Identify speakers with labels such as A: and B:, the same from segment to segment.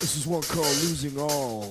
A: This is one called Losing All.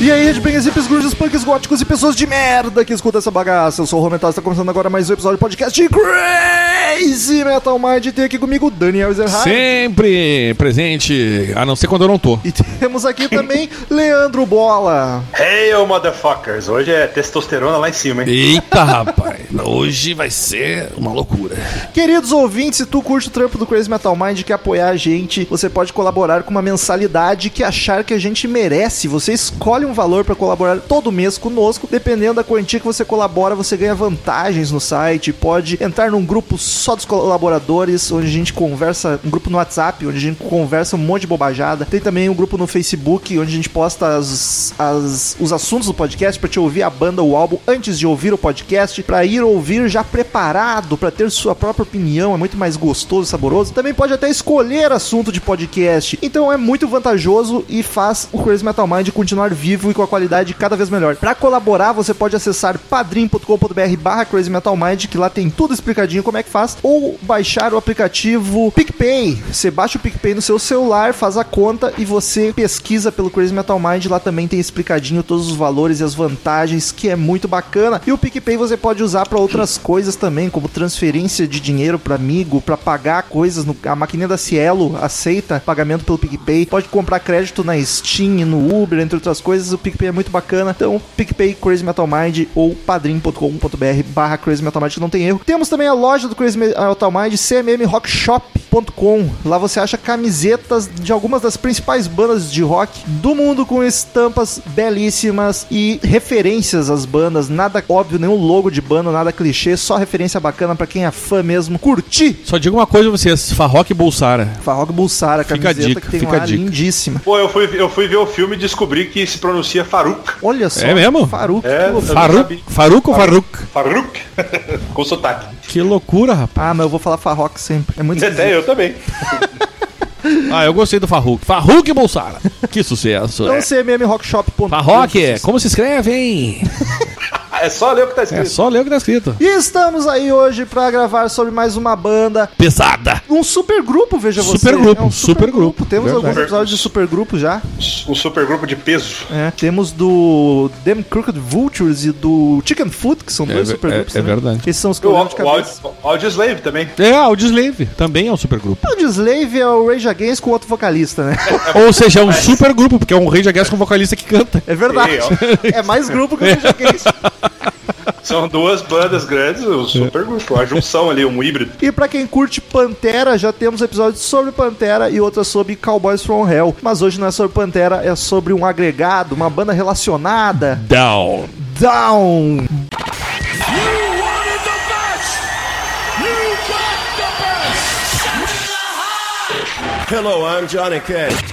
B: E aí, headbangers, hippies, grunges, punks, góticos e pessoas de merda que escutam essa bagaça. Eu sou o Romental, está começando agora mais um episódio do podcast de Crazy Metal Mind. Tem aqui comigo o Daniel Ezerhard.
C: Sempre presente, a não ser quando eu não tô.
B: E temos aqui também Leandro Bola.
D: Hey, oh motherfuckers! Hoje é testosterona lá em cima, hein?
C: Eita, rapaz, hoje vai ser uma loucura.
B: Queridos ouvintes, se tu curte o trampo do Crazy Metal Mind e quer apoiar a gente, você pode colaborar com uma mensalidade que achar que a gente merece. Você escolhe um valor para colaborar todo mês conosco, dependendo da quantia que você colabora, você ganha vantagens no site, pode entrar num grupo só dos colaboradores, onde a gente conversa, um grupo no WhatsApp, onde a gente conversa um monte de bobajada. Tem também um grupo no Facebook, onde a gente posta as- as- os assuntos do podcast para te ouvir a banda ou o álbum antes de ouvir o podcast, para ir ouvir já preparado, para ter sua própria opinião, é muito mais gostoso, saboroso. Também pode até escolher assunto de podcast. Então é muito vantajoso e faz o Crazy Metal Mind continuar vivo e com a qualidade cada vez melhor. Para colaborar, você pode acessar padrim.com.br barra Crazy Metal Mind, que lá tem tudo explicadinho como é que faz, ou baixar o aplicativo PicPay. Você baixa o PicPay no seu celular, faz a conta e você pesquisa pelo Crazy Metal Mind, lá também tem explicadinho todos os valores e as vantagens, que é muito bacana. E o PicPay você pode usar para outras coisas também, como transferência de dinheiro para amigo, para pagar coisas. No, a maquininha da Cielo aceita pagamento pelo PicPay. Pode comprar crédito na Steam, e no Uber, entre outras coisas. O PicPay é muito bacana. Então, PicPay Crazy Metal Mind ou padrim.com.br barra Crazy Metal Mind, que não tem erro. Temos também a loja do Crazy Metal Mind, cmmrockshop.com. Lá você acha camisetas de algumas das principais bandas de rock do mundo com estampas belíssimas e referências às bandas. Nada óbvio, nenhum logo de banda, nada clichê, só referência bacana pra quem é fã mesmo. Curtir!
C: Só digo uma coisa a vocês, Farroque e Bolsara.
B: Farrock Bulsara,
C: Fica a
B: camiseta
C: dica,
B: que tem
C: fica
B: uma
C: a dica.
B: lindíssima.
D: Pô, eu fui, eu fui ver o filme e descobri que se pronuncia Faruk.
B: Olha só.
C: É tá mesmo?
B: Faruk.
D: É,
B: que loucura.
D: eu não sabia.
C: Faruk, Faruk ou Faruk?
D: Faruk? Com sotaque.
C: Que loucura, rapaz.
B: Ah, mas eu vou falar farroque sempre. É muito
D: Até
B: esquisito.
D: eu também.
C: Ah, eu gostei do Farruk. Farruk e Bolsara. Que sucesso.
B: Então,
C: É.
B: cmmrockshop.com.
C: Farroque, como se escreve, hein?
D: Ah, É só ler o que tá
C: É
D: escrito.
C: só ler o que tá escrito.
B: E estamos aí hoje pra gravar sobre mais uma banda.
C: Pesada.
B: Um supergrupo, veja você.
C: Supergrupo,
B: é um
C: supergrupo.
B: Temos
C: Verdade.
B: alguns episódios de supergrupo já.
D: Um supergrupo de peso.
B: É, Temos do Damn Crooked Vultures e do Chicken Foot, que são dois
C: ve-
B: supergrupos.
C: é- é
B: também.
C: verdade.
B: Esses são os que
D: O,
B: eu
D: o,
B: lembro de cabeça.
D: Aud- o Audioslave também.
C: É, Audioslave também é um supergrupo.
B: O de Slave é o Rage Against com outro vocalista, né?
C: Ou seja, é um supergrupo, porque é um rei de guerra com vocalista que canta.
B: É verdade.
D: Ei, ó.
B: É mais grupo que o Rage Against.
D: São duas bandas grandes, um supergrupo. A junção ali, um híbrido.
B: E pra quem curte Pantera, já temos episódios sobre Pantera e outras sobre Cowboys from Hell. Mas hoje não é sobre Pantera, é sobre um agregado, uma banda relacionada.
C: Down.
B: Down!
E: Hello, I'm Johnny Cash.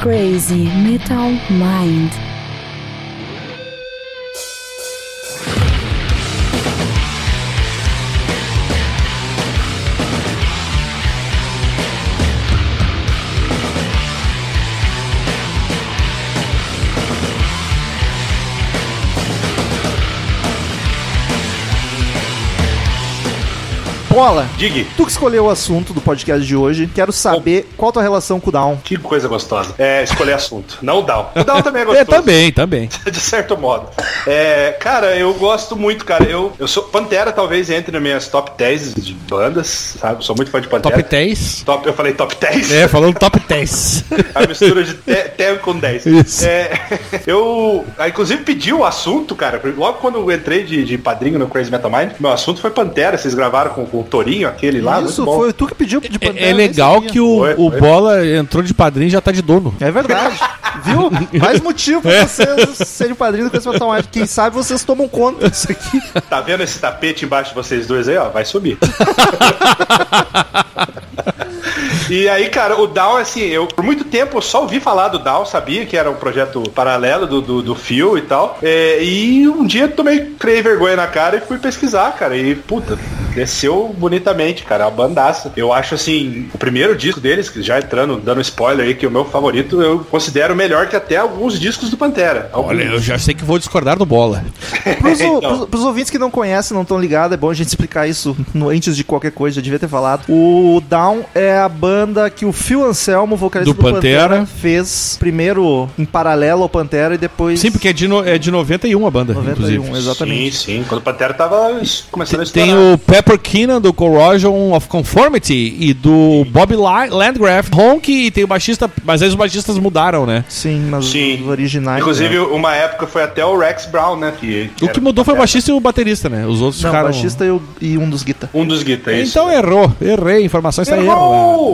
F: Crazy Metal Mind.
B: Bola!
D: Dig.
B: Tu que escolheu o assunto do podcast de hoje, quero saber qual tua relação com o Down.
D: Que coisa gostosa. É, escolher assunto. Não o Down. O Down também é
C: É,
D: gostoso.
C: também, também.
D: de certo modo. É, cara, eu gosto muito, cara. Eu, eu sou. Pantera talvez entre nas minhas top 10 de bandas, sabe? Sou muito fã de Pantera.
C: Top 10.
D: Top- eu falei top 10?
C: É, falando top 10.
D: A mistura de 10 com 10.
C: Isso.
D: É, eu, ah, inclusive, pedi o assunto, cara. Logo quando eu entrei de, de padrinho no Crazy Metal Mind, meu assunto foi Pantera. Vocês gravaram com, com, Torinho, aquele lá.
B: Isso,
D: muito bom.
B: foi tu que pediu de Pantera.
C: É, é
B: eu nem
C: legal
B: sabia.
C: que o,
D: Foi,
C: o
D: foi.
C: Bola entrou de padrinho e já tá de dono.
B: É verdade. Viu? Mais motivo
C: É.
B: pra vocês serem padrinho do Conhecimento Automático. Quem sabe vocês tomam conta disso aqui.
D: Tá vendo esse tapete embaixo de vocês dois aí, ó? Vai subir. E aí, cara, o Down, assim, eu por muito tempo eu só ouvi falar do Down, sabia que era um projeto paralelo do, do, do Phil e tal. É, e um dia eu tomei, criei vergonha na cara e fui pesquisar, cara. E, puta, desceu bonitamente, cara. É uma bandaça. Eu acho, assim, o primeiro disco deles, que já entrando, dando spoiler aí, que é o meu favorito, eu considero melhor que até alguns discos do Pantera.
C: Olha, eu
D: Alguns.
C: já sei que vou discordar do Bola.
B: Pros,
D: Então.
B: pros- pros ouvintes que não conhecem, não estão ligados, é bom a gente explicar isso no- antes de qualquer coisa, já devia ter falado. O Down é a banda que o Phil Anselmo, vocalista
C: Do
B: do,
C: Pantera.
B: Pantera, fez primeiro em paralelo ao Pantera e depois.
C: Sim, porque é de, no- é de 91 a banda,
B: 91,
C: inclusive.
B: exatamente.
D: Sim, sim. Quando o Pantera tava começando a estourar.
C: Tem o Pepper Keenan do Corrosion of Conformity e do Bob La- Landgraf, Honk e tem o baixista, mas aí os baixistas mudaram, né?
B: Sim, mas
D: Sim.
B: os originais. né?
D: Inclusive, uma época foi até o Rex Brown, né? Que
C: O que
D: era
C: mudou foi o
D: Pantera.
C: baixista e o baterista, né? Os outros
B: Não,
C: ficaram.
B: baixista e, o- e um dos guitarras.
D: Um dos guitarristas. Então é
C: Então é errou, errei, informação está errada.
D: Errou!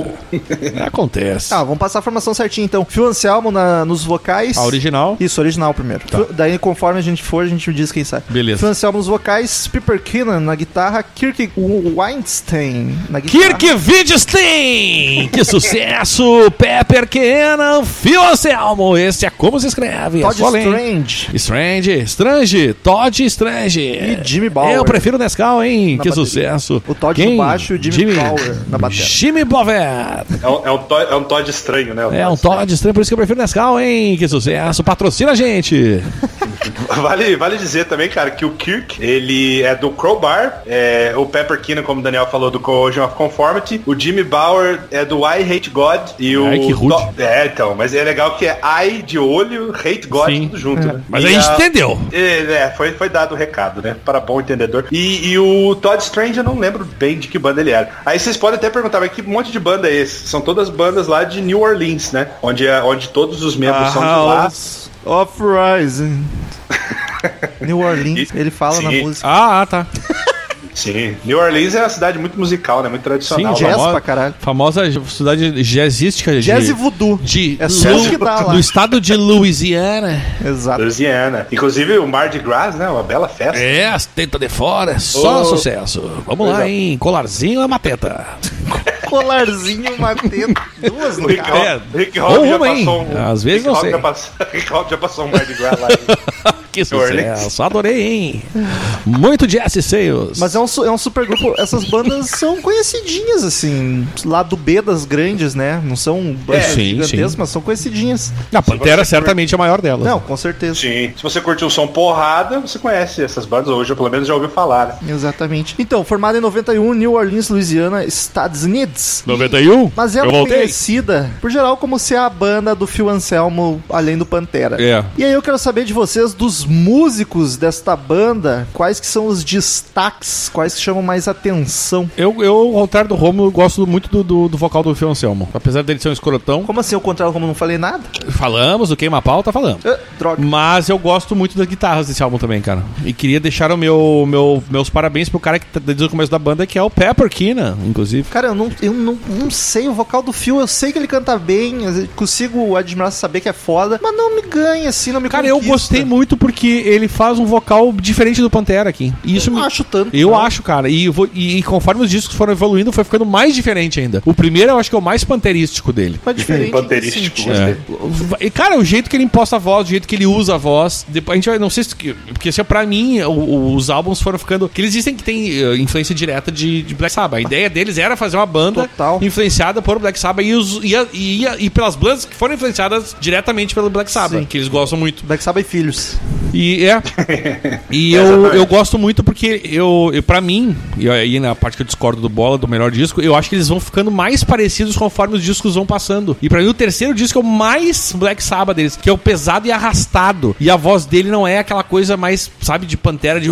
C: Acontece.
B: Ah, vamos passar a formação certinha então. Phil Anselmo na- nos vocais.
C: A original.
B: Isso, original primeiro. Phil- Daí, conforme a gente for, a gente diz quem sai.
C: Beleza.
B: Phil Anselmo nos vocais, Piper Keenan na guitarra, Kirk Weinstein na guitarra.
C: Kirk Wittgenstein! Que sucesso! Pepper Keenan, Phil Anselmo. Este é como se escreve. é
B: Todd
C: só ler, hein?
B: Strange.
C: Strange, Strange, Todd Strange.
B: E Jimmy Bauer.
C: Eu prefiro Nescau, hein?
B: Na
C: que
B: bateria.
C: sucesso.
B: O Todd no baixo e o Jimmy Bauer na bateria.
C: Jimmy Bauer.
D: É um, é, um Todd, é um Todd estranho, né?
C: É um Todd Strange, por isso que eu prefiro Nescau, hein? Que sucesso. Patrocina a gente.
D: Vale, vale dizer também, cara, que o Kirk, ele é do Crowbar, é, o Pepper Keenan, como o Daniel falou, do Corrosion of Conformity, o Jimmy Bauer é do I Hate God e o...
C: Ai, que rude.
D: To- É, então, mas é legal que é I de olho, Hate God,
C: Sim.
D: tudo junto, né?
C: Mas
D: E
C: a gente entendeu.
D: É, é, foi, foi dado o recado, né? Para bom entendedor. E, e o Todd Strange, eu não lembro bem de que banda ele era. Aí vocês podem até perguntar, mas que monte de banda é esse? São todas bandas lá de New Orleans, né? Onde, é, onde todos os membros são
C: Ah,
D: de lá.
B: House of Rising. New Orleans,
D: E-
B: ele fala na
D: sim.
B: música.
C: Ah, ah, tá.
D: Sim. New Orleans é uma cidade muito musical, né? Muito tradicional.
B: Sim,
D: lá.
B: jazz pra caralho.
C: Famosa cidade jazzística
D: Ah,
C: de...
B: Jazz e voodoo.
C: de
B: É só
C: Lu-
B: isso que dá lá.
C: do estado de Louisiana.
B: Exato.
D: Louisiana. Inclusive o Mardi Gras, né? Uma bela festa.
C: É, as tetas de fora, é só
D: Ô.
C: sucesso. Vamos lá, hein? Colarzinho é uma teta.
B: Colarzinho, uma teta. Duas
D: O
B: no
D: Rick,
B: carro.
C: É.
D: Hall- Rick
C: Ou
D: Hall já
C: uma, hein?
D: passou um.
C: Às vezes
D: Rick
C: não
D: Hall
C: sei.
D: já passou- Rick Hall já passou um Mardi Gras lá.
C: que
D: Orleans.
C: sucesso, adorei, hein? Muito jazz e seios.
B: Mas é um, su- é um super grupo. Essas bandas são conhecidinhas, assim. Lá do B das grandes, né? Não são bandas
C: É, sim,
B: gigantescas,
C: sim.
B: mas são conhecidinhas.
C: a Pantera
D: você-
C: certamente é a maior delas.
B: Não, com certeza.
D: Sim. Se você curtiu o som porrada, você conhece essas bandas hoje, ou pelo menos já ouviu falar, né?
B: Exatamente. Então, formada em 91, New Orleans, Louisiana, Estados Unidos.
C: 91?
B: Mas
C: eu
B: ela é
C: voltei.
B: conhecida, por geral, como ser a banda do Phil Anselmo, além do Pantera.
C: É.
B: E aí eu quero saber de vocês, dos músicos desta banda, quais que são os destaques, quais que chamam mais atenção.
C: Eu, eu, ao contrário do Romulo, gosto muito do, do, do vocal do Fio Anselmo. Apesar dele ser um escrotão,
B: Como assim, ao contrário, como eu não falei nada?
C: falamos, o queima-pau tá falando.
B: Ah, droga.
C: Mas eu gosto muito das guitarras desse álbum também, cara. E queria deixar o meu, meu- meus parabéns pro cara que tá desde o começo da banda, que é o Pepper Keenan, inclusive.
B: Cara, eu, não, eu não, não sei o vocal do Phil, eu sei que ele canta bem, eu consigo admirar, saber que é foda, mas não me ganha assim, não me
C: Cara, eu
B: conquista.
C: gostei muito porque ele faz um vocal diferente do Pantera aqui. E isso
B: Eu
C: me,
B: não acho tanto.
C: Eu
B: não.
C: acho, cara, e, eu vou- e- e conforme os discos foram evoluindo, foi ficando mais diferente ainda. O primeiro eu acho que é o mais panterístico dele. É.
B: Mas diferente. em que
D: Panterístico,
B: sentido?
D: gostei.
C: E, cara, o jeito que ele imposta a voz, o jeito que ele usa a voz. Depois, a gente vai, não sei se. Porque assim, pra mim, o- o- os álbuns foram ficando. Que eles dizem que tem eh, influência direta de, de Black Sabbath. A ideia deles era fazer uma banda
B: Total.
C: influenciada por Black Sabbath e, os- e a- e a- e pelas bandas que foram influenciadas diretamente pelo Black Sabbath,
B: Sim.
C: que eles gostam muito.
B: Black Sabbath e Filhos.
C: E é. E eu, eu gosto muito porque eu, eu para mim, e aí na parte que eu discordo do Bola, do melhor disco, eu acho que eles vão ficando mais parecidos conforme os discos vão passando. E pra mim o terceiro disco é o mais Black Sabbath deles, que é o pesado e arrastado. E a voz dele não é aquela coisa mais, sabe, de pantera de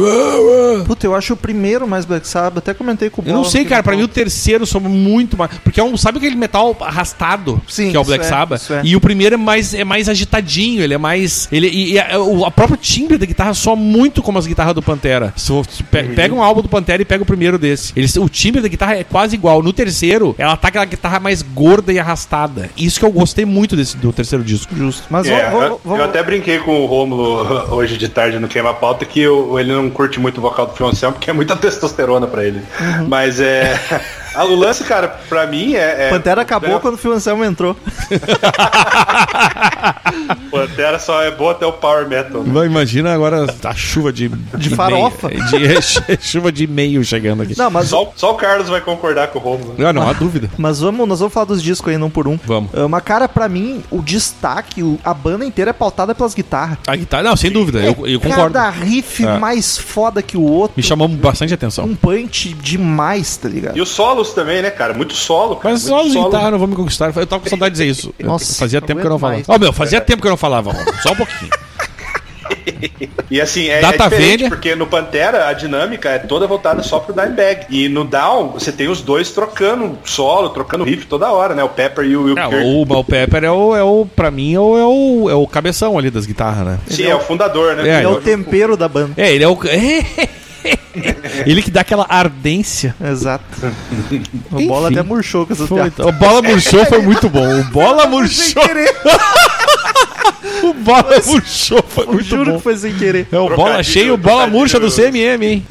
B: Puta, eu acho o primeiro mais Black Sabbath, até comentei com o
C: Eu não
B: Bola
C: sei,
B: no
C: cara, pra mim
B: final.
C: o terceiro soa mu- muito mais. Porque é um, sabe aquele metal arrastado
B: Sim,
C: que é o
B: isso
C: Black
B: é,
C: Sabbath?
B: isso é.
C: E o primeiro é mais, é mais agitadinho, ele é mais. Ele, e, e a, o a próprio timbre da guitarra soa muito como as guitarras do Pantera. Se for- se pe- Pega um álbum do Pantera e pega o primeiro desse. Eles, o timbre da guitarra é quase igual. No terceiro, ela tá aquela guitarra mais gorda e arrastada. Isso que eu gostei muito desse, do terceiro disco.
B: Justo. Mas
D: É,
B: vamos,
D: eu,
B: vamos- vamos-
D: eu até brinquei com o Romulo hoje de tarde no Queima Pauta que o- ele não curte muito o vocal do Fioncel porque é muita testosterona pra ele.
B: Uhum.
D: Mas é. a- O lance, cara, pra mim é. é-
B: Pantera acabou
D: é,
B: quando o Phil Anselmo entrou.
D: Pantera só é boa até o Power Metal. né?
C: Imagina agora a chuva de. De
B: farofa.
C: chuva de e-mail chegando aqui.
B: Não, mas,
D: Só, só o Carlos vai concordar com o Romulo. né?
C: Não, não há dúvida.
B: mas vamos, nós vamos falar dos discos aí, não por um.
C: Vamos.
B: É, Mas, cara, pra mim, o destaque, o- a banda inteira é pautada pelas guitarras.
C: A guitarra, não, sem dúvida, eu, eu concordo.
B: Cada riff
C: É.
B: mais foda que o outro.
C: Me chamou bastante atenção.
B: Um punch demais, tá ligado?
D: E os solos também, né, cara? Muito solo. Cara.
C: Mas
D: Muito
C: só de guitarra não vou me conquistar. Eu tava com saudade de dizer isso. Eu
B: Nossa,
C: fazia
B: não
C: tempo que eu não
B: aguento
C: falava.
B: mais.
C: Ó, meu, fazia tempo que eu não falava, Romulo. Só um pouquinho.
D: E assim, é, é
C: Data
D: diferente,
C: velha.
D: porque no Pantera a dinâmica é toda voltada só pro Dimebag. E no Down, você tem os dois trocando solo, trocando riff toda hora, né? O Pepper e o Will
C: É,
D: Kirk.
C: o Mal Pepper é o, é o, pra mim, é o, é, o, é o cabeção ali das guitarras, né?
D: Sim, é o fundador, né?
C: É,
B: Ele é
C: eu-
B: o tempero da banda.
C: É, ele é o. ele que dá aquela ardência.
B: Exato. o bola
C: Enfim.
B: até murchou com essas
C: Foi, então.
B: piadas.
C: o Bola Murchou foi muito bom. O Bola Murchou.
B: Sem querer.
C: O Bola Murchou foi muito
B: Juro
C: bom.
B: que foi sem querer.
C: É o bola
D: Trocadilho,
C: cheio, bola
D: trocadilho.
C: murcha do CMM, hein?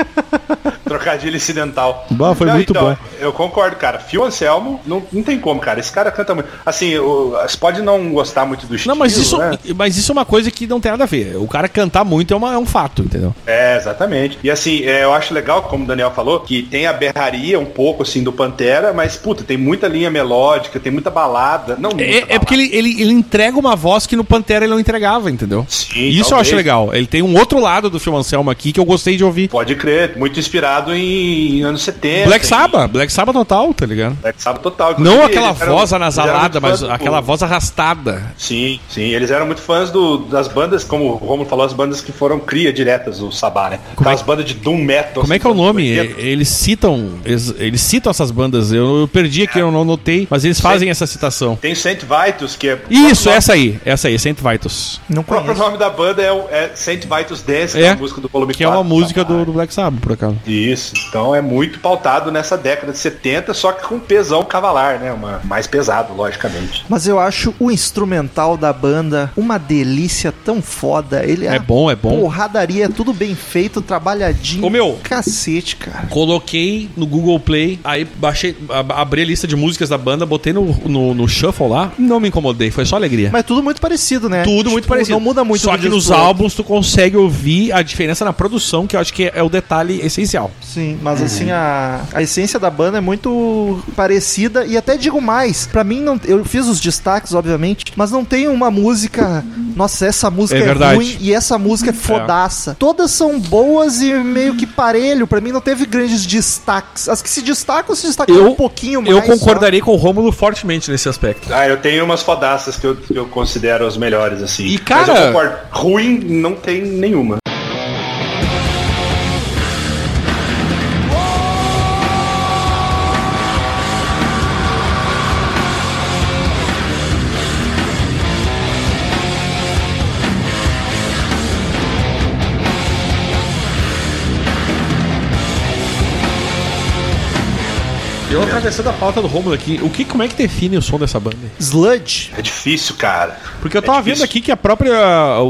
D: Trocadilho incidental. então,
C: Bah, foi muito bom.
D: Eu concordo, cara. Fio Anselmo, não, não tem como, cara. Esse cara canta muito. Assim, o, você pode não gostar muito do estilo,
C: Não, mas isso,
D: né?
C: mas isso é uma coisa que não tem nada a ver. O cara cantar muito é, uma- é um fato, entendeu?
D: É, exatamente. E assim, é, eu acho legal, como o Daniel falou, que tem a berraria um pouco, assim, do Pantera, mas, puta, tem muita linha melódica, tem muita balada. Não, tá muita
C: É, é
D: balada.
C: porque ele, ele, ele entrega uma voz que no Pantera ele não entregava, entendeu?
D: Sim,
C: E Isso eu
D: talvez.
C: acho legal. Ele tem um outro lado do filme Anselmo aqui que eu gostei de ouvir.
D: Pode crer, muito inspirado em anos 70.
C: Black
D: em-
C: Sabbath, Black Sabbath total, tá ligado?
D: Black Sabbath total.
C: Não
D: Inclusive,
C: aquela
D: eles eram-
C: voz
D: eles eram
C: anasalada,
D: um muito
C: mas
D: fãs do-
C: aquela voz arrastada.
D: Sim, sim, eles eram muito fãs do, das bandas, como o Romulo falou, as bandas que foram cria diretas do Sabá, né? Aquelas bandas de Doom Metal.
C: é Como é
D: assim,
C: que é o
D: dos
C: nome?
D: 80.
C: E- Eles citam, eles, eles citam essas bandas. Eu, eu perdi aqui, eu não notei, mas eles fazem essa citação.
D: Tem Saint Vitus, que é.
C: Isso,
D: o próprio nome-
C: essa aí, essa aí, Saint Vitus.
B: Não
D: O próprio
B: conheço.
D: nome da banda é, o- é Saint Vitus Dance, que é
C: É,
D: a música do volume tá.
C: Que é uma
D: 4 do
C: música
D: Sabá.
C: do, do Black Sabbath, por acaso.
D: Isso, então é muito pautado nessa década de 70, só que com pesão cavalar, né? Uma, mais pesado, logicamente.
B: Mas eu acho o instrumental da banda uma delícia tão foda. Ele
C: É bom, é bom.
B: Porradaria, é tudo bem feito, trabalhadinho.
C: Ô, meu.
B: Cacete, cara.
C: Coloquei no Google Play, aí baixei, ab- abri a lista de músicas da banda, botei no, no, no shuffle lá, não me incomodei, foi só alegria.
B: Mas tudo muito parecido, né?
C: Tudo
B: Tipo,
C: muito parecido.
B: Não muda muito
C: Só
B: do
C: que
B: disco
C: nos
B: pro outro.
C: álbuns tu consegue ouvir a diferença na produção, que eu acho que é, é o detalhe essencial.
B: Sim, mas assim, a, a essência da banda é muito parecida e até digo mais, pra mim não, eu fiz os destaques, obviamente, mas não tem uma música, nossa, essa música
C: É
B: é,
C: verdade.
B: ruim e essa música é fodaça. Todas são boas e meio que parelho, pra mim não teve grandes destaques. As que se destacam, se destacam
C: Eu-
B: um pouquinho mais.
C: eu concordarei com o Rômulo fortemente nesse aspecto.
D: Ah, eu tenho umas fodaças que eu, que eu considero as melhores, assim.
C: E,
D: Mas eu
C: cara-
D: concordo, ruim não tem nenhuma.
C: Eu atravessando a pauta do Rômulo aqui, o que, como é que define o som dessa banda?
B: Só. Sludge.
D: É difícil, cara.
C: Porque eu
D: É
C: tava vendo
D: difícil.
C: aqui que a própria.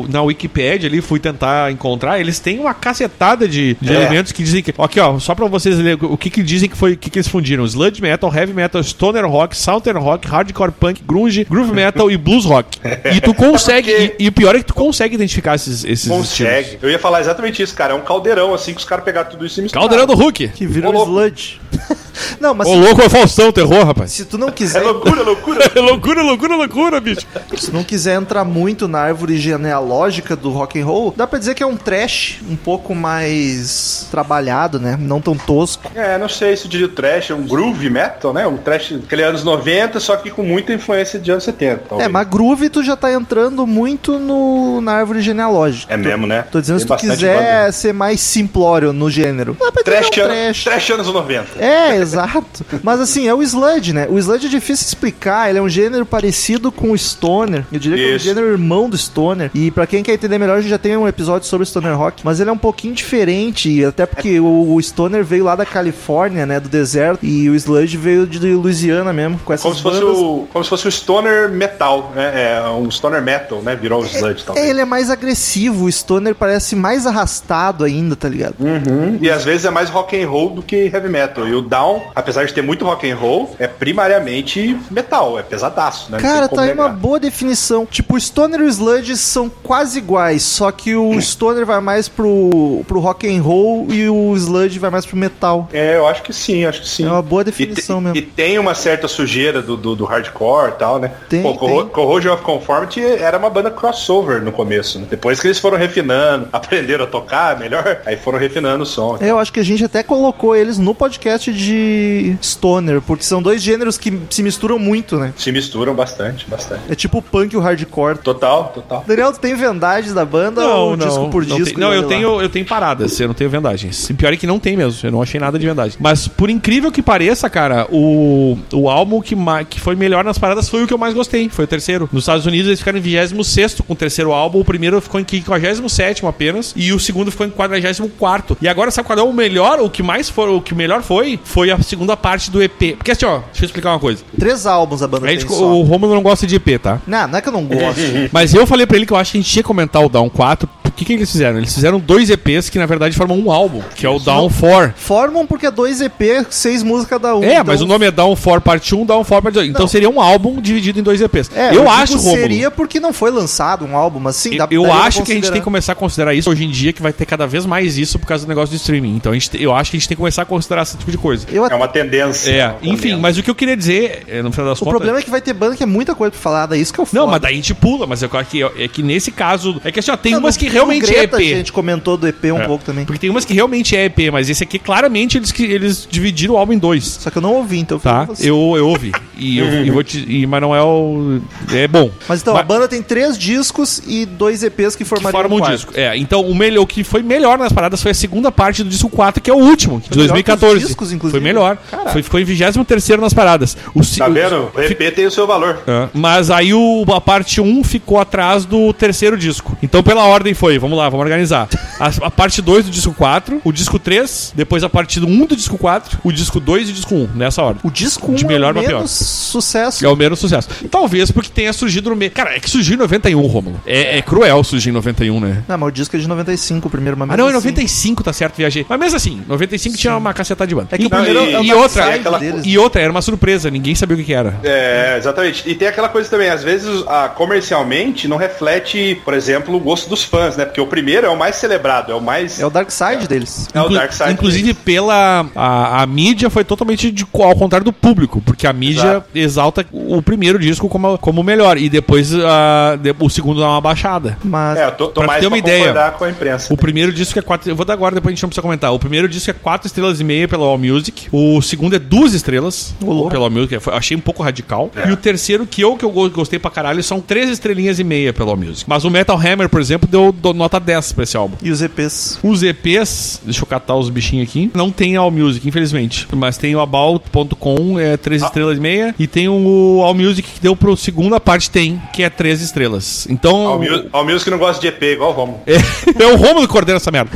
C: Na Wikipédia ali, fui tentar encontrar, eles têm uma cacetada de, de
D: É.
C: elementos que dizem que. Aqui, ó, só pra vocês lerem o que, que dizem que foi. O que, que eles fundiram: Sludge Metal, Heavy Metal, Stoner Rock, Southern Rock, Hardcore Punk, Grunge, Groove Metal e Blues Rock. E tu consegue.
D: Porque-
C: e, e o pior é que tu consegue identificar esses, esses
D: Consegue.
C: estilos.
D: Eu ia falar exatamente isso, cara. É um caldeirão, assim, que os caras pegaram tudo isso e misturaram.
C: Caldeirão do Hulk.
D: Tipo
B: Que virou
D: Ô, louco.
B: Sludge. não, mas
C: Ô,
D: assim.
B: se,
C: louco, é o Faustão, terror, rapaz.
B: se tu não
D: É
B: quiser
D: loucura, loucura.
C: É loucura, loucura, loucura, bicho.
B: Se não quiser entrar muito na árvore genealógica do rock and roll, dá pra dizer que é um trash um pouco mais trabalhado, né? Não tão tosco.
D: É, não sei se diria o trash, é um groove metal, né? Um trash daquele anos 90, só que com muita influência de anos 70. talvez.
B: É, mas groove tu já tá entrando muito no, na árvore genealógica.
D: É mesmo, né?
B: Tô dizendo
D: Tem
B: se tu
D: bastante
B: quiser é um
D: banda.
B: ser mais simplório no gênero. Dá pra dizer
D: Trash,
B: que é um
D: ano- trash anos 90.
B: É, Exato. Mas assim, é o sludge, né? O sludge é difícil explicar, ele é um gênero parecido com o stoner. Eu diria que é um
D: Isso.
B: gênero irmão do stoner. E pra quem quer entender melhor, a gente já tem um episódio sobre o stoner rock, mas ele é um pouquinho diferente, e até porque o, o stoner veio lá da Califórnia, né, do deserto, e o sludge veio de Louisiana mesmo, com essas
D: Como se, fosse
B: bandas.
D: o, como se fosse o stoner metal, né? É, um stoner metal, né? Virou o sludge,
B: É,
D: talvez.
B: ele é mais agressivo, o stoner parece mais arrastado ainda, tá ligado?
D: Uhum. E às vezes é mais rock and roll do que heavy metal. E o Down, apesar de ter muito rock and roll, é primariamente metal, é pesadaço, né? Não
B: Cara,
D: tem como
B: tá aí uma
D: negar.
B: boa definição. Tipo, o Stoner e o Sludge são quase iguais, só que o Stoner vai mais pro, pro rock and roll e o Sludge vai mais pro metal.
D: É, eu acho que sim, acho que sim.
B: É uma boa
D: E, te-
B: definição
D: e
B: mesmo.
D: tem uma certa sujeira do, do, do hardcore e tal, né?
B: Tem,
D: Pô, Corro-
B: tem.
D: Corrosion of Conformity era uma banda crossover no começo. né? Depois que eles foram refinando, aprenderam a tocar melhor, aí foram refinando o som.
B: É, eu acho que a gente até colocou eles no podcast de Stoner, porque são dois gêneros que se misturam muito, né?
D: Se misturam bastante, bastante.
B: É tipo o punk e o hardcore.
D: Total, total.
B: Daniel, tu tem vendagens da banda ou um disco por
C: não
B: disco?
C: tem- não,
B: e
C: eu
B: olha lá?
C: tenho, eu tenho paradas, eu não tenho vendagens. E pior é que não tem mesmo, eu não achei nada de vendagem. Mas por incrível que pareça, cara, o, o álbum que, ma- que foi melhor nas paradas foi o que eu mais gostei, foi o terceiro. Nos Estados Unidos eles ficaram em 26 com o terceiro álbum, o primeiro ficou em 57 apenas, e o segundo ficou em 44 E agora sabe qual é o melhor, o que mais foi, o que melhor foi, foi a segunda parte do EP. Porque assim, ó, deixa eu explicar uma coisa.
B: Três álbuns da banda
C: A gente,
B: tem só.
C: o Romulo não gosta de EP, tá?
B: Não, não é que eu não gosto.
C: Mas eu falei pra ele que eu acho que a gente ia comentar o Down 4. O que, que eles fizeram? Eles fizeram dois EPs que na verdade formam um álbum, que é o Down 4.
B: Formam porque é dois EP, seis músicas cada um.
C: É, mas o nome é Down 4 Parte 1, Down 4 Parte 2. Então
B: Não.
C: seria um álbum dividido em dois EPs.
B: É,
C: eu
B: digo
C: acho, Romulo.
B: Seria porque não foi lançado um álbum, mas sim,
C: Eu-
B: dá
C: eu
B: daria pra
C: acho que a gente tem que
B: considerar.
C: começar a considerar isso hoje em dia, que vai ter cada vez mais isso por causa do negócio do streaming. Então a gente, te- eu acho que a gente tem que começar a considerar esse tipo de coisa.
B: Eu
D: É uma tendência.
C: É,
D: Uma
C: enfim,
D: tendência.
C: mas o que eu queria dizer, é, no final das
B: O
C: contas.
B: problema é que vai ter banda que é muita coisa pra falar, daí isso que é eu falo.
C: Não, mas daí a gente pula, mas é que, é que nesse caso. É que assim, ó, tem umas que realmente
B: é
C: é EP.
B: A gente comentou do EP um
C: É.
B: pouco também.
C: Porque tem umas que realmente é EP, mas esse aqui claramente eles, que- eles dividiram o álbum em dois.
B: Só que eu não ouvi, então
C: Tá?
B: fico-
C: Eu, eu ouvi. E eu e vou te. E, mas não é o. É bom.
B: Mas então, a
C: Mas-
B: banda tem três discos e dois EPs que
C: que
B: formariam
C: forma um
B: quarto.
C: disco. É, então o, melhor, o que foi melhor nas paradas foi a segunda parte do disco 4, que é o último, de
B: Foi melhor que os
C: 2014.
B: discos, inclusive.
C: Foi melhor.
B: Caraca.
C: Foi, ficou em 23 nas paradas. O, ci-
D: Tá
C: o-
D: vendo? O EP tem o seu valor.
C: É. Mas aí o- a parte 1 ficou atrás do terceiro disco. Então, pela ordem foi, vamos lá, vamos organizar. A, a parte 2 do disco 4, o disco 3, depois a parte 1 do disco 4, o disco 2 e o disco 1, nessa ordem.
B: O disco um
C: De
B: é
C: melhor
B: o
C: pra pior.
B: menos sucesso.
C: É o menos sucesso. Talvez porque tenha surgido no meio. Cara, é que surgiu em 91, Romulo. É, é cruel surgir em 91, né?
B: Não, mas o disco é de 95, o primeiro, mas
C: Ah, não, em
B: mesmo assim.
C: 95, tá certo, viajei. Mas mesmo assim, 95 tinha uma cacetada de banda.
B: É que
C: e,
B: o primeiro
C: e-
B: é o
C: e
B: Dark
C: outra,
B: Side
D: aquela-
B: deles.
C: e outra, era uma surpresa, ninguém sabia o que, que era.
D: É, exatamente. E tem aquela coisa também, às vezes a, comercialmente não reflete, por exemplo, o gosto dos fãs, né? Porque o primeiro é o mais celebrado, é o mais.
B: É o Dark Side deles.
D: é o
C: Inclu-
D: Dark Side
C: Inclusive, pela. A, a mídia foi totalmente de- ao contrário do público, porque a mídia
D: Exato.
C: exalta o primeiro disco como como o melhor. E depois ah, de- o segundo dá uma baixada.
B: Mas
D: É, eu tô, tô
C: Pra
D: mais
C: ter uma
D: pra
C: ideia,
D: concordar com a imprensa.
C: O primeiro disco é quatro. Eu vou dar agora, depois a gente não precisa comentar. O primeiro disco é quatro estrelas e meia pela All Music. O segundo é duas estrelas
B: louco.
C: pela All Music. Foi- achei um pouco radical.
D: É.
C: E o terceiro, que eu que eu go- gostei pra caralho, são três estrelinhas e meia pela All Music. Mas o Metal Hammer, por exemplo, deu, dou nota 10 pra esse álbum.
B: E os EPs.
C: Os EPs, deixa eu catar os bichinhos aqui. Não tem All Music, infelizmente. Mas tem o About.com, é 3
B: Ah.
C: estrelas e meia. E tem o All Music que deu pro segunda parte, tem, que é 3 estrelas. Então.
D: Ao Music que não gosta de EP, igual vamos.
C: É, é o Romulo que coordena essa merda.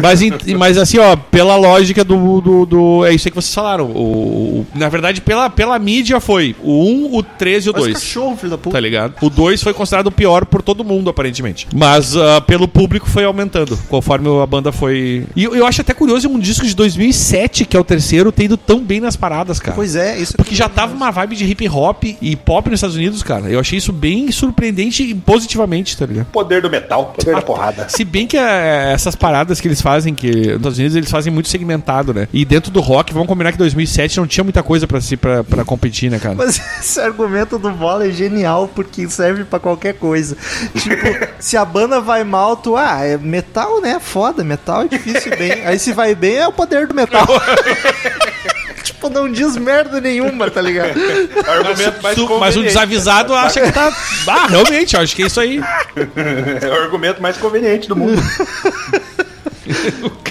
C: Mas, em- mas assim, ó, pela lógica do, do, do- É isso aí que vocês falaram. O, o- na verdade, pela, pela mídia foi o 1, o 3 e o
B: Mas
C: 2.
B: cachorro, filho da puta.
C: Tá ligado? O 2 foi considerado o pior por todo mundo, aparentemente. Mas ah, pelo público foi aumentando, conforme a banda foi. E eu, eu acho até curioso um disco de 2007, que é o terceiro, ter ido tão bem nas paradas, cara.
B: Pois é, isso
C: Porque já tava uma vibe de hip hop e pop nos Estados Unidos, cara. Eu achei isso bem surpreendente e positivamente, tá ligado?
D: Poder do metal, poder da porrada.
C: Se bem que eh, essas paradas que eles fazem, que nos Estados Unidos eles fazem muito segmentado, né? E dentro do rock, vamos combinar que 2007 não tinha muita coisa pra, se, pra, pra competir, né, cara?
B: Mas esse argumento do bola é genial porque serve pra qualquer coisa. Tipo, se a banda vai mal, tu, ah, é metal, né? Foda, metal é difícil ir bem. Aí se vai bem é o poder do metal. tipo, não diz merda nenhuma, tá ligado?
D: É o argumento mais
C: Su- mas o
D: conveniente. né?
C: desavisado acha que tá. Ah, realmente, eu acho que é isso aí.
D: É o argumento mais conveniente do mundo.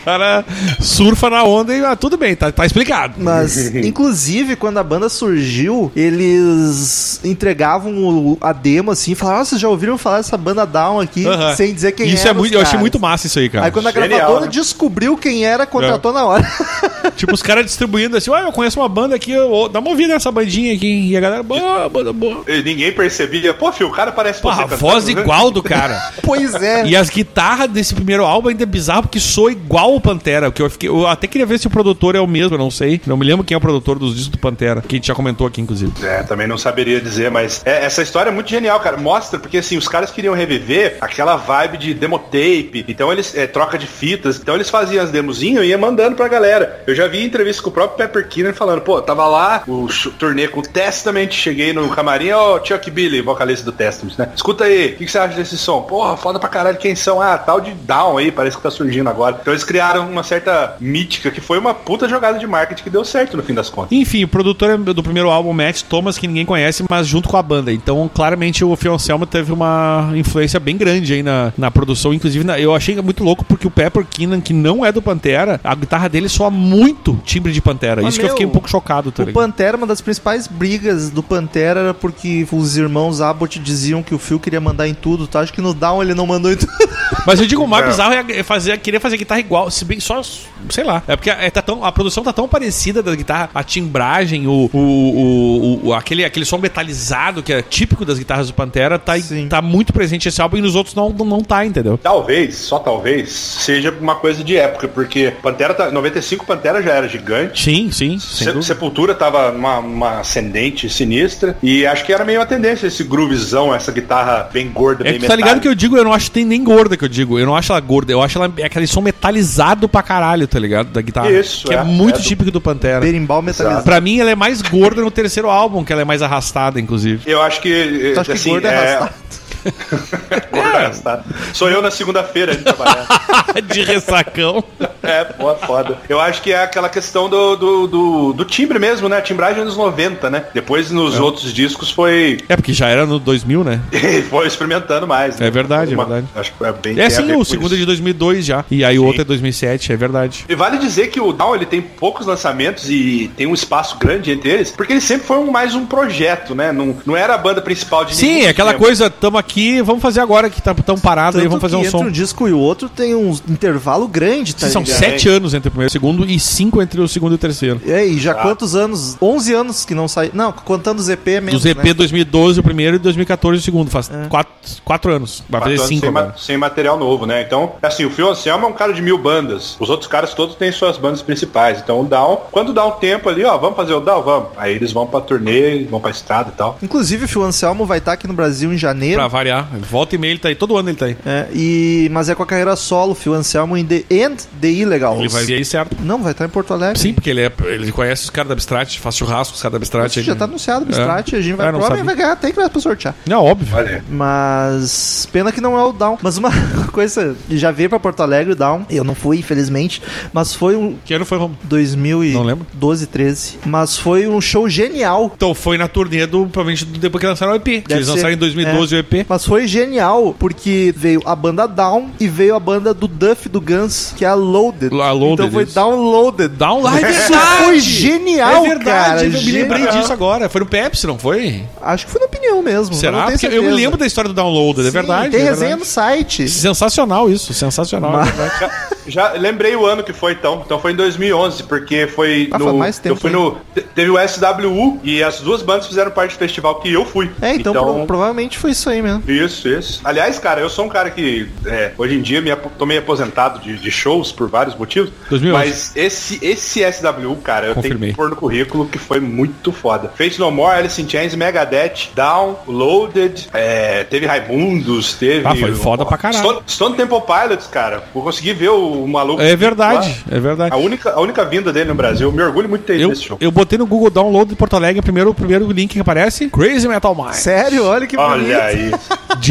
C: cara surfa na onda e ah, tudo bem, tá, tá explicado.
B: Mas, inclusive, quando a banda surgiu, eles entregavam o- a demo assim, e falavam, "Ah, vocês já ouviram falar dessa banda Down aqui,
C: Aham.
B: sem dizer quem
C: isso
B: eram
C: é
B: os
C: muito, Eu achei
B: caras.
C: muito massa isso aí, cara.
B: Aí quando a
D: Genial,
B: gravadora
D: né?
B: descobriu quem era,
C: É.
B: contratou na hora.
C: Tipo, os caras distribuindo assim, ah, eu conheço uma banda aqui, eu- dá uma ouvida nessa bandinha aqui. hein?" E a galera, boa, banda boa.
D: E ninguém percebia. Pô, filho, o cara parece
C: Pô, a
D: cantando,
C: voz
D: né?
C: igual do cara.
B: pois é.
C: E as guitarras desse primeiro álbum ainda é bizarro porque soa igual o Pantera. Que eu, fiquei, eu até queria ver se o produtor é o mesmo, eu não sei. Não me lembro quem é o produtor dos discos do Pantera, que a gente já comentou aqui, inclusive.
D: É, também não saberia dizer, mas é, essa história é muito genial, cara. Mostra, porque assim, os caras queriam reviver aquela vibe de demotape, então eles, é, troca de fitas, então eles faziam as demozinhas e ia mandando pra galera. Eu já vi entrevista com o próprio Pepper Keener falando, pô, tava lá, o sh- turnê com o Testament, cheguei no camarim, ó, Chuck Billy, vocalista do Testament, né? Escuta aí, o que, que você acha desse som? Porra, foda pra caralho, quem são? Ah, tal de Down aí, parece que tá surgindo agora. Então eles criaram uma certa mítica, que foi uma puta jogada de marketing que deu certo no fim das contas.
C: Enfim, o produtor é do primeiro álbum, Matt Thomas, que ninguém conhece, mas junto com a banda. Então, claramente, o Fioncelmo teve uma influência bem grande aí na, na produção. Inclusive, na- eu achei muito louco porque o Pepper Keenan, que não é do Pantera, a guitarra dele soa muito timbre de Pantera.
B: Mas,
C: Isso que eu
B: meu,
C: fiquei um pouco chocado, tá
B: O
C: ligado?
B: Pantera, uma das principais brigas do Pantera era porque os irmãos Abbott diziam que o Phil queria mandar em tudo, tá? Acho que no Down ele não mandou em tudo.
C: Mas eu digo, o mais
D: É.
C: bizarro é fazer, querer fazer guitarra igual, se bem só, sei lá. É porque é, tá tão- a produção tá tão parecida da guitarra, a timbragem, o, o, o- o- aquele, aquele som metalizado que é típico das guitarras do Pantera, tá,
B: Sim.
C: tá muito presente esse álbum e nos outros não, não, não tá, entendeu?
D: Talvez, só talvez, seja uma coisa de época, porque Pantera tá, 95 Pantera já era gigante.
C: Sim, sim. sem
D: Se-
C: dúvida.
D: Sepultura tava numa numa ascendente sinistra. E acho que era meio uma tendência esse groovizão, essa guitarra bem gorda,
C: É
D: bem
C: que tu tá ligado que eu digo, eu não acho tem nem gorda que eu digo. Eu não acho ela gorda, eu acho ela é aquele som metalizado pra caralho, tá ligado? Da guitarra.
D: Isso,
C: Que é,
D: é,
C: muito
D: é do-
C: típico do Pantera.
B: Berimbau metalizado.
C: Pra mim, ela é mais gorda no terceiro álbum, que ela é mais arrastada, inclusive.
D: Eu acho que.
B: Tu acha que
D: assim,
B: gordo é
D: é,
B: arrastado?
D: gordo é arrastado. Sou eu na segunda-feira de trabalhar.
C: De ressacão.
D: É, pô, foda. Eu acho que é aquela questão do, do, do, do timbre mesmo, né? A timbragem dos 90, né? Depois nos outros discos foi,
C: É, porque já era no 2000, né?
D: foi experimentando mais. né?
C: É verdade, é verdade.
D: Acho que é bem
C: É
D: tem a
C: sim,
D: ver com
C: o segundo
D: isso.
C: é de 2002 já. E aí o outro é 2007, é verdade.
D: E vale dizer que o Down ele tem poucos lançamentos e tem um espaço grande entre eles, porque ele sempre foi um- mais um projeto, né? Não, não era a banda principal de nenhum
C: Sim, é
D: dos
C: aquela
D: membros.
C: coisa, tamo aqui, vamos fazer agora que tá tão parado aí, vamos fazer um
B: que
C: som.
B: entre um disco e o outro tem um intervalo grande, tá
C: São
B: ligado?
C: sete anos entre o primeiro e o segundo e cinco entre o segundo e o terceiro.
B: E aí, já quantos anos? 11 anos que não sai. Não, contando os EP mesmo.
C: Do ZP
B: né?
C: 2012 o primeiro e 2014 o segundo. Faz quatro, quatro anos. Vai
D: Quatro
C: fazer
D: anos
C: cinco
D: sem, ma-
C: agora.
D: sem material novo, né? Então, assim, o Phil Anselmo é um cara de mil bandas. Os outros caras todos têm suas bandas principais. Então, o Down, quando dá um tempo ali, ó, vamos fazer o Down, vamos. Aí eles vão pra turnê, vão pra estrada e tal.
B: Inclusive, o Phil Anselmo vai estar aqui no Brasil em janeiro.
C: Pra variar. Volta e meia ele tá aí. Todo ano ele tá aí.
B: É, e, mas é com a carreira solo, Phil Anselmo em The End The Illegals.
C: Ele vai vir aí certo.
B: Não, vai estar em Porto Alegre.
C: Sim, porque ele, é, ele conhece os caras da Abstract, faz churrasco com os caras da Abstract.
B: Isso já
C: ele-
B: tá anunciado, o Strat, a gente
C: Ah,
B: vai
C: não
B: pro homem
C: sabia.
B: vai ganhar, tem que vai pra sortear.
C: Não, óbvio.
D: Olha aí.
B: Mas pena que não é o Down. Mas uma coisa, já veio pra Porto Alegre o Down, eu não fui, infelizmente, mas foi um
C: Que ano foi, Romulo? Não lembro.
B: 2012, 13, mas foi um show genial.
C: Então foi na turnê do, provavelmente, do- depois que lançaram o EP. que
B: Deve
C: eles lançaram
B: ser.
C: em 2012
B: É.
C: o EP.
B: Mas foi genial, porque veio a banda Down e veio a banda do Duff do Guns, que é a Loaded.
C: A Loaded,
B: então foi
C: isso.
B: Downloaded.
C: Down lá, é
B: Isso
C: verdade.
B: foi genial,
C: É verdade,
B: cara.
C: eu me lembrei
B: Genial.
C: disso agora. Foi no Pepsi, não foi?
B: Acho que foi na opinião mesmo. mas
C: Será?
B: Não tenho
C: Porque eu me
B: certeza.
C: lembro da história do download, é
B: Sim,
C: verdade.
B: Tem
C: é
B: resenha
C: verdade.
B: no site.
C: Sensacional isso, sensacional.
B: Mas-
C: é verdade.
D: Já, já lembrei o ano que foi então. Então foi em 2011, porque foi
B: Ah,
D: no.
B: faz mais tempo
D: eu fui
B: ainda.
D: no. te- Teve o SWU e as duas bandas fizeram parte do festival que eu fui.
B: É, então, pro- provavelmente foi isso aí mesmo.
D: Isso, isso. Aliás, cara, eu sou um cara que é, hoje em dia me apo- tô meio aposentado de, de shows por vários motivos.
C: 2011.
D: Mas esse, esse SW, cara, eu
C: Confirmei.
D: tenho que pôr no currículo que foi muito foda. Fate No More, Alice in Chains, Megadeth, Down, Loaded, é, teve Raimundos, teve.
C: Ah, foi foda pra caralho.
D: Stone, Stone Temple Pilots, cara. Eu consegui ver o maluco.
C: É verdade, é verdade.
D: A única, a única vinda dele no Brasil. Me orgulho muito de ter ido
C: Eu,
D: esse show.
C: eu botei no Google Download de Porto Alegre, primeiro, o primeiro link que aparece, Crazy Metal Mind.
B: Sério, olha que bonito.
D: Olha aí.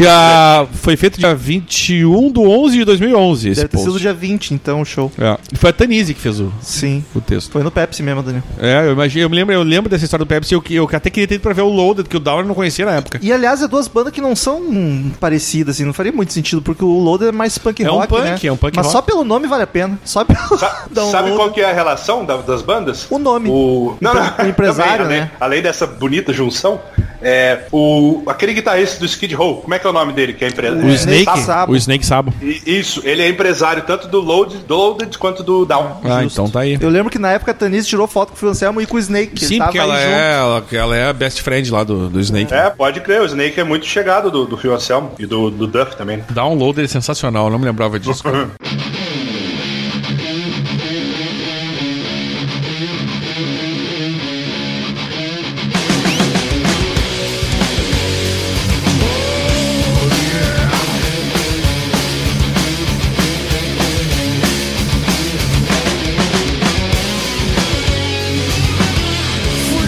C: Dia... Foi feito dia 21 do 11 de 2011 esse
B: Deve ter
C: post.
B: sido dia 20, então, o show.
C: É. E Foi a Tanise que fez o,
B: Sim.
C: o texto.
B: Foi no Pepsi mesmo, Daniel.
C: É, eu imagino, eu me lembro, eu lembro dessa história do Pepsi, eu, que- eu até queria ter ido pra ver o Loaded, que o Dowler não conhecia na época.
B: E aliás, é duas bandas que não são parecidas, assim, não faria muito sentido, porque o Loader é mais punk
C: É um
B: rock.
C: punk,
B: né?
C: é um punk
B: Mas
C: rock.
B: só pelo nome vale a pena. Só pelo.
D: Sa-
B: download.
D: Sabe qual que é a relação da- das bandas?
B: um O nome.
D: O, não,
B: Empre-
D: não,
B: o empresário,
D: também,
B: né?
D: Além, além dessa bonita junção, é, o, aquele guitarrista do Skid Row, como é que é o nome dele? Que é empre...
C: O
B: tá
D: é,
C: Snake,
B: Snake Sabo.
C: o Snake Sabo.
D: I- Isso, ele é empresário tanto do Loaded, do Loaded quanto do Down.
C: Ah,
B: Justo.
C: então tá aí.
B: Eu lembro que na época a Tanise tirou foto com o Anselmo e com o Snake. que
C: Sim,
B: tava
C: porque ela
B: aí junto.
C: é, ela, ela é a best friend lá do, do Snake.
D: É, pode crer, o Snake é muito chegado do, do Phil Anselmo e do, do Duff também.
B: Tá
D: né?
C: Downloader é sensacional, eu não me lembrava disso.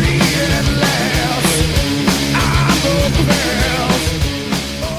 C: é-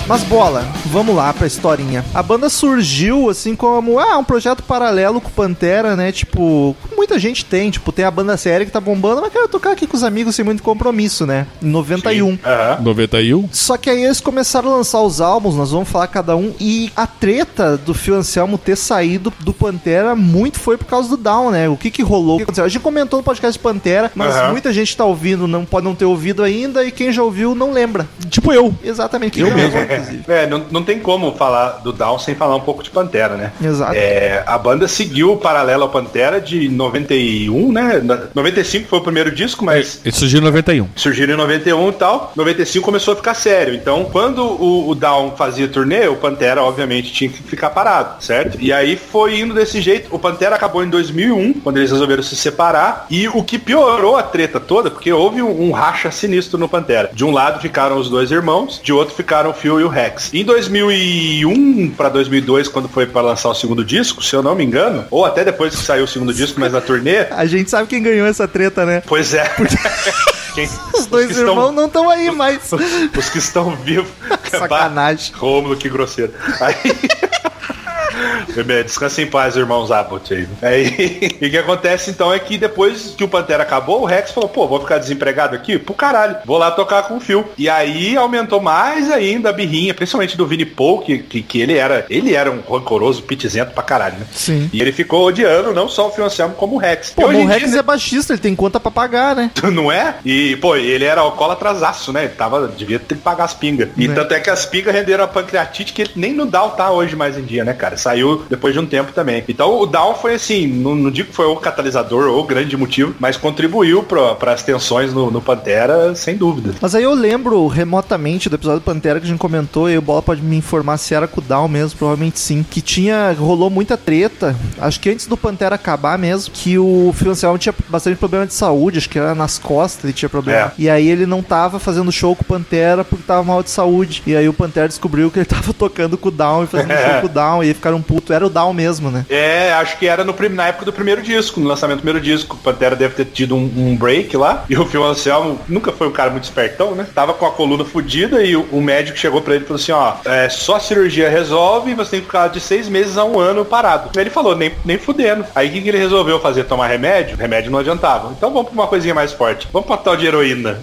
B: Mas bola, vamos lá pra historinha. A banda surgiu assim como ah, um projeto paralelo com o Pantera, né? Tipo, muita gente tem, tipo, tem a banda séria que tá bombando, mas quero tocar aqui com os amigos sem muito compromisso, né? Em 91.
D: Aham.
C: 91.
B: Só que aí eles começaram a lançar os álbuns, nós vamos falar cada um. E a treta do Phil Anselmo ter saído do Pantera muito foi por causa do Down, né? O que que rolou? O que aconteceu? A gente comentou no podcast Pantera, mas
D: Aham.
B: muita gente tá ouvindo, não pode não ter ouvido ainda, e quem já ouviu não lembra.
C: Tipo eu.
B: Exatamente.
C: Eu
B: Quem
C: mesmo.
B: lembra, inclusive.
D: É, não, não tem como falar do Down sem falar um pouco de Pantera, né?
B: Exato.
D: É, a banda seguiu o paralelo ao Pantera de 91, né? Na- 95 foi o primeiro disco, mas
C: Ele surgiu em 91.
D: surgiram em 91 e tal. 95 começou a ficar sério. Então, quando o, o Down fazia turnê, o Pantera, obviamente, tinha que ficar parado, certo? E aí foi indo desse jeito. O Pantera acabou em 2001, quando eles resolveram se separar. E o que piorou a treta toda, porque houve um, um racha sinistro no Pantera. De um lado ficaram os dois irmãos, de outro ficaram o Phil e o Rex. Em 2001 para 2002, quando foi para lançar o segundo disco, se eu não me engano, ou até depois que saiu o segundo disco, mas na turnê.
B: A gente sabe quem ganhou essa treta, né?
D: Pois é. Quem-
B: Os dois
D: que
B: irmãos
D: estão-
B: não estão aí mais.
D: Os que estão vivos. É
B: Sacanagem.
D: Rômulo, que grosseiro. Aí. Bebê, Descansa em paz, irmãos Abbott. Aí. Aí, e o que acontece então é que depois que o Pantera acabou, o Rex falou, pô, vou ficar desempregado aqui? Pro caralho, vou lá tocar com o Phil. E aí aumentou mais ainda a birrinha, principalmente do Vini Paul, que, que, que ele era ele era um rancoroso, pitizento pra caralho, né?
B: Sim.
D: E ele ficou odiando não só o Phil Anselmo, como o Rex. E
B: Pô,
D: hoje
B: o
D: em
B: Rex
D: dia, né?
B: é baixista, ele tem conta pra pagar, né?
D: não é? E, pô, ele era alcoólatrazaço, né? Ele tava, devia ter que pagar as pingas. E
B: Né.
D: tanto é que as pingas renderam a pancreatite que ele nem no Down tá hoje mais em dia, né, cara? Saiu depois de um tempo também. Então o Down foi assim, não, não digo que foi o catalisador ou o grande motivo, mas contribuiu para as tensões no, no Pantera, sem dúvida.
B: Mas aí eu lembro remotamente do episódio do Pantera que a gente comentou, e o Bola pode me informar se era com o Down mesmo, provavelmente sim. Que tinha. rolou muita treta. Acho que antes do Pantera acabar mesmo, que o Phil Anselmo tinha bastante problema de saúde, acho que era nas costas ele tinha problema.
D: É.
B: E aí ele não tava fazendo show com o Pantera porque tava mal de saúde. E aí o Pantera descobriu que ele tava tocando com o Down e fazendo show com o Down, e aí ficaram puto. Era o Down mesmo, né?
D: É, acho que era no, prim- na época do primeiro disco, no lançamento do primeiro disco. O Pantera deve ter tido um, um break lá. E o Phil Anselmo nunca foi um cara muito espertão, né? Tava com a coluna fodida e o, o médico chegou pra ele e falou assim: ó, é, só a cirurgia resolve e você tem que ficar de seis meses a um ano parado. Aí ele falou, nem, nem fudendo. Aí o que, que ele resolveu fazer? Tomar remédio? Remédio não adiantava. Então vamos pra uma coisinha mais forte. Vamos pra tal de heroína.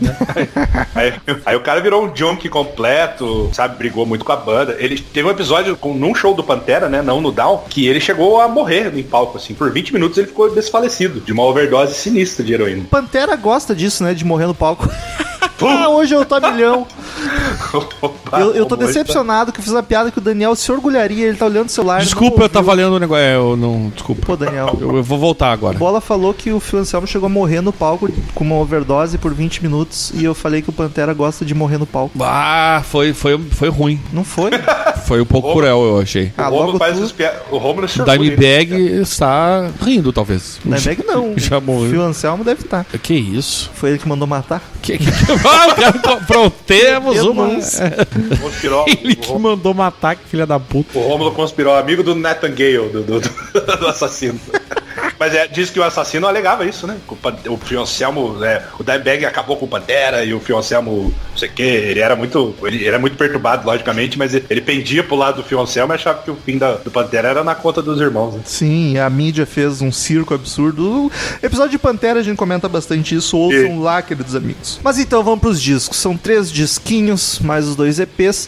D: Aí, aí o cara virou um junkie completo, sabe? Brigou muito com a banda. Ele teve um episódio com, num show do Pantera, né? Não no Down, que ele chegou a morrer em palco, assim. Por 20 minutos ele ficou desfalecido de uma overdose sinistra de heroína.
B: Pantera gosta disso, né? De morrer no palco. ah, hoje eu tô a milhão. Eu, eu tô decepcionado que eu fiz uma piada que o Daniel se orgulharia, ele tá olhando o celular.
C: Desculpa, eu
B: tá
C: tava lendo o negócio. É, eu não. Desculpa.
B: Pô, Daniel.
C: Eu, eu vou voltar agora.
B: Bola falou que o Phil Anselmo chegou a morrer no palco com uma overdose por 20 minutos e eu falei que o Pantera gosta de morrer no palco.
C: Ah, foi, foi, foi ruim.
B: Não foi?
C: Foi um pouco cruel, eu achei.
D: O
B: Ah,
D: Romulo
B: logo
D: faz
B: tu...
D: as piadas. O Romulo
B: Tá
D: se orgulha, né?
C: Dimebag está rindo, talvez.
B: Dimebag não.
C: Já morreu.
B: O Phil Anselmo deve estar.
C: Que isso?
B: Foi ele que mandou matar?
C: Que, que, Ah, o cara, co- prontemos uma. É
B: Denúncia.
D: Conspirou-
C: Ele
D: o
C: que
D: Rom-
C: mandou matar, que filha da puta.
D: o Romulo conspirou, amigo do Nathan Gale, do, do- do- do assassino. Mas é, diz que o assassino alegava isso, né? O, Pan- o Fio Anselmo, né, o Dimebag acabou com o Pantera e o Fio Anselmo, não sei o que, ele era muito. Ele era muito perturbado, logicamente, mas ele, ele pendia pro lado do Fio Anselmo e achava que o fim da- do Pantera era na conta dos irmãos, né?
B: Sim, a mídia fez um circo absurdo. O episódio de Pantera a gente comenta bastante isso. Ouçam lá, queridos amigos. Mas então vamos pros discos. São três disquinhos, mais os dois EPs.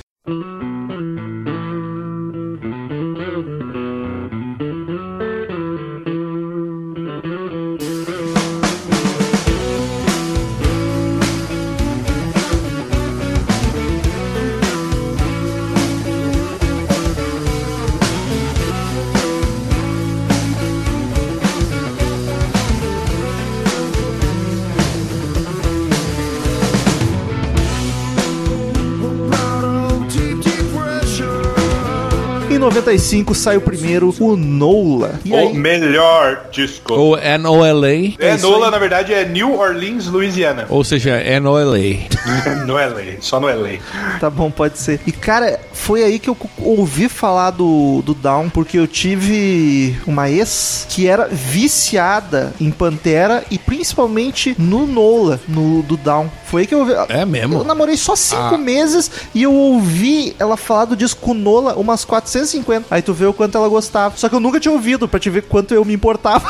B: Em 95 sai o primeiro, o Nola. E
D: O
B: aí,
D: melhor disco.
C: Ou é no LA,
D: é Nola, na verdade, é New Orleans, Louisiana.
C: ou seja, é no LA.
D: no LA, só é no LA.
B: tá bom, pode ser. E cara, foi aí que eu cu- ouvi falar do, do Down, porque eu tive uma ex que era viciada em Pantera e principalmente no Nola, no do Down. Foi aí que eu ouvi.
C: É
B: Eu
C: mesmo?
B: namorei só cinco
C: Ah.
B: meses e eu ouvi ela falar do disco Nola umas 450. Aí tu vê o quanto ela gostava. Só que eu nunca tinha ouvido pra te ver quanto eu me importava.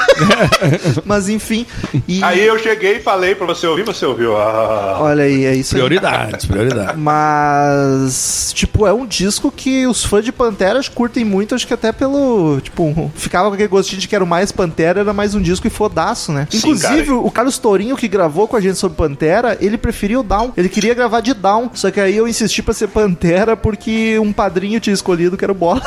B: Mas enfim. E
D: Aí eu cheguei e falei pra você ouvir, você ouviu. Ah,
B: olha aí, é isso aí.
C: Prioridades, prioridades.
B: Mas, tipo, é um disco que os fãs de Pantera curtem muito, acho que até pelo. Tipo, ficava com aquele gostinho de quero mais Pantera, era mais um disco e fodaço, né?
D: Sim,
B: Inclusive,
D: cara.
B: o Carlos Tourinho, que gravou com a gente sobre Pantera, ele preferia o Down. Ele queria gravar de Down, só que aí eu insisti pra ser Pantera porque um padrinho tinha escolhido que era o Bola.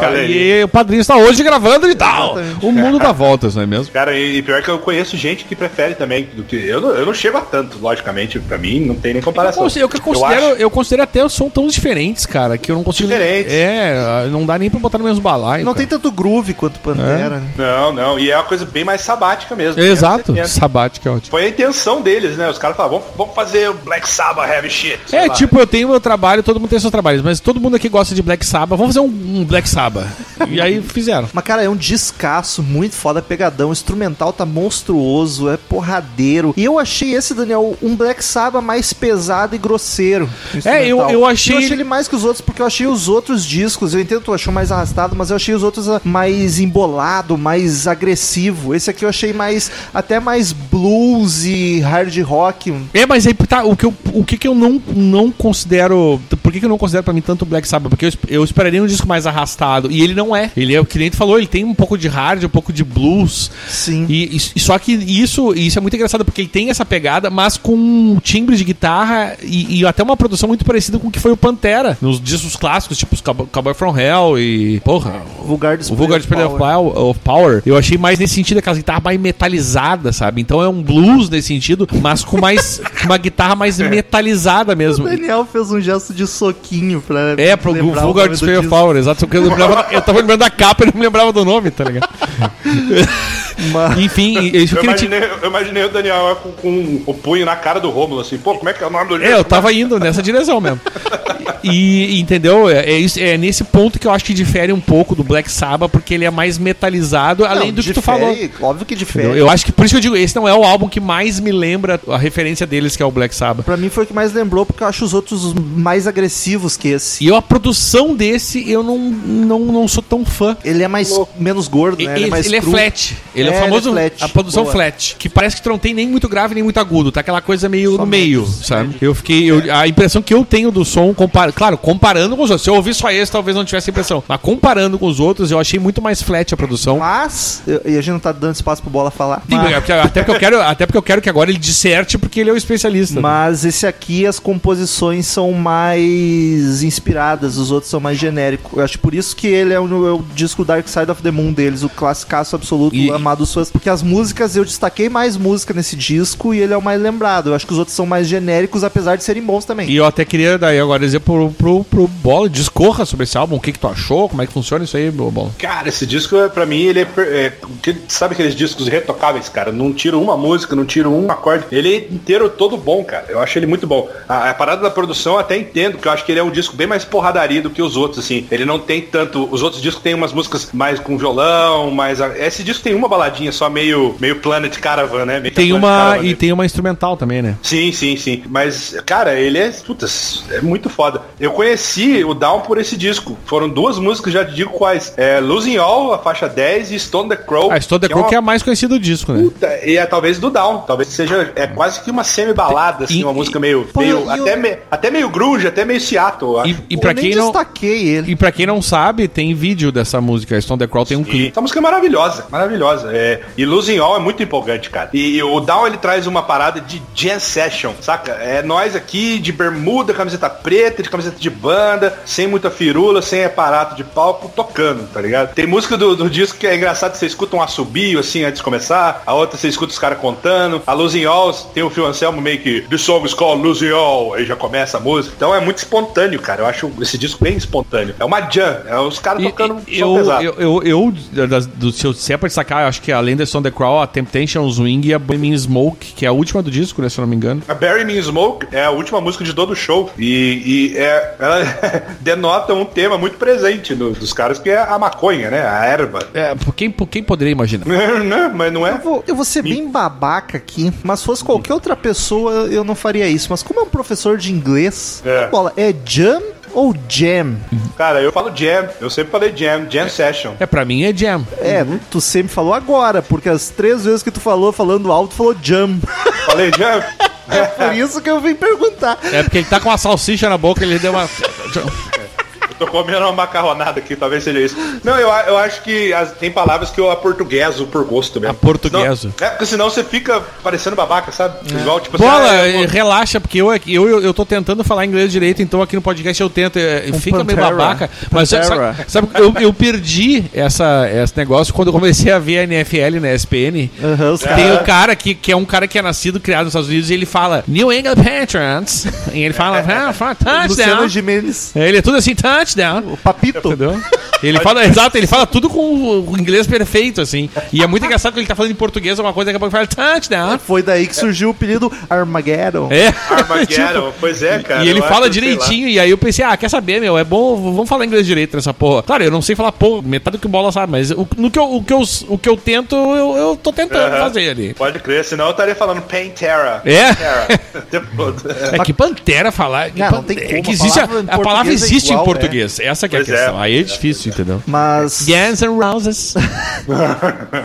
D: olha aí.
C: É, E o padrinho está hoje gravando e tal. O mundo dá voltas, não é mesmo?
D: Cara, e, e pior que eu conheço gente que prefere também do que. Eu não, eu não chego a tanto, logicamente, pra mim não tem nem
C: Eu,
D: comparação.
C: consi- eu, que considero, eu,
D: acho-
C: considero até os som tão diferentes, cara, que eu não consigo.
D: Diferentes.
C: É, não dá nem pra botar no mesmo balaio.
B: Não tem
C: cara.
B: tanto groove quanto Pantera, né?
D: Não, não, e é uma coisa bem mais sabática mesmo.
C: Exato,
D: É,
C: sabático é ótimo.
D: Foi a intenção deles, né? Os caras falaram, vamos, vamos fazer o Black Sabbath Heavy Shit. sei
C: É,
D: lá.
C: tipo, eu tenho meu trabalho, todo mundo tem seus trabalhos, mas todo mundo aqui gosta de Black Sabbath, vamos fazer um, um Black Sabbath. e aí fizeram.
B: Mas, cara, é um descasso muito foda, pegadão. O instrumental tá monstruoso, é porradeiro. E eu achei esse, Daniel, um Black Sabbath mais pesado e grosseiro. o instrumental.
C: É, eu- eu achei
B: Eu achei
C: ele-
B: ele mais que os outros, porque eu achei os outros discos. Eu entendo que tu achou mais arrastado, mas eu achei os outros ah, mais embolado, mais agressivo. Esse aqui eu achei mais. Até mais blues e hard rock.
C: É, mas aí tá, o que eu, o que que eu não, não considero. Por que, que eu não considero pra mim tanto Black Sabbath? Porque eu, es- eu esperaria um disco mais arrastado. E ele não é. Ele é o que nem tu falou, ele tem um pouco de hard, um pouco de blues.
B: Sim.
C: E, e- e só que isso, isso é muito engraçado, porque ele tem essa pegada, mas com um timbre de guitarra e, e até uma produção muito parecida com o que foi o Pantera. Nos discos clássicos, tipo os Cow- Cowboy From Hell e. Porra.
B: Vulgar
C: O
B: Display
C: Vulgar
B: of
C: Display of
B: Tipo, Power.
C: Power, of Power, eu achei mais nesse sentido, aquela guitarra mais metalizada, sabe? Então é um blues nesse sentido, mas com mais com uma guitarra mais metalizada
B: O
C: mesmo.
B: Daniel fez um gesto de soquinho pra.
C: É, pro
B: lembrar o
C: Vulgar
B: nome do
C: Display of
B: disco.
C: Power, exato. porque Eu, lembrava- eu tava lembrando da capa e não me lembrava do nome, tá ligado?
B: Mas-
C: Enfim, isso
D: Eu
C: que ele tinha.
D: imaginei, eu imaginei o Daniel com, com o punho na cara do Rômulo, assim, pô, como é que é o nome do
C: É, eu tava indo nessa direção mesmo. E, e, entendeu? É, é isso- é nesse ponto que eu acho que difere um pouco do Black Sabbath, porque ele é mais metalizado, além
B: Não,
C: do que tu
B: difere,
C: falou.
B: Óbvio que difere.
C: Eu, eu acho que por isso que eu digo, esse não é o álbum que mais me lembra a referência deles, que é o Black Sabbath.
B: Pra mim foi o que mais lembrou, porque eu acho os outros mais agressivos que esse.
C: E eu, a produção desse, eu não, não, não sou tão fã.
B: Ele é mais menos gordo,
C: E-
B: né?
C: Ele,
B: mais
C: ele é
B: cru.
C: flat. Ele é,
B: É,
C: o famoso.
B: ele é flat.
C: A produção
B: Boa.
C: flat. Que parece que tu não tem nem muito grave, nem muito agudo. Tá aquela coisa meio
B: Só É.
C: no meio,
B: médios,
C: sabe? Eu fiquei. eu- a impressão que eu tenho do som, compara- claro, comparando com os outros. Se eu ouvir só esse, talvez não tivesse impressão. Mas comparando com os outros, eu achei muito mais flat a produção.
B: Mas, eu- e a gente não tá dando espaço pro Bola falar.
C: Tem-
B: Mas,
C: porque- até, porque eu quero, até porque eu quero que agora ele disserte, porque ele é o especialista.
B: mas esse aqui, as composições são mais inspiradas, os outros são mais genéricos. Eu acho por isso que ele é o, é o disco Dark Side of the Moon deles, o classicaço absoluto,
C: E-
B: amado dos fãs. Porque as músicas, eu destaquei mais música nesse disco e ele é o mais lembrado. Eu acho que os outros são mais genéricos, apesar de serem bons também.
C: E eu até queria daí agora dizer pro, pro, pro Bola, discorra sobre esse álbum, o que, que tu achou, como é que funciona isso aí, meu Bola.
D: Cara, esse disco, é, pra mim, ele é, per- é, que- Sabe aqueles discos retocáveis, cara? Não tiro uma música, não tiro um acorde. Ele é inteiro, todo todo bom, cara. Eu acho ele muito bom. A, a parada da produção eu até entendo, que eu acho que ele é um disco bem mais porradaria do que os outros, assim. Ele não tem tanto. Os outros discos têm umas músicas mais com violão, mais. a- Esse disco tem uma baladinha só meio, meio Planet Caravan, né? Meio
C: Tem
D: Planet
C: uma,
D: Caravan
C: e
D: dele.
C: tem uma instrumental também, né?
D: Sim, sim, sim. Mas, cara, ele é. Putz, é muito foda. Eu conheci o Down por esse disco. Foram duas músicas, já te digo quais. É Losing All, a faixa 10, e Stone the Crow.
C: A Stone the Crow que é a mais conhecida do disco, né?
D: Puta, e é talvez do Down, talvez seja é quase que uma semi-balada, assim,
C: E-
D: uma
C: e-
D: música meio,
B: Pô,
D: meio-
B: e eu-
D: até, me- até meio grunge, até meio Seattle, eu acho.
C: E, e para
B: Eu nem
C: quem não
B: destaquei ele.
C: e para quem não sabe, tem vídeo dessa música. A Stone the Crow tem um
D: E
C: clipe.
D: essa música é maravilhosa, maravilhosa. É, e Losing All é muito empolgante, cara. E, o Down ele traz uma parada de jam session, saca? É nós aqui de bermuda, camiseta preta, de camiseta de banda, sem muita firula, sem aparato de palco, tocando, tá ligado? Tem música do, do disco que é engraçado, você escuta um assobio assim antes de começar, a outra você escuta os caras contando. A Losing All tem o Phil Anselmo meio que The Song is called Losing All, aí já começa a música. Então é muito espontâneo, cara. Eu acho esse disco bem espontâneo. É uma jam, é os caras
C: E-
D: tocando
C: e-
D: som
C: eu,
D: pesado.
C: eu, eu, eu- das- do, se eu disser pra destacar, eu acho que além da Stone the Crow, a Temptations Wing e a Bohemian Smoke, que é a última do disco, né, se eu não me engano.
D: A Barry Me in Smoke é a última música de todo o show e, e é, ela denota um tema muito presente no- dos caras, que é a maconha, né? A erva.
C: É, por quem, por quem poderia imaginar?
D: Né? Mas
B: Eu
D: não é?
B: vou, eu vou ser bem babaca aqui, mas se fosse qualquer outra pessoa, eu não faria isso. Mas como é um professor de inglês,
D: É.
B: bola, é jam ou jam?
D: Cara, eu falo jam, eu sempre falei jam, jam session.
C: É, pra mim é jam.
B: É, tu sempre falou agora, porque as três vezes que tu falou, falando alto, falou jam.
D: Falei jam?
B: É por isso que eu vim perguntar.
C: É porque ele tá com uma salsicha na boca, ele deu uma...
D: Eu tô comendo uma macarronada aqui, talvez seja isso. Não, eu, a- eu acho que as- tem palavras que eu aportugueso por gosto mesmo.
C: Aportugueso. É.
D: Senão- é, porque senão você fica parecendo babaca, sabe? Igual, tipo
C: Bola, eh, é,
D: ah, eu vou-
C: relaxa, porque eu, eu, eu, eu tô tentando falar inglês direito, então aqui no podcast eu tento. é, fica meio
B: Um Pantera.
C: babaca. Mas sabe,
B: Pantera.
C: sabe- eu, eu perdi essa, esse negócio quando eu comecei a ver a NFL na SPN.
B: Aham, os
C: Tem o cara que, que é um cara que é nascido, criado nos Estados Unidos, e ele fala New England Patriots. E ele fala, ah, fala
B: Luciano
C: touchdown.
B: Jimenez.
C: Ele é tudo assim, touchdown.
B: O Papito.
C: Entendeu? Ele fala, exato, ele fala tudo com o inglês perfeito, assim. E é muito engraçado que ele tá falando em português alguma coisa, daqui a pouco ele fala, touchdown.
B: Ah, Foi daí que surgiu o apelido Armageddon.
C: É.
D: Armageddon, pois é, cara.
C: tipo, e ele
D: eu
C: fala
D: acho, sei lá.
C: direitinho, e aí eu pensei, ah, quer saber, meu, é bom, v- vamos falar inglês direito nessa porra. Claro, eu não sei falar porra, metade do que o Bola sabe, mas o, no que eu, o, que eu, o que eu tento, eu, eu tô tentando
D: Aham.
C: fazer ali.
D: Pode crer, senão eu estaria falando Pantera.
C: É?
D: Pantera. O tempo todo.
C: É que Pantera falar.
B: Não, não
C: pan-
B: tem
C: é
B: como,
C: que
B: a
C: existe a, a
B: palavra em
C: palavra,
B: português é
C: existe
B: igual,
C: em português. Essa que é a
D: Pois é.
C: questão. Aí é difícil, entendeu?
B: Mas
C: Guns N' Roses.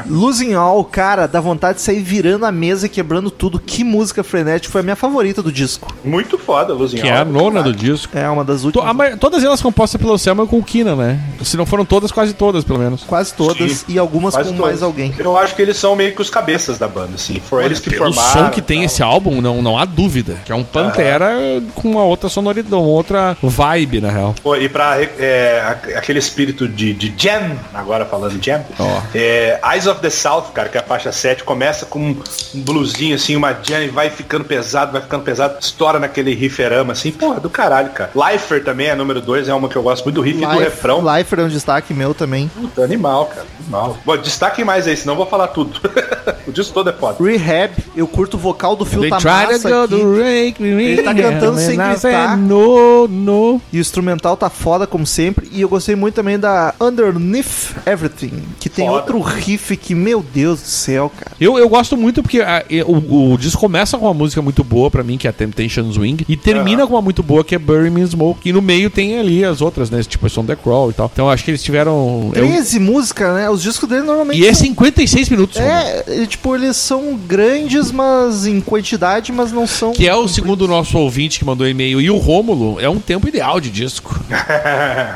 B: Losing All, cara, dá vontade de sair virando a mesa e quebrando tudo. Que música frenética foi a minha favorita do disco.
D: Muito foda, Luzinho.
C: Que é a nona do disco.
B: É uma das
C: To-
B: últimas.
C: a ma- todas elas compostas pelo Selma com o Kina, né? Se não foram todas, quase todas, pelo menos.
B: Quase todas
D: Sim.
B: e algumas
D: Quase
B: com
D: todos.
B: mais alguém.
D: Eu acho que eles são meio que os cabeças da banda, assim. Foram eles que
C: Pelo
D: formaram.
C: som que tem esse álbum, não, não há dúvida. Que é um Pantera com uma outra sonoridade, uma outra vibe, na real.
D: Pô, E pra é, a- aquele espírito de, de jam, agora falando jam,
C: Ó.
D: é, Eyes of the South, cara, que é a faixa 7, começa com um um bluesinho, assim, uma jam e vai ficando pesado, vai ficando pesado, estoura naquele riferama, assim, porra, do caralho, cara. Lifer também é número 2, é uma que eu gosto muito do riff e do
B: Life-
D: refrão.
B: Lifer é um destaque meu também.
D: Puta, animal, cara, animal. Bom, destaquem mais aí, senão eu vou falar tudo. o disco todo é foda.
B: Rehab, eu curto o vocal do Phil
C: They tried
B: Tamassa
C: to go
B: aqui.
C: to rake me.
B: Ele tá cantando sem
C: and I said,
B: gritar.
C: No, no.
B: E o instrumental tá foda, como sempre. E eu gostei muito também da Underneath Everything, que tem
D: Foda.
B: outro riff que, meu Deus do céu, cara.
C: Eu, eu gosto muito porque ah, e- o, o disco começa com uma música muito boa pra mim, que é a Temptations Wing, e termina com uma muito boa, que é Bury Me in Smoke. E no meio tem ali as outras, né? Tipo, Son The Crawl e tal. Então eu acho que eles tiveram. eu-
B: 13 músicas, né? Os discos dele normalmente.
C: E é
B: são-
C: 56 minutos. né? Romulo,
B: É, e, tipo, eles são grandes, mas em quantidade, mas não são.
C: Que é o segundo nosso ouvinte que mandou e-mail. E o Rômulo é um tempo ideal de disco.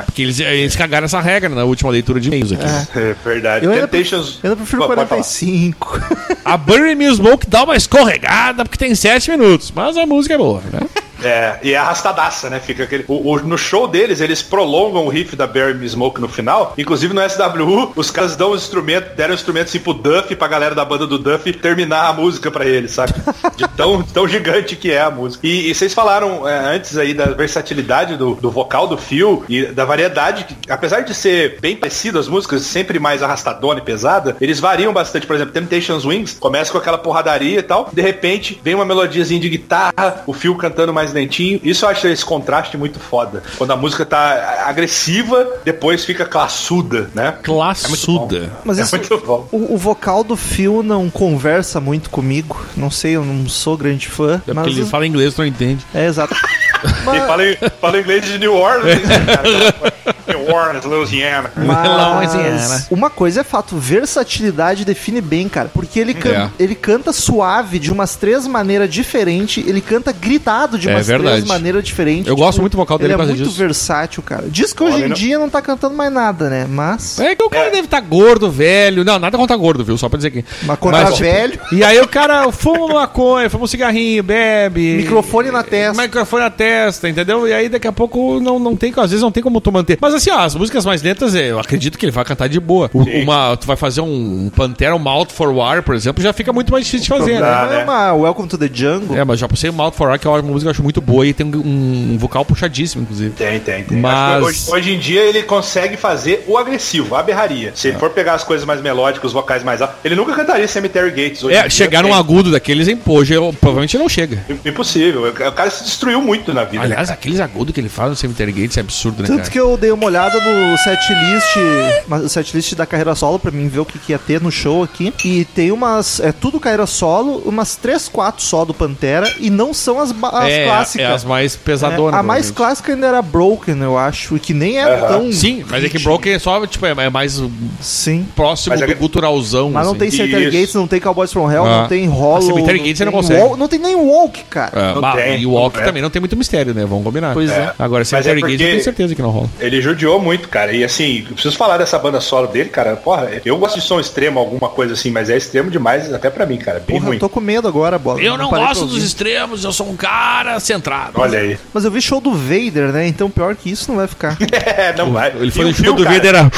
C: Porque eles, eles cagaram essa regra na última leitura de e-mails aqui.
D: É verdade.
B: Eu ainda,
D: Temptations.
B: eu ainda prefiro
D: Pô, pode
B: 45.
C: A Bury Me in Smoke dá uma escorregada porque tem 7 minutos. Mas a música é boa, né?
D: É, e é arrastadaça, né? Fica aquele. o- o- no show deles, eles prolongam o riff da Barry Me Smoke no final. Inclusive no SWU, os caras dão os instrumentos, deram os instrumentos assim pro Duff, pra galera da banda do Duff terminar a música pra eles, saca? De tão, tão gigante que é a música. E, e vocês falaram é, antes aí da versatilidade do, do vocal do Phil e da variedade, que, apesar de ser bem parecido as músicas, sempre mais arrastadona e pesada, eles variam bastante. Por exemplo, Temptations Wings começa com aquela porradaria e tal, de repente vem uma melodiazinha de guitarra, o Phil cantando mais lentinho. Isso eu acho esse contraste muito foda. Quando a música tá agressiva, depois fica classuda, né?
C: Classuda.
B: Mas
D: É
B: isso,
D: muito bom.
B: o, o vocal do Phil não conversa muito comigo. Não sei, eu não sou grande fã.
C: É
B: mas
C: porque ele fala inglês, tu não entende.
B: É, exato.
D: E
B: mas,
D: fala, em- fala inglês de New Orleans. né, cara? New Orleans, Louisiana.
C: né?
B: mas
C: Louisiana.
B: uma coisa é fato, versatilidade define bem, cara. Porque ele,
C: É.
B: can- ele canta suave de umas três maneiras diferentes, ele canta gritado de
C: É
B: umas três
C: verdade.
B: maneiras diferentes.
C: Eu gosto muito do vocal dele
B: Ele é
C: por causa
B: muito
C: disso.
B: versátil, cara. Diz que hoje
D: Olha,
B: em
D: não-
B: dia não tá cantando mais nada, né? Mas.
C: É que o cara deve estar gordo, velho. Não, nada contra gordo, viu? Só pra dizer que. tipo,
B: Mas quando tá velho-
C: E aí o cara fuma uma maconha, fuma um cigarrinho, bebe.
B: Microfone na testa.
C: Microfone na testa, entendeu? E aí daqui a pouco não, não tem, às vezes não tem como tu manter. Mas assim, ó, as músicas mais lentas, é, eu acredito que ele vai cantar de boa. O- Uma, tu vai fazer um Pantera, um Mouth for War, por exemplo, já fica muito mais difícil de fazer, né?
D: Dá,
B: Não é
D: né?
B: uma Welcome to the Jungle.
C: É, mas já passei o Mouth for War, que é uma música que eu acho muito boa e tem um, um vocal puxadíssimo, inclusive.
D: Tem, tem, tem.
C: Mas-
D: Acho que Hoje, hoje em dia ele consegue fazer o agressivo, a berraria. Se ele
C: É.
D: for pegar as coisas mais melódicas, os vocais mais altos, ele nunca cantaria Cemetery Gates. Hoje em
C: É,
D: dia,
C: chegar num
D: é
C: agudo daqueles, hein? Pô, hoje eu- provavelmente não chega.
D: Impossível. O cara se destruiu muito na vida.
C: Aliás, aqueles agudos que ele faz no Cemetery Gates é absurdo, né, cara?
B: Tanto que eu dei uma olhada no setlist, mas o setlist da carreira solo pra mim ver o que, que ia ter no show aqui. E tem umas, é tudo carreira solo, umas 3, 4 só do Pantera e não são as, ba- as
C: é,
B: clássicas.
C: é as mais
B: É,
C: pesadonas.
B: a mais
C: provavelmente.
B: clássica ainda era Broken, eu acho, e que nem é tão
C: Sim, mas é que Broken é só, tipo, é é mais
B: sim.
C: próximo
D: Mas é
C: do
D: que-
C: guturalzão.
B: Mas não
C: assim.
B: tem Cemetery
D: Isso.
B: Gates, não tem Cowboys from Hell,
C: Ah.
B: não tem Hollow.
C: Cemetery
B: não
C: Gates você não
B: tem
C: consegue.
B: Walk- não tem nem Walk, cara.
C: É,
D: Não
C: bah,
D: tem,
C: e o Walk
D: não é.
C: também não tem muito mistério, né? Vamos combinar.
B: Pois é.
C: Agora,
D: Mas é
C: Cemetery Gates eu
D: porque-
C: tenho certeza que não rola.
D: Ele judiou muito, cara. E assim, eu preciso falar dessa banda solo dele, cara. Porra, eu gosto de som extremo, alguma coisa assim, mas é extremo demais até pra mim, cara. Bem
B: Porra,
D: ruim.
B: eu tô com medo agora, bola. parei pra ouvir.
C: extremos, eu sou um cara centrado.
D: Olha aí.
B: Mas eu vi show do Vader, né? Então pior que isso não vai ficar.
D: É, não vai.
C: Ele
D: E
C: foi
D: o
C: no show
D: Phil,
C: do
D: cara,
C: Vader era.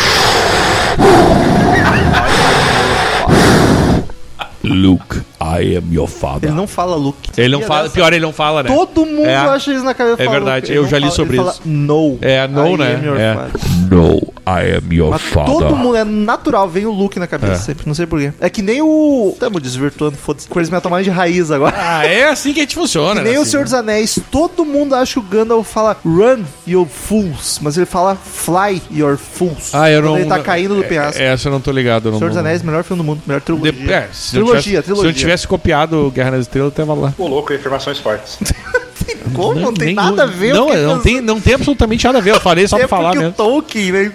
C: Luke, I am your father.
B: Ele não fala Luke.
C: Ele não
B: Sabia
C: fala,
B: dessa?
C: pior, ele não fala, né?
B: Todo mundo
C: É.
B: acha isso na cabeça.
C: É
B: fala,
C: verdade,
B: "Ele
C: eu
B: não
C: já li
B: fala",
C: sobre
B: ele
C: isso.
B: Fala, no.
C: É,
B: I
C: no, né?
B: am your
C: É.
B: father."
C: No, I am your
B: Mas todo mundo é natural, vem o look na cabeça
C: É.
B: sempre, não sei porquê. É que nem o. Tamo desvirtuando, foda-se. Crazy Metal Mind de raiz agora.
C: Ah, é assim que a gente funciona,
B: Que nem
C: né?
B: o
C: assim.
B: Senhor dos Anéis, todo mundo acha que o Gandalf fala run, you fools. Mas ele fala fly, your fools.
C: Ah, eu
B: Quando
C: não.
B: Ele tá caindo do
C: é-
B: penhasco.
C: Essa eu não tô ligado, eu não.
B: Senhor dos Anéis, melhor filme do mundo, melhor trilogia.
C: De- é, se eu
B: trilogia,
C: tivesse- Se
B: trilogia.
C: eu tivesse copiado Guerra nas Estrelas, eu tava lá.
D: Ô, louco, afirmações fortes.
B: Como? Não, tem
C: Nem-
B: nada a ver.
C: Não,
B: o
C: é,
B: que
C: não,
B: que-
C: tem, não tem absolutamente nada a ver. Eu falei só
B: É
C: pra falar
B: porque o
C: mesmo. É.
B: Tolkien, né?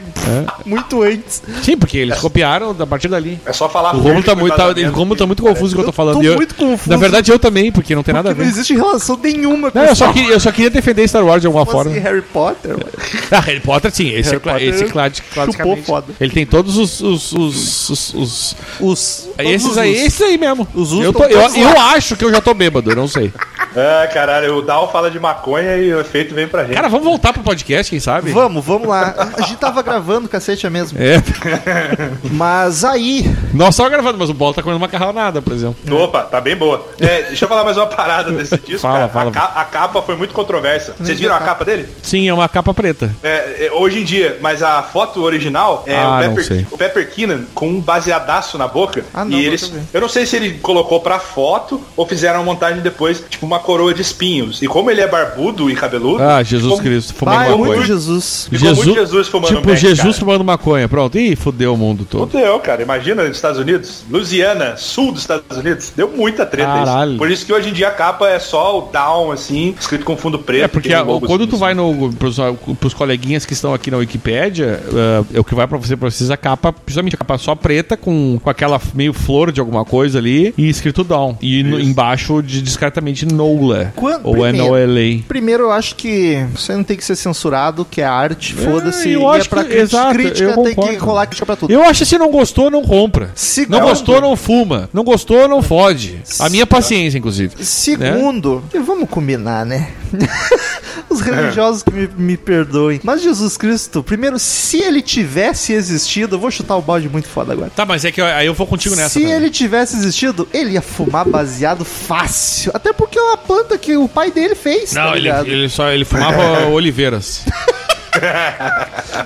B: Muito antes.
C: Sim, porque eles copiaram a partir dali.
D: É só falar.
C: O Romulo tá
D: verde
C: muito, tá,
D: com
C: o Romulo tá muito confuso com o que eu tô falando.
B: tô
C: E eu-
B: muito confuso.
C: Na verdade, eu também, porque não tem nada a
B: Porque não
C: ver.
B: existe relação nenhuma com
C: Não, eu só, queria, eu só queria defender Star Wars de alguma
B: fosse
C: forma.
B: Harry Potter. mano.
C: Ah, Harry Potter, sim.
B: assim? Harry
C: Esse é, cla-
B: Potter
C: esse é cla- classicamente.
B: foda.
C: Ele tem todos os... os, os, os- os-
B: Os,
C: esses, aí, esses aí mesmo.
B: Os us
C: eu, tô-
B: tão
C: eu,
B: todos
C: eu
B: lá.
C: acho que eu já tô bêbado, eu não sei.
D: Ah, caralho, o Dal fala de maconha e o efeito vem pra gente.
C: Cara, vamos voltar pro podcast, quem sabe?
B: É. Vamos, vamos lá. A gente tava gravando, cacete, é mesmo.
C: É.
B: Mas aí,
C: Nós só gravando, mas o Bola tá comendo macarronada, por exemplo.
D: Opa, tá bem boa. É, deixa eu falar mais uma parada desse disco.
C: Fala,
D: cara.
C: fala.
D: A, ca- a capa foi muito controversa. Vocês viram a capa dele?
C: Sim, é uma capa preta.
D: É, é, hoje em dia, mas a foto original é
C: Ah, não
D: o,
C: sei.
D: Pepper, o Pepper Keenan com um baseadaço na boca.
B: Ah, não,
D: e
B: vou
D: eles,
B: saber.
D: eu não sei se ele colocou pra foto ou fizeram a montagem depois, tipo uma coroa de espinhos. E como ele é barbudo e cabeludo.
C: Ah, Jesus
D: ficou-
C: Cristo, fumando
B: pai, muito
C: maconha.
B: Jesus.
D: Ficou muito Jesus fumando
C: Tipo,
D: Mac,
C: Jesus
D: cara.
C: fumando maconha. Pronto. Ih, fudeu o mundo todo.
D: Fudeu, cara. Imagina nos Estados Unidos, Louisiana, sul dos Estados Unidos. Deu muita treta
C: Caralho.
D: isso. Por isso que hoje em dia a capa é só o down, assim, escrito com fundo preto.
C: É, porque
D: tem
C: a-
D: um logo
C: quando tu
D: assim.
C: vai no, pros, ah, pros coleguinhas que estão aqui na Wikipédia, ah, é o que vai pra você, pra vocês, a capa, justamente a capa só preta, com, com aquela meio flor de alguma coisa ali, e escrito down. E no- embaixo, de, discretamente, no. Enola.
B: Quan-
C: Ou é
B: primeiro-
C: Enola.
B: Primeiro, eu acho que isso aí não tem que ser censurado, que é arte, foda-se.
C: eu
B: e
C: acho
B: é pra
C: que-
B: crítica,
C: exato, eu
B: crítica tem que
C: concordo.
B: rolar crítica pra tudo.
C: Eu acho que se não gostou, não compra.
B: Segundo,
C: Não gostou, não fuma. Não gostou, não fode. A minha paciência, inclusive.
B: Segundo, e vamos combinar, né?
C: É.
B: Os religiosos que me, me perdoem. Mas Jesus Cristo, primeiro, se ele tivesse existido, eu vou chutar o balde muito foda agora.
C: Tá, mas é que eu- aí eu vou contigo nessa.
B: Se
C: também.
B: ele tivesse existido, ele ia fumar baseado fácil. Até porque é uma planta que o pai dele fez,
C: Não,
B: tá
C: ele, é-
B: ligado?
C: ele só ele fumava oliveiras.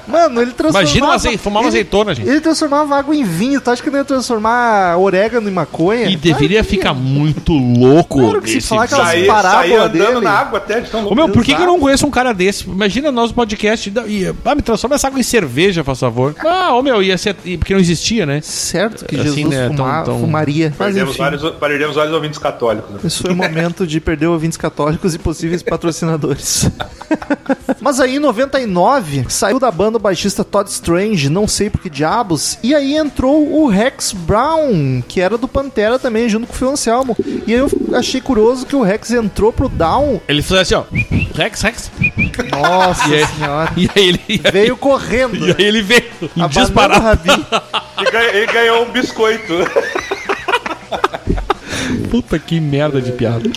B: Mano, ele transformava...
C: Imagina um azei- fumar uma
B: ele-
C: azeitona, gente.
B: Ele transformava água em vinho. Tu acha que não ia transformar orégano em maconha?
C: E deveria ficar muito louco.
B: Claro que se
C: esse
B: falar que ela-
C: vídeo.
D: Saí,
B: parábola
D: saí andando
B: dele.
D: na água até de tão
C: Ô
D: louco.
C: meu, por que, que eu
B: Exato.
C: não conheço um cara desse? Imagina nós no podcast. e- E, ah, me transforma essa água em cerveja, faz favor. Ah, ô meu, ia ser. e- Porque não existia, né?
B: Certo que Jesus
C: Assim, né, tão-
B: fuma-
C: tão-
B: fumaria. Mas
D: Perdemos
B: enfim.
D: vários, perdemos vários ouvintes católicos. né?
B: Esse foi o momento de perder ouvintes católicos e possíveis patrocinadores. Mas aí, em 99, saiu da banda o baixista Todd Strange, não sei por que diabos, e aí entrou o Rex Brown, que era do Pantera também, junto com o Phil Anselmo. E aí eu achei curioso que o Rex entrou pro Down.
C: Ele fazia assim, ó. Rex, Rex.
B: Nossa
C: E aí-
B: senhora.
C: E aí ele. E aí,
B: Veio correndo.
C: e aí ele veio. em
B: abanando o
C: Disparado.
B: rabinho.
D: Ele ganha- ele ganhou um biscoito.
C: Puta que merda de piada.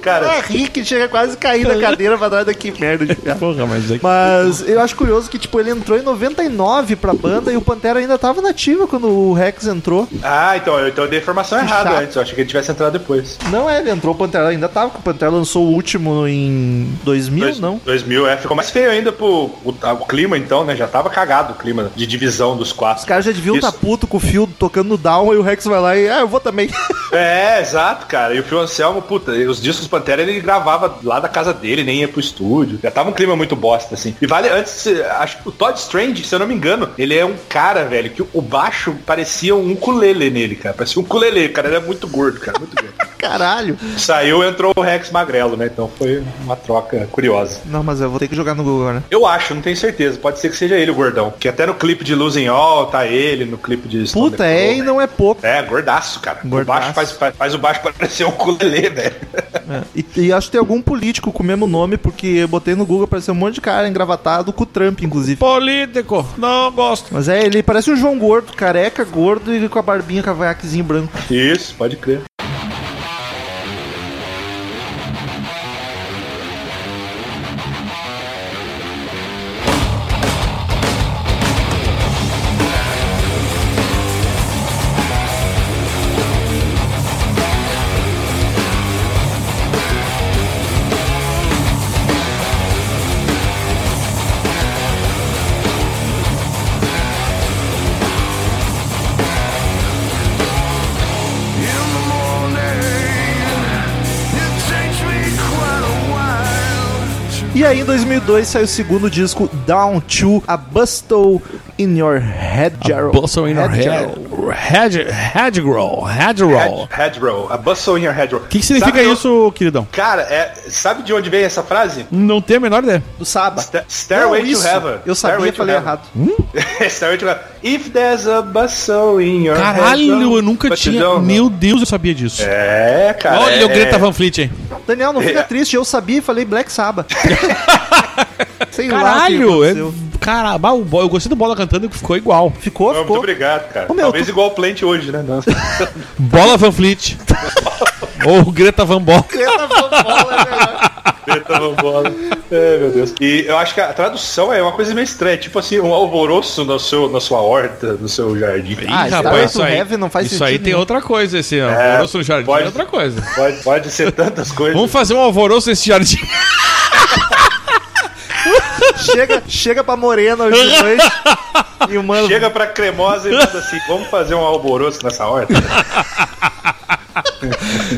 D: Cara,
B: É Rick chega quase caindo da cadeira pra trás daqui, merda de piada.
C: Porra, mas é que.
B: Mas eu acho curioso que, tipo, ele entrou em 99 pra banda e o Pantera ainda tava nativa quando o Rex entrou.
D: ah, então, eu- então eu dei informação errada
B: chato.
D: antes. Eu achei que ele tivesse entrado depois.
B: Não é, ele entrou, o Pantera ainda tava, porque o Pantera lançou o último em 2000,
D: Dois-
B: não?
D: 2000, é. Ficou mais feio ainda pro o, a- o clima, então, né? Já tava cagado o clima de divisão dos quatro.
B: Os caras já deviam
D: Isso.
B: estar tá puto com o Phil tocando no down e o Rex vai lá e, ah, eu vou também.
D: É, exato, cara. E o Phil Anselmo, puta, os discos Pantera ele gravava lá da casa dele, nem ia pro estúdio. Já tava um clima muito bosta, assim. E vale, antes, eh, acho que o Todd Strange, se eu não me engano, ele é um cara, velho, que o baixo parecia um ukulele nele, cara. Parecia um ukulele, cara. Ele é muito gordo, cara. Muito gordo.
B: Caralho.
D: Saiu, entrou o Rex Magrelo, né? Então foi uma troca curiosa.
B: Não, mas eu vou ter que jogar no Google agora.
D: Eu acho, não tenho certeza. Pode ser que seja ele o gordão. Que até no clipe de Losing All tá ele, no clipe de... Stone
B: Puta,
D: Temple
B: é e
D: Pilots.
B: não é pouco.
D: É, gordaço, cara.
B: Gordaço.
D: O baixo faz, faz, faz o baixo parecer um ukulele, velho.
B: E, É. e acho que tem algum político com o mesmo nome, porque eu botei no Google, apareceu um monte de cara engravatado com o Trump, inclusive.
C: Político, não gosto.
B: Mas é, ele parece um João Gordo, careca, gordo e com a barbinha, cavanhaquezinho branco.
D: Isso, pode crer.
E: In the morning, it takes me quite a while to
B: E aí, em 2002, saiu o segundo disco, Down to A Bustle in Your Head, Gerald.
C: Bustle in your head.
B: Gerald.
C: Head- head roll, head roll.
D: Head- Headroll. A bustle in your headroll.
C: O que, que significa
D: Sabe-
C: isso, queridão?
D: Cara, é- sabe de onde vem essa frase?
C: Não tenho a menor ideia.
B: Do Saba.
D: Sta- Stairway
B: Não,
D: to
B: isso.
D: Heaven.
B: Eu sabia,
D: Stairway
B: falei
D: to
B: errado.
D: Heaven. Stairway to Heaven. If there's a bustle in your
C: Caralho,
D: headroll,
C: eu nunca
D: but you
C: tinha.
D: don't know.
C: Meu Deus, eu sabia disso.
D: É, cara.
C: Olha
D: é,
C: o Greta Van Fleet, hein?
B: Daniel, não fica
D: É.
B: triste, eu sabia e falei Black Saba. Sei lá o que
C: Caralho! É...
B: aconteceu.
C: Cara, bah, o Bo- eu gostei do Bola cantando que ficou igual.
B: Ficou,
D: é. Muito
B: ficou.
D: obrigado, cara.
B: Ô, meu,
D: Talvez
B: tu-
D: igual o Plant hoje, né? Nossa.
C: Bola Van Fleet. Ou Greta Van Bol.
B: né?
D: Greta Van Bola. É, meu Deus. E eu acho que a tradução é uma coisa meio estranha. Tipo assim, um alvoroço no seu, na sua horta, no seu jardim.
B: Ah,
C: Ih,
B: Starlight Heaven não faz
C: isso aí
B: sentido
C: tem
B: nenhum.
C: outra coisa, esse alvoroço no jardim
D: pode-
C: é outra coisa.
D: Pode, pode ser tantas coisas.
C: Vamos fazer um alvoroço nesse jardim.
B: Chega, chega pra Morena hoje de noite. E o
C: um-
B: mano.
D: Chega pra cremosa e manda assim, vamos fazer um alvoroço nessa horta?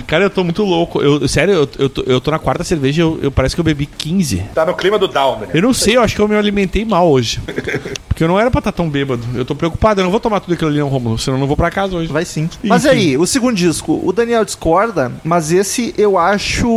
C: Cara, eu tô muito louco. Eu, sério, eu, eu, tô, eu tô na quarta cerveja e eu, eu- parece que eu bebi 15.
D: Tá no clima do down, né?
C: Eu não sei, eu acho que eu me alimentei mal hoje. Porque Porque eu não era pra estar tão bêbado. Eu tô preocupado, eu não vou tomar tudo aquilo ali, não, Romulo. Senão eu não vou pra casa hoje.
B: Vai sim. Mas
C: Enfim.
B: aí, o segundo disco, o Daniel discorda, mas esse eu acho.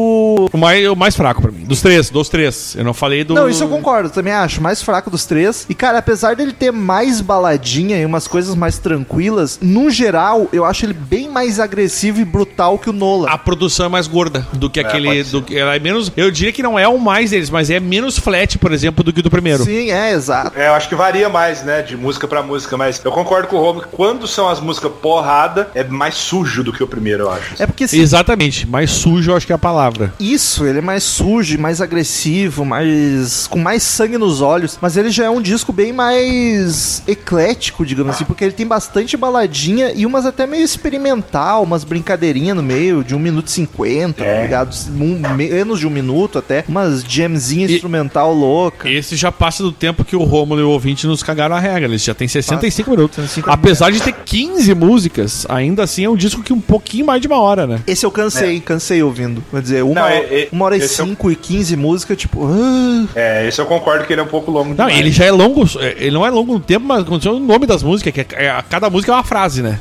C: O mais, o mais fraco pra mim. Dos três, dos três. Eu não falei do.
B: Não, isso eu concordo, também acho. Mais fraco dos três. E, cara, apesar dele ter mais baladinha e umas coisas mais tranquilas, no geral, eu acho ele bem mais agressivo e brutal que o Nola.
C: A produção é mais gorda do que aquele.
D: pode ser.
C: Do, que- ela é menos. Eu diria que não é o mais deles, mas é menos flat, por exemplo, do que o do primeiro.
B: Sim, é, exato.
D: É, eu acho que varia mais, né, de música pra música, mas eu concordo com o Romulo que quando são as músicas porrada, é mais sujo do que o primeiro, eu acho.
B: É porque assim,
C: Exatamente. Mais sujo, eu acho que é a palavra.
B: Isso, ele é mais sujo, mais agressivo, mais com mais sangue nos olhos, mas ele já é um disco bem mais eclético, digamos assim, porque ele tem bastante baladinha e umas até meio experimental, umas brincadeirinhas no meio, de 1 minuto e 50, tá ligado? Um, me- menos de um minuto até, umas jamzinha
C: E-
B: instrumental louca.
C: Esse já passa do tempo que o Romulo e o ouvinte nos cagaram a regra. Eles já tem 65 minutos.
B: 65
C: Apesar de ter 15 músicas, ainda assim é um disco que um pouquinho mais de uma hora, né?
B: Esse eu cansei, cansei ouvindo. Quer dizer, uma,
D: Não,
B: hora-
D: é- é-
B: uma hora É. e
D: esse eu-
B: cinco e quinze música, tipo. ah,
D: É, esse eu concordo que ele é um pouco longo
C: Não,
D: demais.
C: ele já é longo, é, ele não é longo no tempo, mas aconteceu o nome das músicas, que é- é- a cada música é uma frase, né?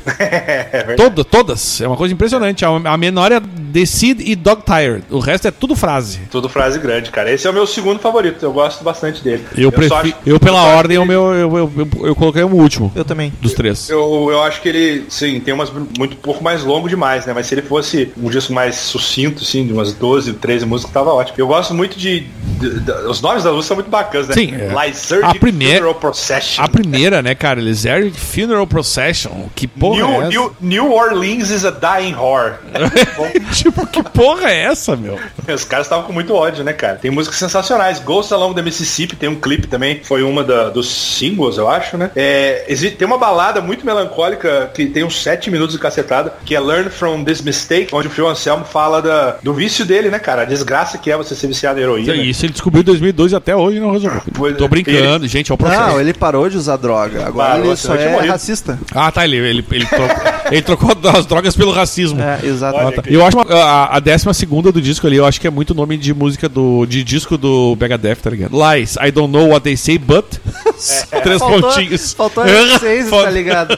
C: Toda, todas. É uma coisa impressionante. A, a menor é The Seed e Dog Tired. O resto é tudo frase.
D: Tudo frase grande, cara. Esse é o meu segundo favorito, eu gosto bastante dele.
C: Eu,
D: só
C: prefiro.
D: acho-
C: Eu, pela
D: só acho
C: ordem,
D: que
C: o meu, eu, eu, eu- eu coloquei o último
B: eu também.
C: dos três.
D: Eu, eu acho que ele, sim, tem umas muito pouco mais longo demais, né? Mas se ele fosse um disco mais sucinto, assim, de umas 12, 13 músicas, tava ótimo. Eu gosto muito de. de- de- os nomes das músicas são muito bacanas, né?
C: Sim, é.
D: Lysergic
C: A primeira-
D: Funeral Procession.
C: A primeira, né, cara? Eles Eric Funeral Procession. Que porra
D: New,
C: é essa?
D: New, New Orleans is a dying whore.
C: tipo, que porra é essa, meu?
D: Os caras estavam com muito ódio, né, cara? Tem músicas sensacionais. Ghost Along the Mississippi tem um clipe também. Foi uma da- dos singles, eu acho, né? É, existe, tem uma balada muito melancólica que tem uns 7 minutos de cacetada, que é Learn From This Mistake, onde o Phil Anselmo fala da- do vício dele, né, cara? A desgraça que é você ser viciado em heroína. né?
C: Isso ele descobriu em 2012 e até hoje não resolveu.
D: Pois é.
C: Tô brincando, gente, é o processo.
B: Não, ele parou de usar droga. Agora
D: Parou,
B: ele só
D: senão eu tinha
B: é
D: morrido.
B: racista.
C: Ah, tá, ele, ele, ele, trocou, ele trocou as drogas pelo racismo.
B: É,
C: Ah,
B: exatamente.
C: tá. Eu acho uma- a, a décima segunda do disco ali, eu acho que é muito nome de música do. de disco do Megadeth, tá ligado? Lies, I don't know what they say, but. Três
B: É, Faltou-
C: pontinhos.
B: Faltou
C: Ah,
B: seis,
C: falta-
B: tá ligado?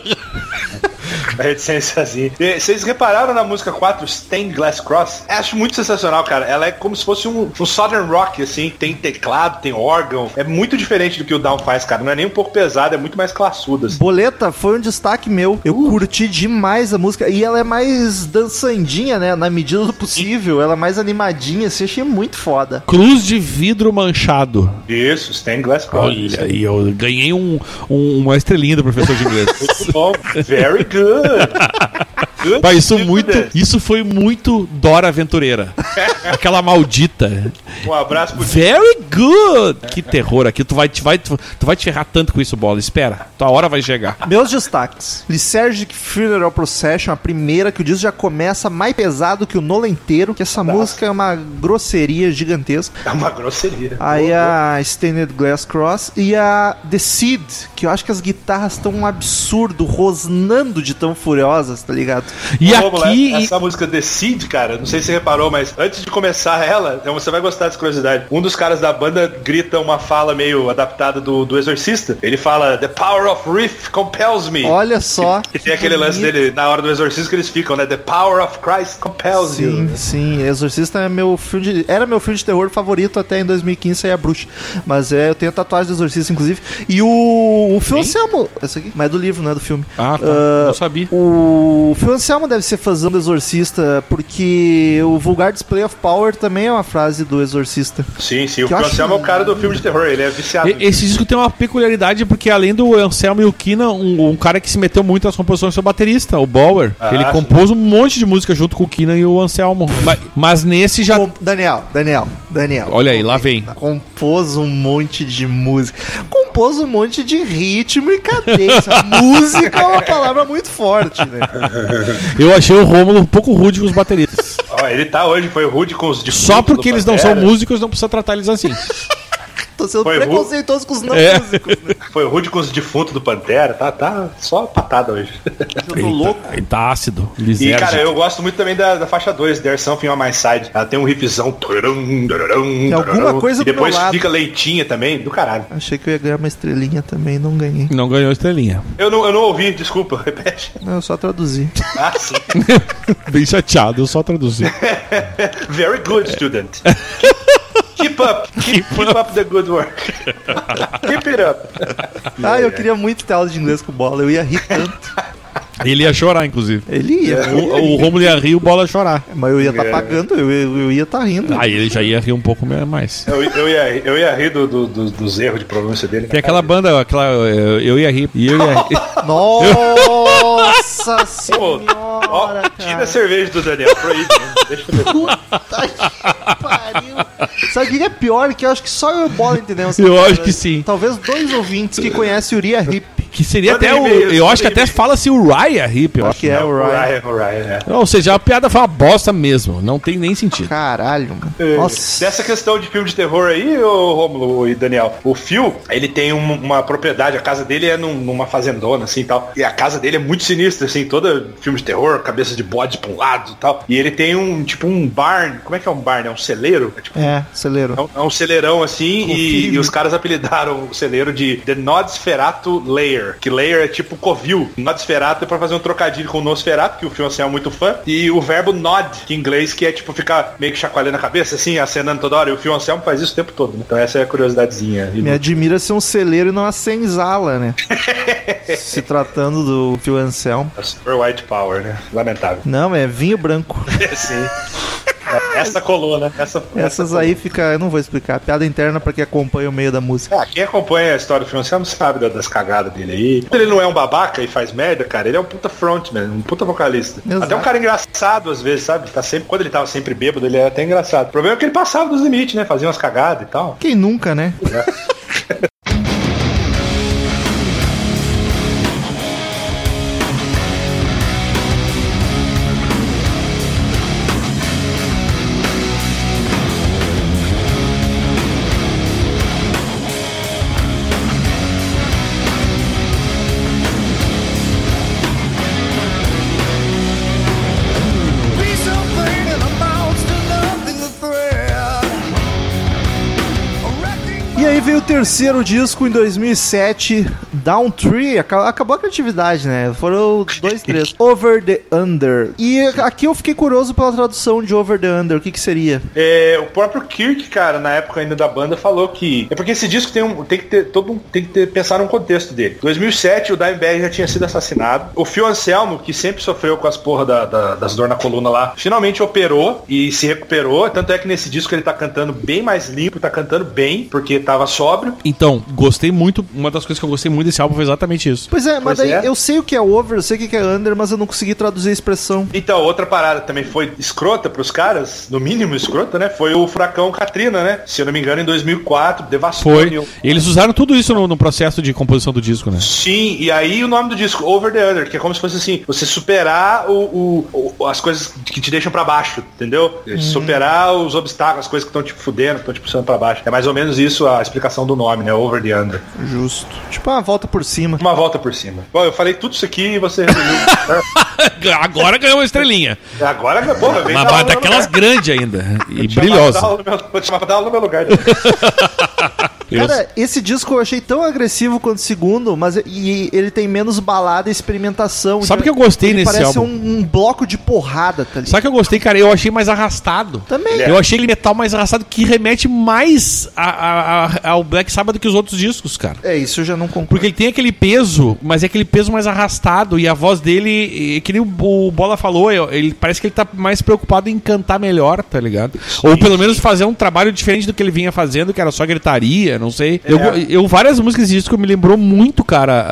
D: A reticênciazinha. E Vocês repararam na música 4, Stained Glass Cross? Acho muito sensacional, cara. Ela é como se fosse um, um Southern Rock, assim. Tem teclado, tem órgão. É muito diferente do que o Down faz, cara. Não é nem um pouco pesado, é muito mais classudo, assim.
B: Boleta foi um destaque meu. Uh. Eu curti demais a música. E ela é mais dançandinha, né? Na medida do possível. Ela é mais animadinha, assim. Achei muito foda.
C: Cruz de vidro manchado.
D: Isso, Stained Glass Cross.
C: Olha, e eu ganhei um, um- uma estrelinha do professor de inglês.
D: Muito bom. Very good. Good
C: Bah, isso, é
D: to do
C: muito,
D: this.
C: isso foi muito Dora Aventureira. Aquela maldita.
D: Um abraço pro
C: Very good! Que terror aqui. Tu vai, te- vai, tu, tu vai te ferrar tanto com isso, bola. Espera, tua hora vai chegar.
B: Meus destaques. Lysergic Funeral Procession, a primeira que o disco já começa mais pesado que o Nola inteiro, que essa música é uma grosseria gigantesca.
D: É uma grosseria.
B: Aí a Stained Glass Cross e a The Seed, que eu acho que as guitarras estão um absurdo, rosnando de tão furiosas, tá ligado?
C: E
D: Ô, Bola,
C: aqui.
D: essa música Decide, cara, não sei se você reparou, mas antes de começar ela, então você vai gostar dessa curiosidade. Um dos caras da banda grita uma fala meio adaptada do, do Exorcista. Ele fala The Power of Riff compels me.
B: Olha só.
D: E tem aquele lance dele na hora do Exorcista que eles ficam, né? The Power of Christ compels you.
B: Sim, sim. Exorcista é meu filme de, era meu filme de terror favorito até em 2015, saía a bruxa. Mas é, eu tenho tatuagem do Exorcista, inclusive. E o, o Phil Anselmo. Essa aqui? Mas é do livro, não é do filme.
C: Ah, tá.
B: Ah,
C: não sabia.
B: O Phil Anselmo deve ser fãzão do Exorcista, porque o vulgar display of power também é uma frase do Exorcista.
D: Sim, sim. O
B: Que eu
D: Phil
B: acho-
D: Anselmo é o cara do filme de terror, ele é viciado.
C: E- Esse disco tem uma peculiaridade, porque além do Anselmo e o Kina, um, um cara que se meteu muito nas composições foi o baterista, o Bauer.
D: Ah,
C: ele
D: sim.
C: compôs um monte de música junto com o Kina e o Anselmo. Mas, mas nesse já.
B: Com- Daniel, Daniel, Daniel.
C: Olha aí, lá vem.
B: Tá. Compôs um monte de música. Compôs um monte de ritmo e cadência. música é uma palavra muito forte, né?
C: Eu achei o Rômulo um pouco rude com os bateristas.
D: Ó, ele tá hoje, foi rude com os de
C: Só porque eles não são músicos, não precisa tratar eles assim.
B: tô sendo
D: Foi
B: preconceituoso com os não
C: É.
B: músicos. Né?
D: Foi rude com os defuntos do Pantera, tá, tá só patada hoje.
B: Eu tô louco.
C: Ele tá ácido.
D: E,
C: lisérgico.
D: cara, eu gosto muito também da, da faixa 2, There's Something on My Side. Ela tem um riffzão. turum, turum,
B: Tem alguma
D: turum,
B: coisa
D: E
B: do
D: depois
B: meu lado.
D: fica leitinha também, do caralho.
B: Achei que eu ia ganhar uma estrelinha também, não ganhei.
C: Não ganhou estrelinha.
D: Eu não, eu não ouvi, desculpa, repete.
B: Não, eu só traduzi.
D: Ah, sim.
C: Bem chateado, eu só traduzi.
D: Very good, student. Keep up, keep, keep up the good work. keep it up.
B: Ah,
D: é.
B: eu queria muito ter aula de inglês com bola, eu ia rir tanto.
C: Ele ia chorar, inclusive.
B: Ele ia,
C: O, o Romulo ia rir, o Bola ia chorar.
B: mas eu ia estar
D: É.
B: pagando, eu, eu, eu ia estar rindo.
C: Aí ele já ia rir um pouco mais.
D: Eu, eu, ia, eu ia rir do, do- do- dos erros de pronúncia dele.
C: Tem aquela banda, aquela. Eu eu ia rir. E eu ia rir.
B: Nossa
D: Pô, ó,
B: senhora,
D: tira a
B: cara.
D: cerveja do Daniel, proíbe. né? Deixa eu ver.
B: Puta que pariu. Sabe o que é pior? Que eu acho que só eu e o Bola entendemos.
C: Eu acho que sim.
B: Talvez dois ouvintes que conhecem Uria Hip.
C: Que seria
D: Manda
C: até o.
D: e-mail,
C: Eu acho que
D: manda
C: até fala-se o Raya Hip, eu acho.
B: Que é o Ryan.
D: Ryan, Ryan, é.
C: Ou seja, a piada foi uma bosta mesmo. Não tem nem sentido.
B: Caralho, mano. Nossa.
D: É, Dessa questão de filme de terror aí, ô Romulo e Daniel, o Phil, ele tem um- uma propriedade, a casa dele é num- numa fazendona, assim, tal. E a casa dele é muito sinistra, assim, toda filme de terror, cabeça de bode pra um lado, tal. E ele tem um, tipo, um barn, como é que é um barn? É um celeiro? É, tipo,
B: É, acelero.
D: é um, é um celeirão, assim, e,
B: Confio.
D: e os caras apelidaram o celeiro de The Nosferatu Layer, que Layer é tipo covil. Nosferatu é pra fazer um trocadilho com o Nosferatu, que o filme assim, é muito fã, e o verbo nod, que em inglês, que é tipo ficar meio que chacoalhando a cabeça, assim, acenando toda hora, e o filme assim, Anselmo faz isso o tempo todo. Então essa é a curiosidadezinha.
B: Me admira ser um celeiro e não uma senzala, né? Se tratando do Phil Anselmo.
D: É Super White Power, né? Lamentável.
B: Não, é vinho branco.
D: Sim. Essa colou, né? Essa,
B: Essas aí fica. Eu não vou explicar. Piada interna pra quem acompanha o meio da música.
D: Ah, quem acompanha a história do Franciano sabe da- das cagadas dele aí. Ele não é um babaca e faz merda, cara. Ele é um puta frontman, um puta vocalista.
B: Exato.
D: Até um cara engraçado às vezes, sabe? Tá sempre, quando ele tava sempre bêbado, ele era até engraçado. O problema é que ele passava dos limites, né? Fazia umas cagadas e tal.
B: Quem nunca, né?
E: Be something that amounts to nothing to thread. A wrecking
B: E aí veio o terceiro disco em 2007, Down Tree. Aca- Acabou a criatividade, né? Foram dois, três. Over the Under. E aqui eu fiquei curioso pela tradução de Over the Under. O que que seria?
D: É, o próprio Kirk, cara, na época ainda da banda, falou que. É porque esse disco tem, um, tem que ter. Todo um, tem que ter, pensar no contexto dele. 2007, o Dimebag já tinha sido assassinado. O Phil Anselmo, que sempre sofreu com as porra da- da- das dor na coluna lá, finalmente operou e se recuperou. Tanto é que nesse disco ele tá cantando bem mais limpo, tá cantando bem, porque tava sóbrio.
C: Então, gostei muito. Uma das coisas que eu gostei muito desse álbum foi exatamente isso.
B: Pois é, mas
D: Pois
B: daí
D: é.
B: eu sei o que é over, eu sei o que que é under, mas eu não consegui traduzir a expressão.
D: Então, outra parada também foi escrota pros caras, no mínimo escrota, né? Foi o furacão Katrina, né? Se eu não me engano, em 2004, devastou
C: Foi.
D: Neil-
C: Eles usaram tudo isso no, no processo de composição do disco, né?
D: Sim, e aí o nome do disco, Over the Under, que é como se fosse assim, você superar o, o- o- as coisas que te deixam pra baixo, entendeu? Superar os obstáculos, as coisas que estão te fudendo, estão te puxando pra baixo. É mais ou menos isso a explicação do nome, né? Over the Under.
B: Justo. Tipo, uma volta por cima.
D: Uma volta por cima. Bom, eu falei tudo isso aqui e você resumiu.
C: Agora ganhou uma estrelinha.
D: Agora, porra, vem
C: Mas
D: dar aula no meu
C: daquelas
D: lugar.
C: grandes ainda. E
D: Chamar pra
C: brilhosa.
D: dar aula no meu- Vou te chamar pra dar aula no meu lugar.
C: Eu-
B: Cara, esse disco eu achei tão agressivo quanto o segundo, mas e ele tem menos balada e experimentação.
C: Sabe o que eu gostei
B: ele
C: nesse
B: parece
C: álbum?
B: Um, um bloco de porrada, tá ligado?
C: Sabe o que eu gostei, cara? Eu achei mais arrastado.
B: Também.
C: Eu achei ele metal mais arrastado que remete mais a- a- a- ao Black Sabbath que os outros discos, cara.
B: É, isso eu já não concordo.
C: Porque ele tem aquele peso, mas é aquele peso mais arrastado. E a voz dele, eh, que nem o o Bola falou, eu- ele parece que ele tá mais preocupado em cantar melhor, tá ligado? Ou pelo menos fazer um trabalho diferente do que ele vinha fazendo, que era só gritaria, não sei. Eu, eu- várias músicas desse disco me lembrou muito, cara,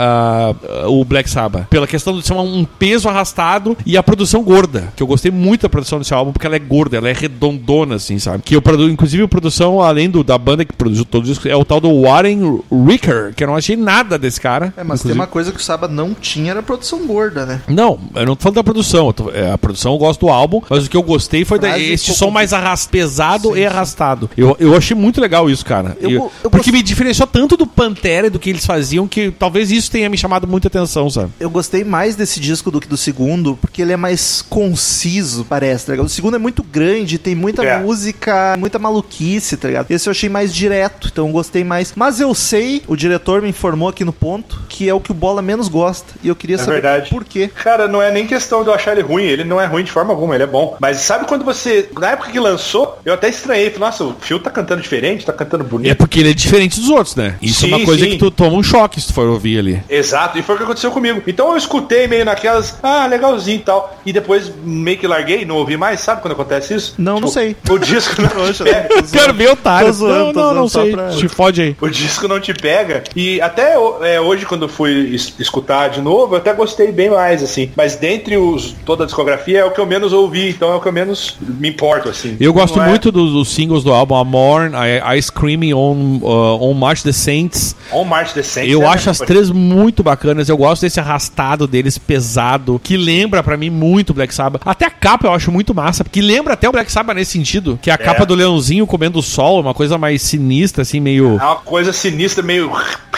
C: a- a- o Black Sabbath. Pela questão de ser uma- um peso arrastado e a produção gorda. Que eu gostei muito da produção desse álbum, porque ela é gorda, ela é redondona, assim, sabe? Que eu produ... Inclusive, a produção, além do, da banda que produziu todo o disco, é o tal do Warren Ricker, que eu não achei nada desse cara.
B: É, mas
C: inclusive.
B: tem uma coisa que o Saba não tinha era a produção gorda, né?
C: Não, eu não tô falando da produção. eu tô- é, a produção eu gosto do álbum, mas o que eu gostei foi da,
B: Frase
C: esse
B: ficou
C: som mais arras, pesado e arrastado. Eu, eu achei muito legal isso, cara.
B: Eu,
C: E-
B: go- eu gost-
C: Porque me diferenciou tanto do Pantera e do que eles faziam que talvez isso tenha me chamado muita atenção, sabe?
B: Eu gostei mais desse disco do que do segundo, porque ele é mais conciso, parece, tá ligado? O segundo é muito grande, tem muita
D: É.
B: música, muita maluquice, tá ligado? Esse eu achei mais direto, então eu gostei mais. Mas eu sei, o diretor me informou aqui no ponto, que é o que o Bola menos gosta. E eu queria
D: É
B: saber
D: verdade.
B: por quê.
D: Cara, não é nem questão de eu achar ele ruim, ele não é ruim de forma alguma, ele é bom. Mas sabe quando você, na época que lançou, eu até estranhei, falei, nossa, o Phil tá cantando diferente, tá cantando
C: É
D: bonito.
C: porque ele é diferente dos outros, né? Isso é uma
D: Sim,
C: coisa
D: sim.
C: que tu toma um choque se tu for ouvir ali.
D: Exato, e foi o que aconteceu comigo. Então eu escutei meio naquelas, ah, legalzinho e tal. E depois meio que larguei, não ouvi mais, sabe quando acontece isso? Tipo,
B: Não, não sei.
D: O disco não
C: né?
D: te pega.
C: Quero ver otário.
B: Tô zoando, tô
C: não, não, não
B: zoando, só
C: sei.
B: pra-
C: Te fode aí.
D: O disco não te pega. E até é, hoje, quando eu fui es- escutar de novo, eu até gostei bem mais, assim. Mas dentre os, toda a discografia, é o que eu menos ouvi, então é o que eu menos me importo, assim.
C: Eu gosto
D: Não é-
C: muito dos, dos singles do álbum, a Morn, a, a Screaming on, uh, on March the Saints.
D: On um March né? Descent.
C: Eu acho as três muito bacanas. Eu gosto desse arrastado deles pesado, que lembra pra mim muito Black Sabbath. Até a capa eu acho muito massa, porque lembra até o Black Sabbath nesse sentido, que é a capa do leãozinho comendo o sol, uma coisa mais sinistra assim, meio
D: É uma coisa sinistra, meio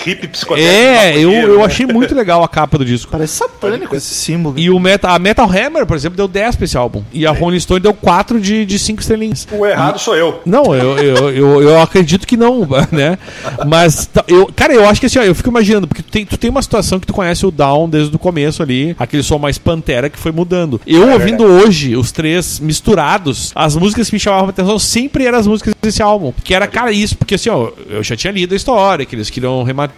D: hip psicodélica.
C: É, eu,
D: maconheiro,
C: eu
D: né?
C: achei muito legal a capa do disco.
B: Parece satânico esse símbolo.
C: E o Metal, a Metal Hammer, por exemplo, deu 10 pra esse álbum. E a Rolling Stone deu 4 de 5 de cinco estrelinhas.
D: O errado sou eu.
C: Não, eu, eu, eu, eu acredito que não, né? Mas, tá, eu, cara, eu acho que assim, ó, eu fico imaginando, porque tu tem, tu tem uma situação que tu conhece o Down desde o começo ali, aquele som mais pantera que foi mudando. Eu ouvindo hoje os três misturados, as músicas que me chamavam a atenção sempre eram as músicas desse álbum. Que era, cara, isso, porque assim, ó, eu já tinha lido a história, que eles queriam rematar,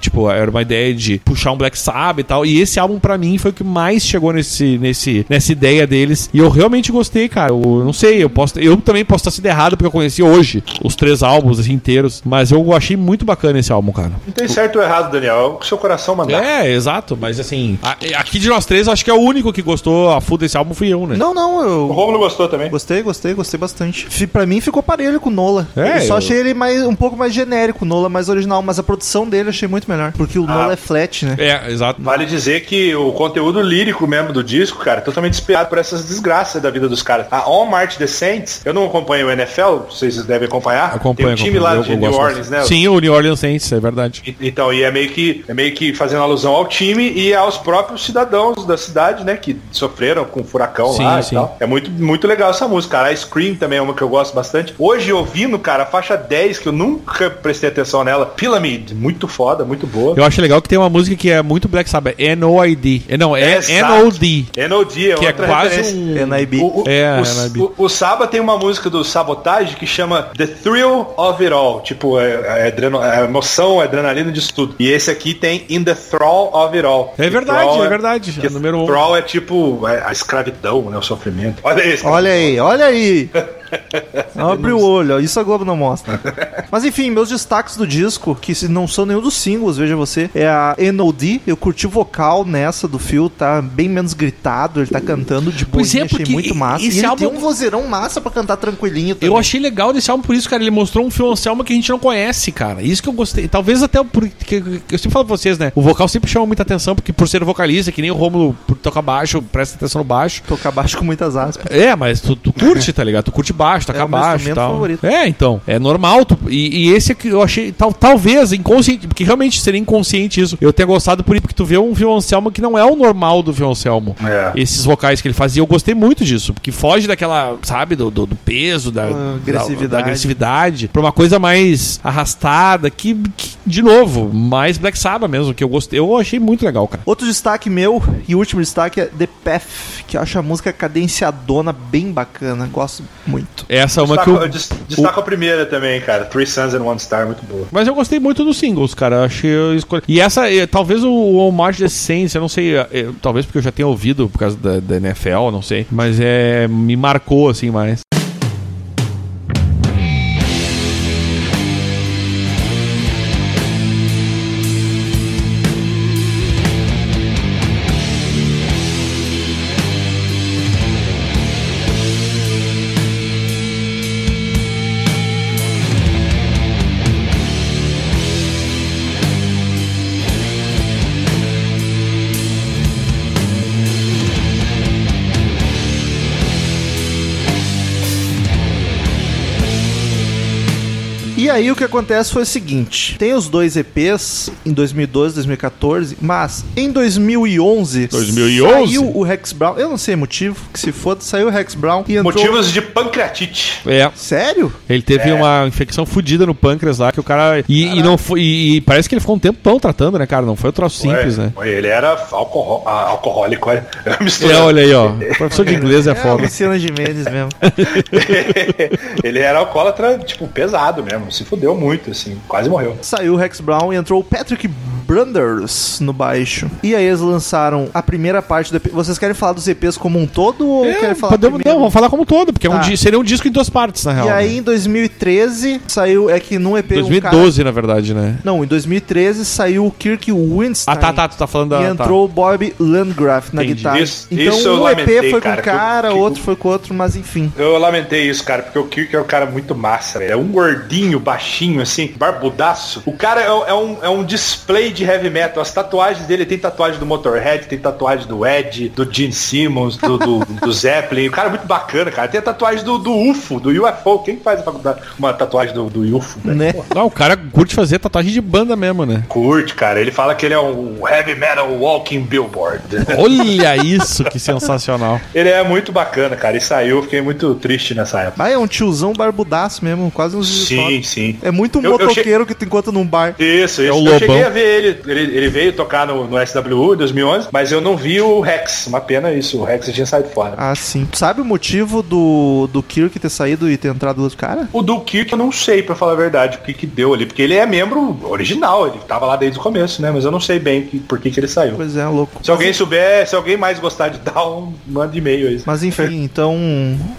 C: tipo, era uma ideia de puxar um Black Sabbath e tal, e esse álbum pra mim foi o que mais chegou nesse, nesse, nessa ideia deles, e eu realmente gostei, cara, eu não sei, eu posso, eu também posso estar sendo errado, porque eu conheci hoje os três álbuns, assim, inteiros, mas eu achei muito bacana esse álbum, cara.
D: Não tem certo ou errado, Daniel. É o que seu coração mandar.
C: É, exato, mas assim, a- aqui de nós três, eu acho que é o único que gostou a full desse álbum fui eu, né?
B: Não, não,
D: O
B: eu
D: Romulo gostou também.
B: Gostei, gostei, gostei bastante. Fi- Pra mim ficou parelho com o Nola.
C: É,
B: eu só
C: eu-
B: achei ele mais, um pouco mais genérico, o Nola mais original, mas a produção dele eu achei muito melhor. Porque o Nola é flat, né?
C: É, exato.
D: Vale dizer que o conteúdo lírico mesmo do disco, cara, é totalmente inspirado por essas desgraças da vida dos caras. A On March The Saints, eu não acompanho o NFL, vocês devem acompanhar.
C: Acompanha,
D: Tem um time
C: acompanha.
D: lá
C: Eu-
D: de
C: eu
D: New
C: gosto
D: Orleans, né?
C: bastante. Sim, o New Orleans Saints, é verdade.
D: E- Então, e é meio que é meio que fazendo alusão ao time e aos próprios cidadãos da cidade, né, que sofreram com o furacão
C: Sim,
D: lá
C: sim.
D: e tal. É muito muito legal essa música, cara. A Scream também é uma que eu gosto bastante. Hoje ouvindo, cara, a faixa 10 que eu nunca prestei atenção nela, Pyramid, muito foda, muito boa.
C: Eu acho legal que tem uma música que é muito Black Sabbath, NOID. É, Não, é
D: Exato.
C: NOD.
D: NOD é
C: Que é
D: outra
C: quase
D: referência.
C: um.
B: NIB.
D: O, o,
C: É,
D: o-
C: ela é bi.
D: o- o Saba tem uma música do Sabotage que chama The Thrill of It All. Tipo, é, é, adreno- é emoção, é adrenalina disso tudo. E esse aqui tem In the Thrall of It All.
C: É
D: Que
C: verdade,
D: thrall
C: é verdade.
D: que
C: É o número um.
D: Thrall é tipo é a escravidão, né? O sofrimento. Olha isso.
B: Olha aí, olha aí. Abre o olho, ó, isso a Globo não mostra. Mas enfim, meus destaques do disco, que se- não são nenhum dos singles, veja você, é a NOD. Eu curti o vocal nessa do Phil, tá bem menos gritado, ele tá cantando de boa,
C: Pois é,
B: achei
C: porque
B: muito massa.
C: esse
B: e ele
C: álbum-
B: tem um vozeirão massa pra cantar tranquilinho também.
C: Eu achei legal desse álbum por isso, cara. Ele mostrou um Phil Anselmo que a gente não conhece, cara. Isso que eu gostei. Talvez até porque. Eu sempre falo pra vocês, né? O vocal sempre chama muita atenção, porque por ser vocalista, que nem o Romulo por tocar baixo, presta atenção no baixo.
B: Tocar baixo com muitas aspas.
C: É, mas tu, tu curte, tá ligado? Tu curte baixo, toca
B: É o meu
C: baixo e
B: instrumento
C: tal.
B: favorito.
C: É, então. É normal. tu- e, e esse é que eu achei, tal, talvez, inconsciente, porque realmente seria inconsciente isso. Eu tenho gostado por isso, porque tu vê um violoncelmo que não é o normal do violoncelmo.
D: É.
C: Esses vocais que ele fazia, eu gostei muito disso, porque foge daquela, sabe, do, do- do peso, da, da-
B: agressividade.
C: da agressividade, pra uma coisa mais arrastada, que, que, de novo, mais Black Sabbath mesmo, que eu gostei. Eu achei muito legal, cara.
B: Outro destaque meu e último destaque é The Path, que eu acho a música cadenciadona bem bacana, gosto muito.
C: Essa é uma que
D: Destaco,
C: eu.
D: eu des- destaco a primeira também, cara. Three Suns and One Star, muito boa.
C: Mas eu gostei muito dos singles, cara. Eu Achei eu escolhi. E essa, eh, talvez o, o Homage Essence, eu não sei, eh, eh, talvez porque eu já tenha ouvido por causa da, da NFL, não sei. Mas é. Me marcou assim mais.
E: Thank
B: E aí o que acontece foi o seguinte: tem os dois EPs em 2012, 2014, mas em 2011,
C: 2011?
B: saiu o Rex Brown. Eu não sei motivo, que se foda, saiu o Rex Brown e entrou.
D: Motivos de pancreatite.
C: É.
B: Sério?
C: Ele teve
B: É.
C: uma infecção fodida no pâncreas lá, que o cara. E, e não foi, e, e parece que ele ficou um tempão tratando, né, cara? Não foi um troço simples,
D: Ué,
C: né?
D: ué, Ele era alcohol, ah, alcoólico, olha. Era
C: É,
D: misturado.
C: olha aí, ó. Professor de inglês é
B: É,
C: foda.
B: Luciana Gimenez mesmo.
D: ele era alcoólatra, tipo, pesado mesmo. Se fudeu muito, assim. Quase morreu.
B: Saiu o Rex Brown e entrou o Patrick Brunders no baixo. E aí eles lançaram a primeira parte do EP. Vocês querem falar dos EPs como um todo ou querem falar
C: É, podemos, não,
B: primeiro?
C: vamos falar como um todo, porque é um
B: Tá.
C: di- seria um disco em duas partes, na real.
B: E aí em 2013 saiu, é que num EP um cara-
C: 2012, na verdade, né?
B: Não, em 2013 saiu o Kirk Winstein.
C: Ah, tá, tá, tu tá falando da.
B: E
C: tá.
B: entrou o Bob Landgraf na
C: Entendi.
B: guitarra.
D: Isso-
B: então
D: isso eu
B: um EP
D: lamentei,
B: foi com um
D: cara, que eu-
B: cara,
D: que eu-
B: outro foi com outro, mas enfim.
D: Eu lamentei isso, cara, porque o Kirk é um cara muito massa, velho. É um gordinho, baixinho, assim, barbudaço. O cara é, é um, é um display de heavy metal. As tatuagens dele tem tatuagem do Motorhead, tem tatuagem do Ed, do Gene Simmons, do, do, do Zeppelin. O cara é muito bacana, cara. Tem a tatuagem do, do UFO, do UFO. Quem faz na faculdade uma tatuagem do, do UFO, velho?
B: Né?
C: Não, o cara curte fazer tatuagem de banda mesmo, né?
D: Curte, cara. Ele fala que ele é um heavy metal walking billboard.
C: Olha isso, que sensacional.
D: Ele é muito bacana, cara. E saiu, eu fiquei muito triste nessa época.
B: Mas é um tiozão barbudaço mesmo, quase uns
D: Sim, sim.
B: É muito um
D: Eu- eu che-
B: motoqueiro que tu encontra num bar.
D: Isso, isso.
C: o
D: eu cheguei
C: Lobão.
D: a ver ele. Ele, ele veio tocar no, no SWU em 2011, mas eu não vi o Rex. Uma pena isso, o Rex tinha saído fora.
B: Ah, sim. Tu sabe o motivo do, do Kirk ter saído e ter entrado outro cara?
D: O do Kirk eu não sei, pra falar a verdade, o que que deu ali, porque ele é membro original, ele tava lá desde o começo, né? Mas eu não sei bem que- por que que ele saiu.
B: Pois é, louco.
D: Se alguém souber, se alguém mais gostar de Down, manda e-mail aí.
B: Mas enfim, então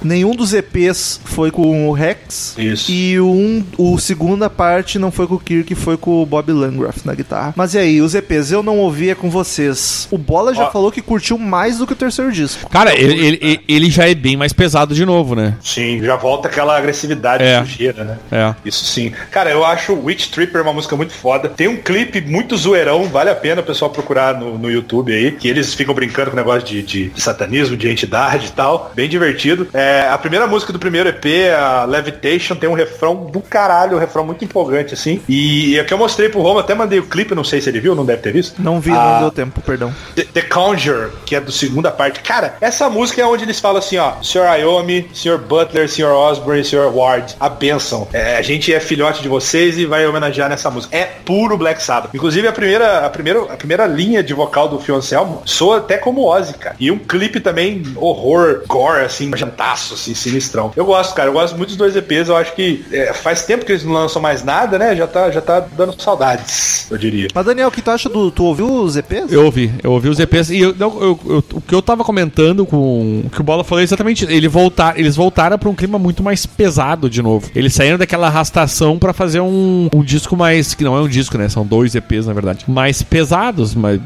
B: nenhum dos EPs foi com o Rex.
D: Isso.
B: E um, o segunda parte não foi com o Kirk, foi com o Bob Landgraf na guitarra. Mas e aí, os EPs eu não ouvia com vocês. O Bola já
D: Ó.
B: falou que curtiu mais do que o terceiro disco.
C: Cara, ele, ele- ele, ele já é bem mais pesado de novo, né?
D: Sim, já volta aquela agressividade
C: É.
D: sujeira, né?
C: É.
D: Isso sim. Cara, eu acho Witch Tripper uma música muito foda. Tem um clipe muito zoeirão, vale a pena o pessoal procurar no, no YouTube aí, que eles ficam brincando com o negócio de, de- de satanismo, de entidade e tal. Bem divertido. É, a primeira música do primeiro EP, a Levitation, tem um refrão do caralho, um refrão muito empolgante, assim. E é que eu mostrei pro Roma, até mandei o clipe, não sei se ele viu, não deve ter visto.
B: Não vi,
D: Ah.
B: não deu tempo, perdão.
D: The, The Conjure, que é do segunda parte. Cara, essa música é onde eles falam assim, ó, Sr. Iomi, Sr. Butler, Sr. Osborne, Sr. Ward, a benção. É, a gente é filhote de vocês e vai homenagear nessa música. É puro Black Sabbath. Inclusive, a primeira, a primeira, a primeira linha de vocal do Phil Anselmo soa até como Ozzy, cara. E um clipe também horror, gore, assim, jantaço, assim, sinistrão. Eu gosto, cara. Eu gosto muito dos dois EPs. Eu acho que é, faz tempo que eles não lançam mais nada, né? Já tá, já tá dando saudades, eu diria.
B: Mas Daniel, o que tu acha do. Tu ouviu os EPs?
C: Eu ouvi, eu ouvi os EPs e eu- não, eu- eu- o que eu tava comentando com o que o Bola falou é exatamente isso. Ele voltar, eles voltaram pra um clima muito mais pesado de novo. Eles saíram daquela arrastação pra fazer um, um disco mais que não é um disco, né? São dois EPs na verdade, mais pesados, mas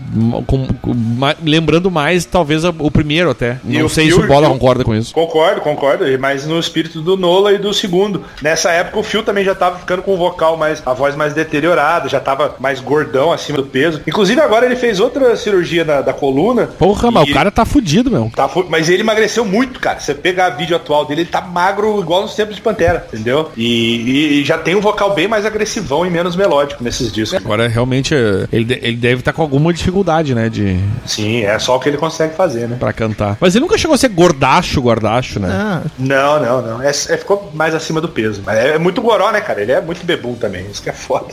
C: com- com- ma- lembrando mais talvez a- o primeiro até.
D: E
C: não
D: o
C: sei se
D: Cure-
C: o Bola
D: e o-
C: concorda com isso.
D: Concordo, concordo, mas no espírito do Nola e do segundo. Nessa época o Phil também já tava ficando com o vocal mais, a voz mais deteriorada, já tava mais gordão acima do peso. Inclusive agora ele fez outra cirurgia na- da coluna.
C: Porra, mas
D: E-
C: o cara tá fudido, meu.
D: Tá fu- mas ele emagreceu muito, cara. Você pegar vídeo atual dele, ele tá magro igual nos tempos de Pantera, entendeu? E, e- e já tem um vocal bem mais agressivão e menos melódico nesses discos.
C: Agora realmente é, ele, de- ele deve estar com alguma dificuldade, né, de
D: Sim, é só o que ele consegue fazer, né?
C: para cantar. Mas ele nunca chegou a ser gordacho, gordacho, né?
B: Ah,
D: Não, não, não. É, é- ficou mais acima do peso. Mas é, é muito goró, né, cara? Ele é muito bebum também. Isso que é foda.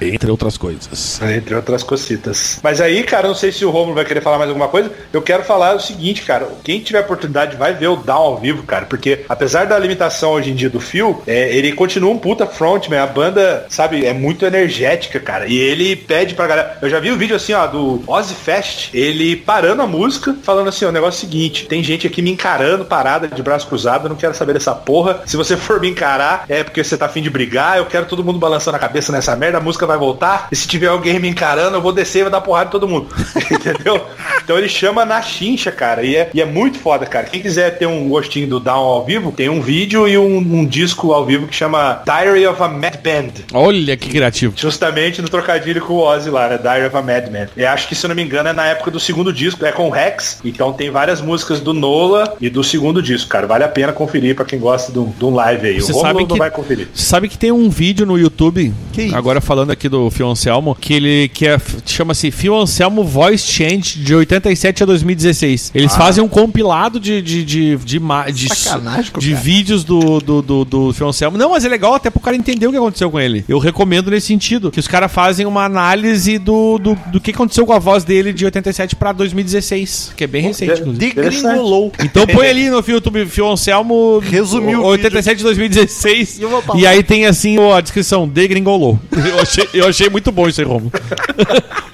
C: Entre outras coisas.
D: Entre outras cocitas. Mas aí, cara, eu não sei se o Romulo vai querer falar mais alguma coisa. Eu quero falar o seguinte, cara. Quem tiver oportunidade vai ver o Down ao vivo, cara. Porque apesar da limitação hoje em dia do Phil, é, ele continua um puta frontman. A banda, sabe, é muito energética, cara. E ele pede pra galera. Eu já vi um vídeo assim, ó, do Ozzy Fest. Ele parando a música, falando assim: ó, o negócio é o seguinte. Tem gente aqui me encarando, parada, de braço cruzado. Eu não quero saber dessa porra. Se você for me encarar, é porque você tá afim de brigar. Eu quero todo mundo balançando a cabeça nessa merda. A música vai voltar. E se tiver alguém me encarando, eu vou descer e vou dar porrada em todo mundo. Entendeu? Então ele chama na chincha, cara. E é, e é muito foda, cara. Quem quiser ter um gostinho do Down ao vivo, tem um vídeo e um, um disco ao vivo que chama Diary of a Mad Band.
C: Olha que criativo.
D: Justamente no trocadilho com o Ozzy lá, né? Diary of a Madman. E acho que, se eu não me engano, é na época do segundo disco, é com o Rex. Então tem várias músicas do Nola e do segundo disco, cara. Vale a pena conferir pra quem gosta de um, de um live aí.
C: Você
D: o Romulo
C: sabe
D: não
C: que-
D: vai conferir.
C: Sabe que tem um vídeo no YouTube,
B: Que isso?
C: agora falando aqui do Fio Anselmo, que ele que é, chama-se Fio Anselmo Voice Change de 87 a 2016.
B: Ah.
C: Eles fazem um compilado de de, de, de, ma- de,
B: Sacanagem,
C: de
B: cara.
C: vídeos do, do, do, do Fio Anselmo. Não, mas é legal até pro cara entender o que aconteceu com ele. Eu recomendo nesse sentido, que os caras fazem uma análise do, do, do que aconteceu com a voz dele de 87 pra 2016, que é bem recente, inclusive.
B: Degringolou.
C: Então põe ali no YouTube Fio Anselmo
B: Resumiu o
C: 87 de 2016.
B: E uma palavra.
C: E aí tem assim ó, a descrição, degringolou. Eu achei, eu achei muito bom isso aí, Romulo.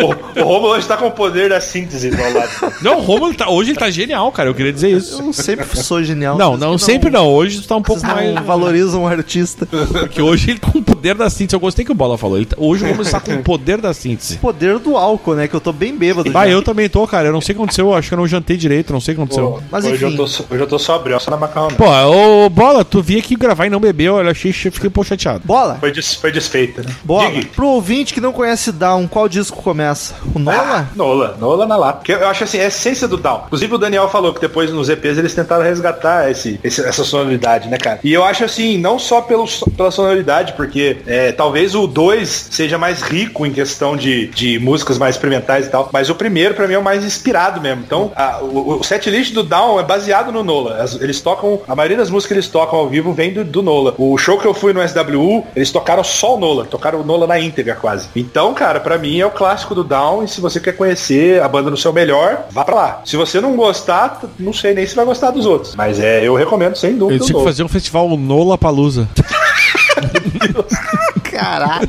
D: O, o Romulo hoje tá com o poder da síntese do lado.
C: Não, o Romulo tá, hoje ele tá genial, cara. Eu queria dizer isso.
B: Eu sempre sou genial.
C: Não,
B: vocês
C: não,
B: que
C: sempre não. Hoje tu tá um pouco
B: Vocês
C: mais.
B: não valorizam o artista. O
C: Porque hoje ele tá com o poder da síntese. Eu gostei que o Bola falou. Ele tá- hoje o Romulo está com o poder da síntese.
B: poder do álcool, né? Que eu tô bem bêbado.
C: Bah,
B: já.
C: eu também tô, cara. Eu não sei o que aconteceu. Eu acho que eu não jantei direito. Não sei o que aconteceu.
B: Mas
D: hoje,
B: enfim.
D: eu tô, só- hoje eu tô só abrindo, só na macarronada.
C: Pô, ô Bola, tu vinha aqui gravar e não bebeu. Eu achei, fiquei um pouco chateado.
B: Bola,
D: Foi, des- foi desfeita, né?
B: bola.
D: Diga.
B: Pro ouvinte que não conhece Down, qual disco começa? O Nola?
D: Ah, Nola, Nola na lata. Porque eu acho assim, é a essência do Down. Inclusive o Daniel falou que depois nos EPs eles tentaram resgatar esse, esse- essa sonoridade, né, cara? E eu acho assim, não só pelo, so- pela sonoridade, porque é, talvez o 2 seja mais rico em questão de, de músicas mais experimentais e tal, mas o primeiro pra mim é o mais inspirado mesmo. Então, a- o, o setlist do Down é baseado no Nola. As- eles tocam, a maioria das músicas que eles tocam ao vivo vem do, do Nola. O show que eu fui no SWU, eles tocaram só o Nola, tocaram o Nola na íntegra quase. Então, cara, pra mim é o clássico do Down e se você quer conhecer a banda no seu melhor, vá pra lá. Se você não gostar, t- não sei nem se vai gostar dos outros, mas é, eu recomendo sem
C: Eu
D: dúvida o
C: tinha que
D: Nola.
C: fazer um festival Nola Palusa.
B: Caralho.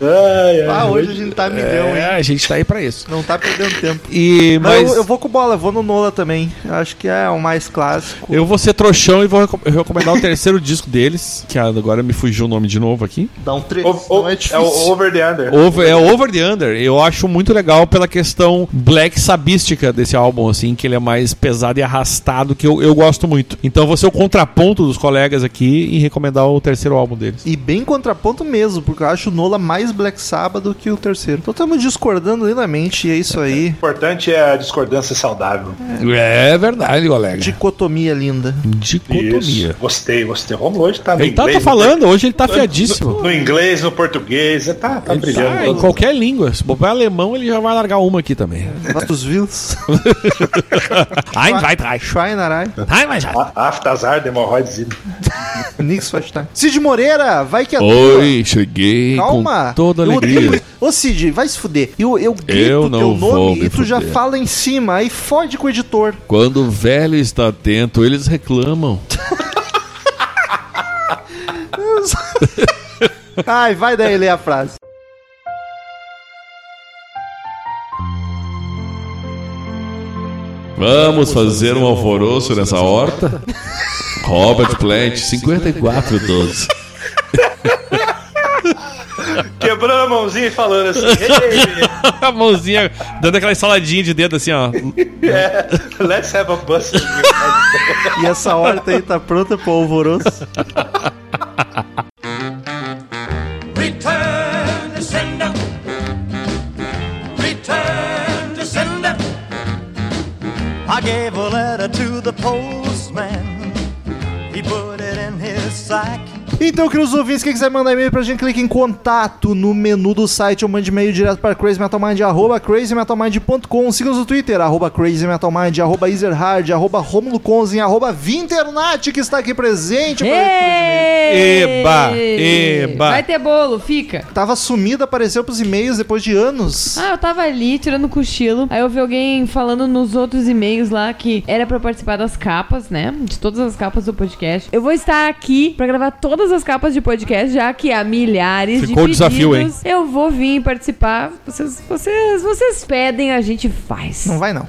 D: Ai, ai.
B: Ah, hoje a gente tá milhão, hein?
C: a gente tá aí pra isso.
B: Não tá perdendo tempo.
C: E,
B: Mas
C: mas...
B: eu, eu vou com bola, eu vou no Nola também. Eu acho que é o mais clássico.
C: Eu vou ser trouxão e vou reco- eu recomendar o terceiro disco deles, que agora me fugiu o nome de novo aqui.
B: Dá um 3.
D: O- o-
B: não é
D: é
B: difícil.
D: o Over the Under.
C: Over, é Over the Under. Eu acho muito legal pela questão black sabística desse álbum, assim, que ele é mais pesado e arrastado, que eu, eu gosto muito. Então vou ser o contraponto dos colegas aqui e recomendar o terceiro álbum deles.
B: E bem contraponto mesmo, porque eu acho o Nola mais Black Sabbath do que o terceiro. Então estamos discordando lindamente, e é isso aí.
D: O importante é a discordância saudável.
C: É verdade, colega.
B: Dicotomia linda.
C: Dicotomia.
D: Isso. Gostei, gostei. O Romulo hoje tá no
C: Ele tá,
D: inglês,
C: tá
D: no-
C: falando, hoje ele tá
D: No,
C: afiadíssimo.
D: no inglês, no português, tá, tá
C: Ele
D: brilhando.
C: tá em qualquer língua. Se bobear alemão, ele já vai largar uma aqui também.
B: Vastos Vils.
C: Ai, vai, vai.
B: Schweinarai.
C: Ai, vai, já.
D: Aftazar, hemorroides e
B: Nix Fashtan. Cid Moreira, vai que é
C: Oi, cheguei
B: tua. Calma.
C: com toda
B: Eu
C: alegria.
B: odeio- Ô Cid, vai se fuder. Eu, eu grito
C: Eu
B: teu
C: não
B: nome
C: vou me
B: e tu já
C: fuder.
B: fala em cima, aí fode com o editor.
C: Quando o velho está atento, eles reclamam.
B: Ai, vai daí ler a frase.
C: Vamos fazer um alvoroço nessa horta? Robert Plant, 5412.
D: Quebrando a mãozinha e falando assim, hey,
C: A mãozinha dando aquela saladinha de dedo assim, ó.
D: let's have a bus.
B: E essa horta aí tá pronta pro alvoroço.
E: Return to sender. Return to sender. I gave a letter to the postman. He put it in his sack.
B: Então, queridos ouvintes, quem quiser mandar e-mail pra gente, clique em contato no menu do site ou mande e-mail direto pra crazymetalmind, arroba crazymetalmind.com. Siga-nos no Twitter, arroba crazymetalmind, arroba ezerhard, arroba romuloconzin, arroba vinternat, que está aqui presente.
C: Eba,
G: Eba,
C: eba.
G: Vai ter bolo, fica.
B: Tava sumida, apareceu pros e-mails depois de anos.
G: Ah, eu tava ali tirando cochilo. Aí eu vi alguém falando nos outros e-mails lá que era pra eu participar das capas, né? De todas as capas do podcast. Eu vou estar aqui pra gravar todas todas as capas de podcast, já que há milhares
C: Ficou o
G: de
C: desafio,
G: pedidos. Eu vou vir participar. Vocês, vocês, vocês pedem, a gente faz.
B: Não vai não.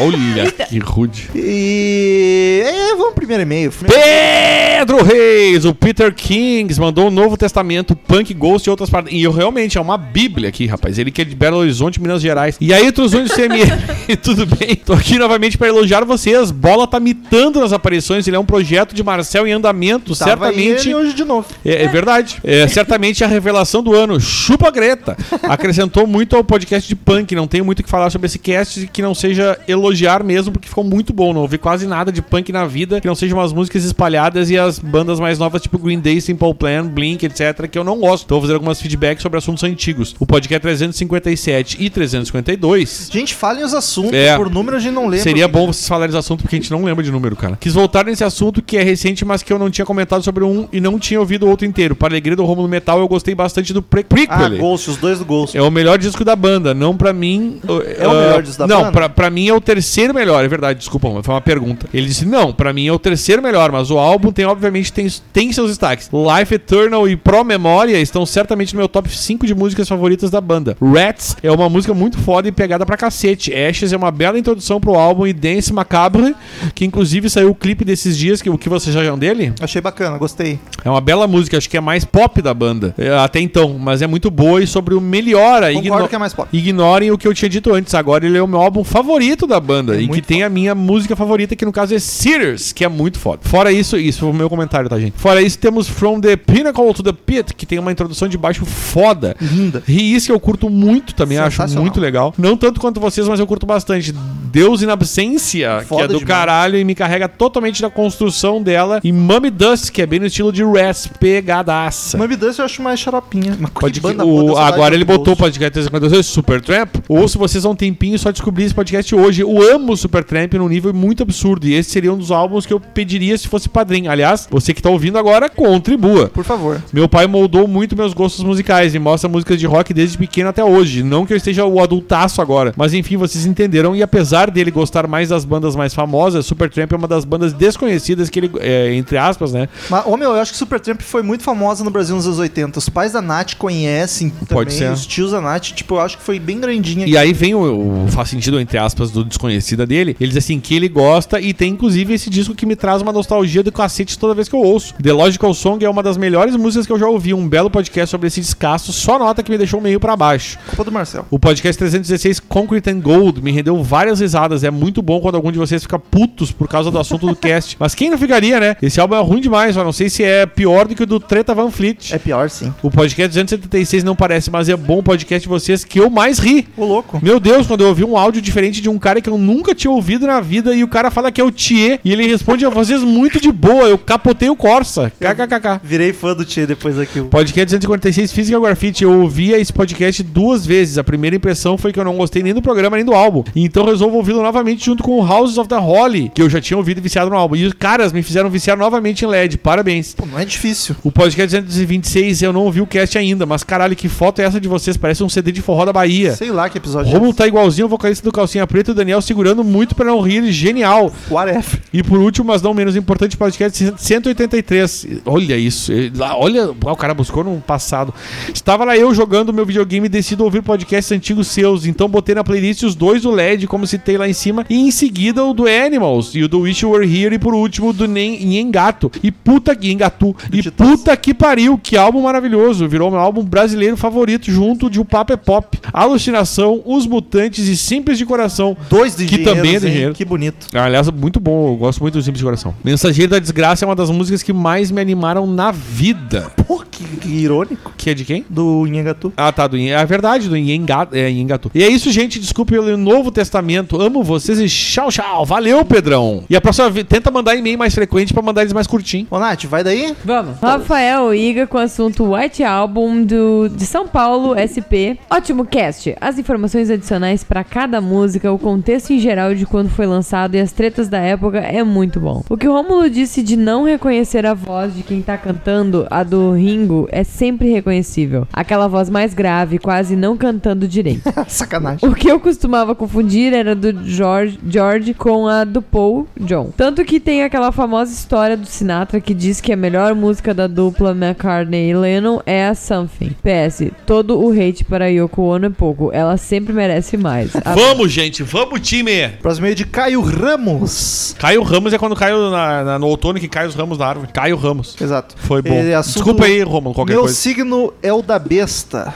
C: Olha que rude.
B: E. É, vamos pro primeiro e-mail.
C: Pedro Reis, o Peter Kings mandou o Novo Testamento, Punk Ghost e outras paradas. E eu realmente, é uma bíblia aqui, rapaz. Ele que é de Belo Horizonte, Minas Gerais. E aí, Truzões do CME, tudo bem? Tô aqui novamente pra elogiar vocês. Bola tá mitando nas aparições, ele é um projeto de Marcel em andamento,
B: Tava
C: certamente.
B: ele hoje de novo.
C: É, é verdade. É, certamente a revelação do ano, Chupa Greta, acrescentou muito ao podcast de punk. Não tenho muito o que falar sobre esse cast que não seja elogiar mesmo, porque ficou muito bom. Não ouvi quase nada de punk na vida, que não sejam umas músicas espalhadas e as bandas mais novas, tipo Green Day, Simple Plan, Blink, etc., que eu não gosto. Então vou fazer algumas feedbacks sobre assuntos antigos. O podcast é 357 e 352
B: Gente, falem os assuntos.
C: É.
B: Por número a gente não lembra.
C: Seria bom vocês falarem esse assunto, porque a gente não lembra de número, cara. Quis voltar nesse assunto que é recente, mas que eu não tinha comentado sobre um e não tinha ouvido o outro inteiro. Para a alegria do Romulo Metal, eu gostei bastante do pre
B: Ah,
C: prequel.
B: Ghost, os dois do Ghost.
C: é o melhor disco da banda, não pra mim. É
B: o melhor disco da
C: não,
B: banda?
C: pra, pra mim é o terceiro melhor, é verdade, desculpa, mas foi uma pergunta. Ele disse: não, pra mim é o terceiro melhor, mas o álbum tem, obviamente, tem, tem seus destaques. Life Eternal e Pro Memória estão certamente no meu top 5 de músicas favoritas da banda. Rats é uma música muito foda e pegada pra cacete. Ashes é uma bela introdução pro álbum e Dance Macabre, que inclusive saiu o clipe desses dias, que o que vocês já acham dele?
B: Achei bacana, gostei.
C: É uma bela música, acho que é a mais pop da banda é, até então, mas é muito boa e sobre o Meliora.
B: Concordo
C: igno-
B: que é mais pop.
C: Ignorem o que eu tinha dito antes, agora ele é o meu álbum favorito da banda e que
B: É muito
C: tem a minha música favorita, que no caso é Sears, que é muito foda. Fora isso, isso foi o meu comentário, tá, gente? Fora isso, temos From the Pinnacle to the Pit, que tem uma introdução de baixo foda.
B: Linda.
C: E isso que eu curto muito também, acho
B: Sensacional.
C: muito legal. Não tanto quanto vocês, mas eu curto bastante. Deus in Absência, que
B: Foda
C: é do
B: demais.
C: caralho e me carrega totalmente da construção dela. E Mummy Dust, que é bem no estilo de Rats, pegadaça.
B: Mami Dance eu acho mais xaropinha. Mas que
C: Pode que,
B: banda
C: o-
B: boa, deu saudade
C: agora
B: do
C: ele botou o
B: Ghost.
C: podcast 352 é Super Tramp. Ou se vocês há um tempinho só descobrir esse podcast hoje. Eu amo o Super Tramp num nível muito absurdo. E esse seria um dos álbuns que eu pediria se fosse padrinho. Aliás, você que tá ouvindo agora, contribua.
B: Por favor.
C: Meu pai moldou muito meus gostos musicais e mostra músicas de rock desde pequeno até hoje. Não que eu esteja o adultaço agora, mas enfim, vocês entenderam. E apesar dele gostar mais das bandas mais famosas, Supertramp é uma das bandas desconhecidas que ele, é, entre aspas, né?
B: Mas, ô meu, eu acho que Supertramp foi muito famosa no Brasil nos anos 80. Os pais da Nath conhecem
C: Pode
B: também,
C: ser.
B: os tios da Nath, tipo, eu acho que foi bem grandinha.
C: E aí vem o, o faz sentido entre aspas do desconhecida dele. Ele diz assim que ele gosta e tem inclusive esse disco que me traz uma nostalgia do cacete toda vez que eu ouço. The Logical Song é uma das melhores músicas que eu já ouvi. Um belo podcast sobre esse descasso, só nota que me deixou meio pra baixo.
B: Culpa do Marcel.
C: O podcast 316 Concrete and Gold me rendeu várias risadas. É muito bom quando algum de vocês fica putos por causa do assunto do cast. Mas quem não ficaria, né? Esse álbum é ruim demais, mas não sei se é pior do que o do Treta Van Fleet.
B: É pior, sim.
C: O podcast 276 não parece, mas é bom o podcast de vocês que eu mais ri.
B: Ô, louco.
C: Meu Deus, quando eu ouvi um áudio diferente de um cara que eu nunca tinha ouvido na vida e o cara fala que é o Thier e ele responde a vocês muito de boa. Eu capotei o Corsa. KKKK.
B: Virei fã do Tia depois daquilo.
C: Podcast 246 Física Grafite. Eu ouvia esse podcast duas vezes. A primeira impressão foi que eu não gostei nem do programa nem do álbum. Então resolvo ouvi-lo novamente junto com o Houses of the Holly, que eu já tinha ouvido e viciado no álbum. E os caras me fizeram viciar novamente em LED. Parabéns.
B: Pô, não é difícil.
C: O podcast 226 eu não ouvi o cast ainda, mas caralho, que foto é essa de vocês? Parece um CD de forró da Bahia.
B: Sei lá que episódio
C: Romulo tá igualzinho o vocalista do Calcinha Preta, o Daniel segurando muito pra não rir, genial.
B: é. Whatever.
C: E por último, mas não menos importante, podcast 183. Olha isso, ele- lá, olha, ah, o cara buscou no passado. Estava lá eu jogando meu videogame e decido ouvir podcasts antigos seus, então botei na playlist os dois do LED, como citei lá em cima, e em seguida o do Animals, e o do Wish You Were Here, e por último o do Nen- Nhengato. E puta que, Engatu, e
B: Titãs.
C: Puta que pariu, que álbum maravilhoso. Virou meu álbum brasileiro favorito junto de O Papo é Pop, Alucinação, Os Mutantes e Simples de Coração.
B: Dois de
C: Que também é do engenheiro.
B: Que bonito.
C: Ah, Aliás, muito bom, eu gosto muito do Simples de Coração. Mensageiro da Desgraça é uma das músicas que mais me animaram na vida.
B: Pô, que, que irônico.
C: Que é de quem?
B: Do Nhangatu.
C: Ah, tá, do, Ien- é verdade, do Engato. É, Engato. E é isso, gente. Desculpe pelo Novo Testamento. Amo vocês e tchau, tchau. Valeu, Pedrão. E a próxima vez, tenta mandar e-mail mais frequente pra mandar eles mais curtinho.
B: Ô, Nath, vai daí?
G: Vamos. Rafael Iga com o assunto White Album do, de São Paulo, SP. Ótimo cast. As informações adicionais pra cada música, o contexto em geral de quando foi lançado e as tretas da época é muito bom. O que o Rômulo disse de não reconhecer a voz de quem tá cantando, a do Ringo, é sempre reconhecível. Aquela voz mais grave, quase não cantando direito.
B: Ah, Sacanagem.
G: O que eu costumava confundir era do George, George com a do Paul John. Tanto que tem aquela famosa história do Sinatra que diz que a melhor música da dupla McCartney e Lennon é a Something. PS, todo o hate para Yoko Ono é pouco. Ela sempre merece mais.
B: Tá
G: A-
C: Vamos, gente, vamos, time!
B: Próximo meio de Caio Ramos.
C: Caio Ramos é quando cai o- na- na- no outono que cai os ramos na árvore. Caio Ramos.
B: Exato.
C: Foi bom.
B: Ele é assunto-
C: Desculpa aí, Romulo, qualquer
B: Meu
C: coisa.
B: signo é o da besta.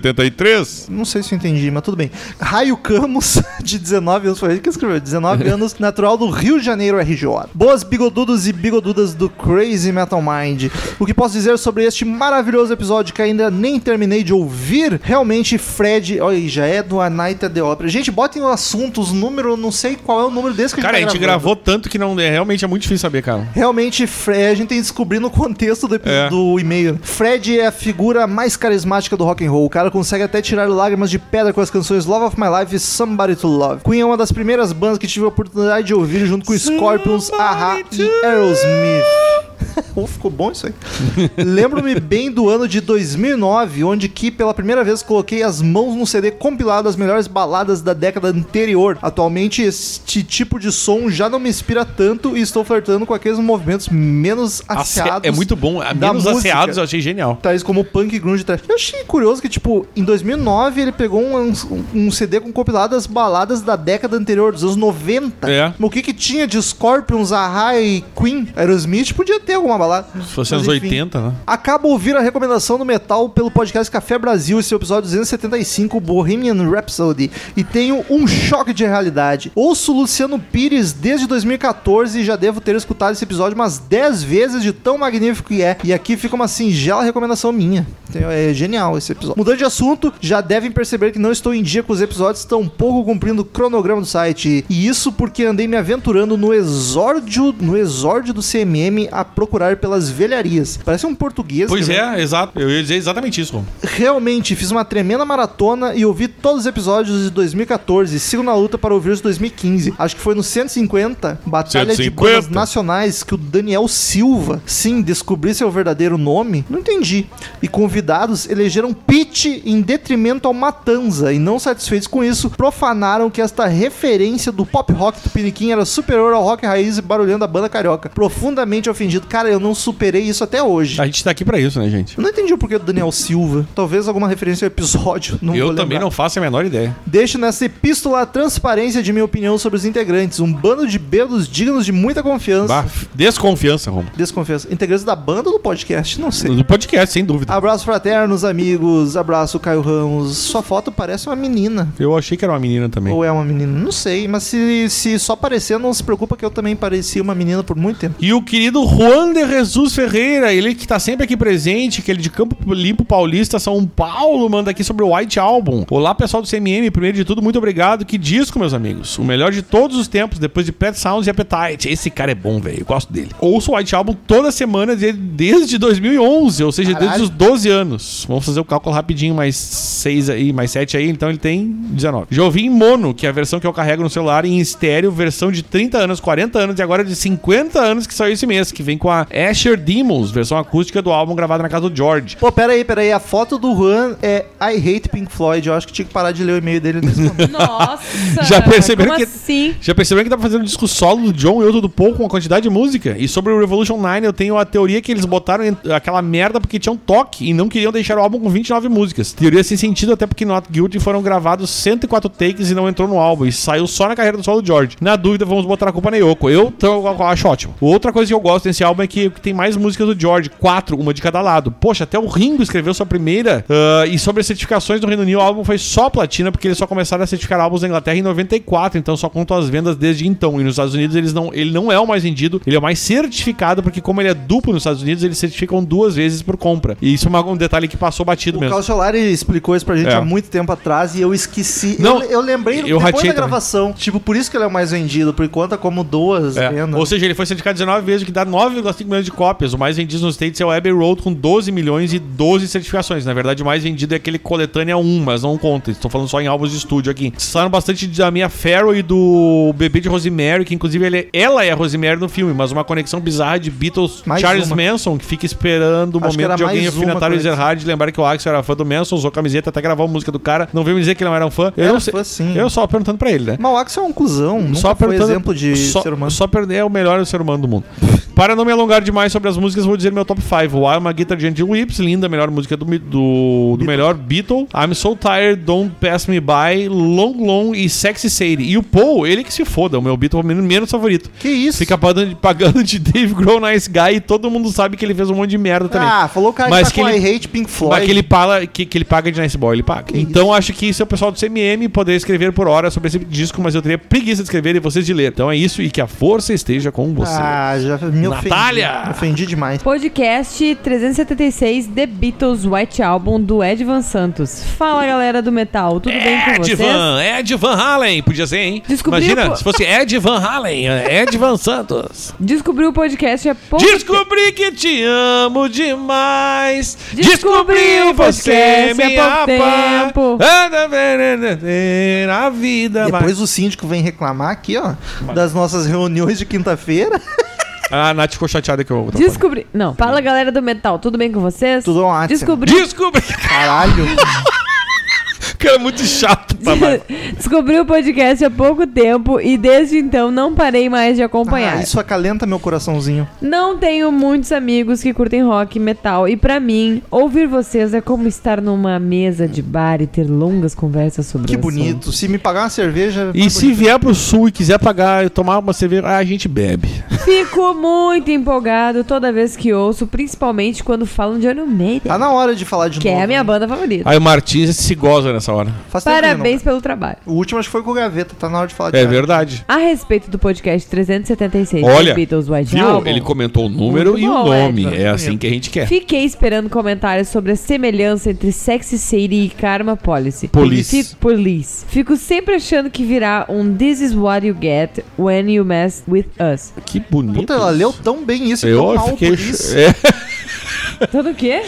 C: 373?
B: Não sei se eu entendi, mas tudo bem. Raio Camus, de 19 anos, foi ele que escreveu, 19 anos, natural do Rio de Janeiro, RJ. Boas bigodudos e bigodudas do Crazy Metal Mind. O que posso dizer sobre este maravilhoso episódio que ainda nem terminei de ouvir? Realmente, Fred, olha aí, já é do A Night at the Opera. Gente, botem o assunto, os números, eu não sei qual é o número desse que
C: Cara, a gente
B: gravando.
C: gravou tanto que não é, realmente é muito difícil saber, cara.
B: Realmente, Fred, a gente tem que descobrir no contexto do, epi-
C: É.
B: do e-mail. Fred é a figura mais carismática do rock and roll. O cara consegue até tirar lágrimas de pedra com as canções Love of My Life e Somebody to Love. Queen é uma das primeiras bandas que tive a oportunidade de ouvir junto com Scorpions, Aha e Aerosmith. Oh, ficou bom isso aí. Lembro-me bem do ano de 2009, onde que pela primeira vez coloquei as mãos no CD compilado das melhores baladas da década anterior. Atualmente este tipo de som já não me inspira tanto e estou flertando com aqueles movimentos menos
C: Ace-
B: asseados.
C: É muito bom. A
B: da
C: Menos
B: música.
C: asseados eu achei genial.
B: Tais como punk e grunge trash. Eu achei curioso que, tipo, em 2009 ele pegou um, um- um CD com compilado das baladas da década anterior, dos anos 90.
C: É.
B: O que que tinha de Scorpions, Ahá e Queen? Aerosmith podia ter alguma balada.
C: Se fosse
B: Mas,
C: anos
B: enfim.
C: 80, né?
B: Acabo ouvir a recomendação do metal pelo podcast Café Brasil, esse é o episódio 275, Bohemian Rhapsody, e tenho um choque de realidade. Ouço Luciano Pires desde 2014 e já devo ter escutado esse episódio umas 10 vezes de tão magnífico que é. E aqui fica uma singela recomendação minha. Então, é genial esse episódio. Mudando de assunto, já devem perceber que não estou em dia com os episódios, tão pouco cumprindo o cronograma do site. E isso porque andei me aventurando no exórdio, no exórdio do CMM a procurar pelas velharias. Parece um português.
C: Pois
B: né?
C: é, exato. Eu ia dizer exatamente isso, Romulo.
B: Realmente, fiz uma tremenda maratona e ouvi todos os episódios de 2014. Sigo na luta para ouvir os 2015. Acho que foi no 150, Batalha de
C: 150.
B: Bandas Nacionais, que o Daniel Silva, sim, descobriu seu verdadeiro nome. Não entendi. E convidados elegeram Pete em detrimento ao Matanza. E não satisfeitos com isso, profanaram que esta referência do pop rock do Piniquim era superior ao rock raiz e barulhando a banda carioca. Profundamente ofendido. Cara, eu não superei isso até hoje.
C: A gente tá aqui pra isso, né, gente?
B: Eu não entendi o porquê do Daniel Silva. Talvez alguma referência ao episódio. Não
C: eu
B: vou
C: também
B: lembrar.
C: não faço a menor ideia.
B: Deixo nessa epístola a transparência de minha opinião sobre os integrantes. Um bando de belos dignos de muita confiança.
C: Bah, desconfiança, Romulo.
B: Desconfiança. Integrantes da banda ou do podcast? Não sei.
C: Do podcast, sem dúvida.
B: Abraço fraternos, amigos. Abraço, Caio Ramos. Sua foto parece uma menina.
C: Eu achei que era uma menina também.
B: Ou é uma menina? Não sei. Mas se, se só parecer, não se preocupa que eu também parecia uma menina por muito tempo.
C: E o querido Juan de Jesus Ferreira, ele que tá sempre aqui presente, que ele de Campo Limpo Paulista, São Paulo, manda aqui sobre o White Album. Olá, pessoal do CMM, primeiro de tudo, muito obrigado. Que disco, meus amigos. O melhor de todos os tempos, depois de Pet Sounds e Appetite. Esse cara é bom, velho, eu gosto dele. Ouço o White Album toda semana de- desde 2011, ou seja, desde os 12 anos. Vamos fazer o cálculo rapidinho, mais 6 aí, mais 7 aí, então ele tem 19. Já ouvi em mono, que é a versão que eu carrego no celular, e em estéreo, versão de 30 anos, 40 anos e agora de 50 anos que saiu esse mês, que vem com a Asher Demons, versão acústica do álbum gravado na casa do George.
B: Pô, pera aí, pera aí. A foto do Juan é I hate Pink Floyd. Eu acho que tinha que parar de ler o e-mail dele nesse momento.
G: Nossa!
C: Já perceberam
G: como
C: que-
G: assim?
C: Já perceberam que tá fazendo um disco solo do John e outro do Paul com uma quantidade de música? E sobre o Revolution 9, eu tenho a teoria que eles botaram em- aquela merda porque tinham toque e não queriam deixar o álbum com 29 músicas. Teoria sem sentido, até porque Not Guilty foram gravados 104 takes e não entrou no álbum. E saiu só na carreira do solo do George. Na dúvida, vamos botar a culpa na Yoko. Eu, então, eu acho ótimo. Outra coisa que eu gosto nesse álbum é que tem mais músicas do George, quatro, uma de cada lado. Poxa, até o Ringo escreveu sua primeira. ah, e sobre as certificações do Reino Unido, o álbum foi só platina, porque eles só começaram a certificar álbuns na Inglaterra em 94, então só contam as vendas desde então. E nos Estados Unidos eles não, ele não é o mais vendido, ele é o mais certificado, porque como ele é duplo nos Estados Unidos, eles certificam duas vezes por compra. E isso é uma- um detalhe que passou batido
B: O
C: mesmo.
B: Carlos Solari explicou isso pra gente
C: É.
B: há muito tempo atrás e eu esqueci.
C: Não,
B: eu, eu lembrei
C: eu
B: depois
C: ratei
B: da
C: também.
B: gravação. Tipo, por isso que ele é o mais vendido, por conta como duas
C: É.
B: vendas.
C: Ou seja, ele foi certificado 19 vezes, o que dá 9 1,5 milhões de cópias. O mais vendido nos States é o Abbey Road com 12 milhões e 12 certificações. Na verdade, o mais vendido é aquele coletânea 1, mas não conta. Estou falando só em álbuns de estúdio aqui. Citaram bastante da minha Farrow e do bebê de Rosemary, que inclusive ele- ela é a Rosemary no filme, mas uma conexão bizarra de Beatles
B: Mais
C: Charles
B: uma.
C: Manson, que fica esperando o
B: Acho que
C: momento
B: era
C: de alguém
B: mais uma
C: alfinetar o
B: conexão.
C: Ezerhard. Lembrar que o Axel era fã do Manson, usou camiseta até gravar a música do cara. Não veio me dizer que ele não era um fã. Eu
B: Era
C: não sei.
B: fã, sim.
C: Eu só perguntando pra ele, né?
B: Mas o Axel é um cuzão, nunca
C: só
B: foi
C: perguntando-
B: exemplo de
C: só,
B: ser humano.
C: Só perder é o melhor ser humano do mundo. Para não me alongar demais sobre as músicas, vou dizer meu top 5. Why uma Guitar Gentle Whips, linda, melhor música do, mi- do, do melhor Beatle. I'm So Tired, Don't Pass Me By, Long Long e Sexy Sadie. E o Paul, ele que se foda, o meu Beatle menos, menos favorito.
B: Que isso?
C: Fica pagando de, pagando de Dave Grohl Nice Guy e todo mundo sabe que ele fez um monte de merda também.
B: Ah, falou o cara
C: Mas
B: que tá
C: que
B: com
C: ele-
B: I Hate Pink Floyd.
C: Mas que ele, fala, que, que ele paga de Nice Boy, ele paga. então acho que isso é o pessoal do CMM poder escrever por hora sobre esse disco, mas eu teria preguiça de escrever e vocês de ler. Então é isso e que a força esteja com você.
B: Ah, já me ofendi.
C: Natália!
B: Me ofendi demais.
G: Podcast 376 The Beatles White Album do Edvan Santos. Fala galera do metal, tudo bem com vocês?
C: Edvan, Ed Van Halen, podia ser, hein?
G: Descobriu
C: Imagina
G: po-
C: se fosse Ed Van Halen, Ed Van Santos.
G: Descobri o podcast há pouco
C: Descobri que te amo demais.
G: Descobri
C: Descobri
G: o
C: você
G: podcast
C: me
G: há pouco tempo.
C: apa. A vida. vai-
B: Depois o síndico vem reclamar aqui, ó, das nossas reuniões de quinta-feira.
C: Ah, A Nath ficou chateada que eu. tava falando.
G: Descobri. Não, fala galera do metal, tudo bem com vocês?
B: Tudo ótimo.
G: Descobri.
C: Descobri.
B: Caralho.
C: Cara, é muito chato. Babaca.
G: Descobri o podcast há pouco tempo e desde então não parei mais de acompanhar.
B: Ah, isso acalenta meu coraçãozinho.
G: Não tenho muitos amigos que curtem rock e metal e pra mim, ouvir vocês é como estar numa mesa de bar e ter longas conversas sobre
B: Que
G: o assunto.
B: bonito. Se me pagar uma cerveja...
C: E se vier pro sul e quiser pagar e tomar uma cerveja, ah, a gente bebe.
G: Fico muito empolgado toda vez que ouço, principalmente quando falam de Iron Maiden,
B: Tá na hora de falar de
G: que
B: novo. né? Ah,
G: é a minha banda favorita.
C: Aí o Martins se goza nessa hora.
B: Faz tempo que ele não-
G: Parabéns pelo trabalho.
B: O último acho que foi com o Gaveta. Tá na hora de falar de
C: É
B: Gaveta.
C: verdade.
G: A respeito do podcast 376
C: Olha,
G: dos Beatles White
C: Viu?
G: Album,
C: Ele comentou o número
G: Muito
C: e o
G: bom,
C: nome.
G: Edson.
C: É assim que a gente quer.
G: Fiquei esperando comentários sobre a semelhança entre Sexy Sadie e Karma Policy.
C: Police.
G: Fico, police. Fico sempre achando que virá um This is what you get when you mess with us.
C: Que bonito.
B: Puta, ela leu tão bem isso. e tão
C: Eu
B: mal o
C: fiquei.
B: Police.
C: É,
G: Tudo o quê?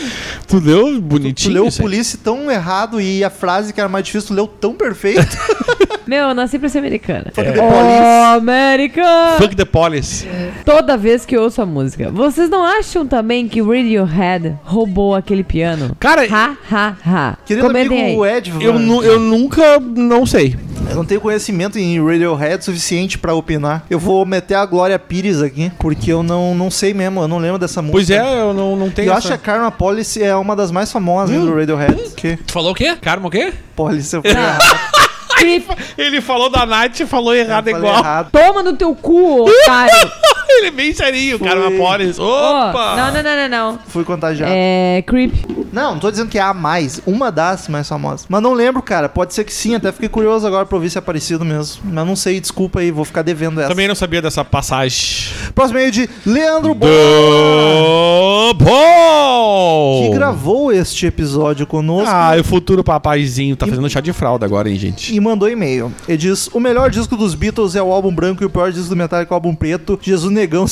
C: tu leu
B: Tu
C: bonitinho.
B: leu o
C: isso aí?
B: Police tão errado e a frase que era mais difícil, tu leu tão perfeito.
G: Meu, eu nasci pra ser americana.
B: Fuck the
G: Oh, América!
C: Fuck the policy.
G: Toda vez que eu ouço a música. Vocês não acham também que Radiohead roubou aquele piano?
C: Cara,
G: Ha, ha, ha.
B: Querido
G: Comentem aí.
B: amigo Edvan,
C: eu, nu- eu nunca não sei.
B: eu não tenho conhecimento em Radiohead suficiente pra opinar. Eu vou meter a Glória Pires aqui, porque eu não, não sei mesmo, eu não lembro dessa música.
C: Pois é, eu não, não tenho.
B: Eu acho
C: essa- Hum?
B: que a Karma Policy é uma das mais famosas do Radiohead. Que
C: Tu falou o quê? Karma o quê?
B: Policy eu falei errado.
C: é
G: Creep.
C: Ele falou da Nath e falou
B: eu
C: errado
B: falei
C: igual.
B: errado.
G: Toma no teu cu, otário.
C: Ele é bem serinho, Karma policy.
G: Ô,
C: Opa! Tá.
G: não, não, não, não, não.
B: Fui contagiado.
G: É. Creep.
B: Não, não tô dizendo que é a mais, uma das mais famosas. Mas não lembro, cara. Pode ser que sim, até fiquei curioso agora pra ouvir se é parecido mesmo. Mas não sei, desculpa aí, vou ficar devendo essa.
C: Também não sabia dessa passagem.
B: Próximo aí de Leandro Boa,
C: Do Paul!
B: que gravou este episódio conosco.
C: Ah, e o futuro papaizinho tá fazendo chá de fralda agora, hein, gente?
B: e mandou e-mail. Ele diz: O melhor disco dos Beatles é o álbum branco e o pior disco do Metallica é o álbum preto, Jesus Negão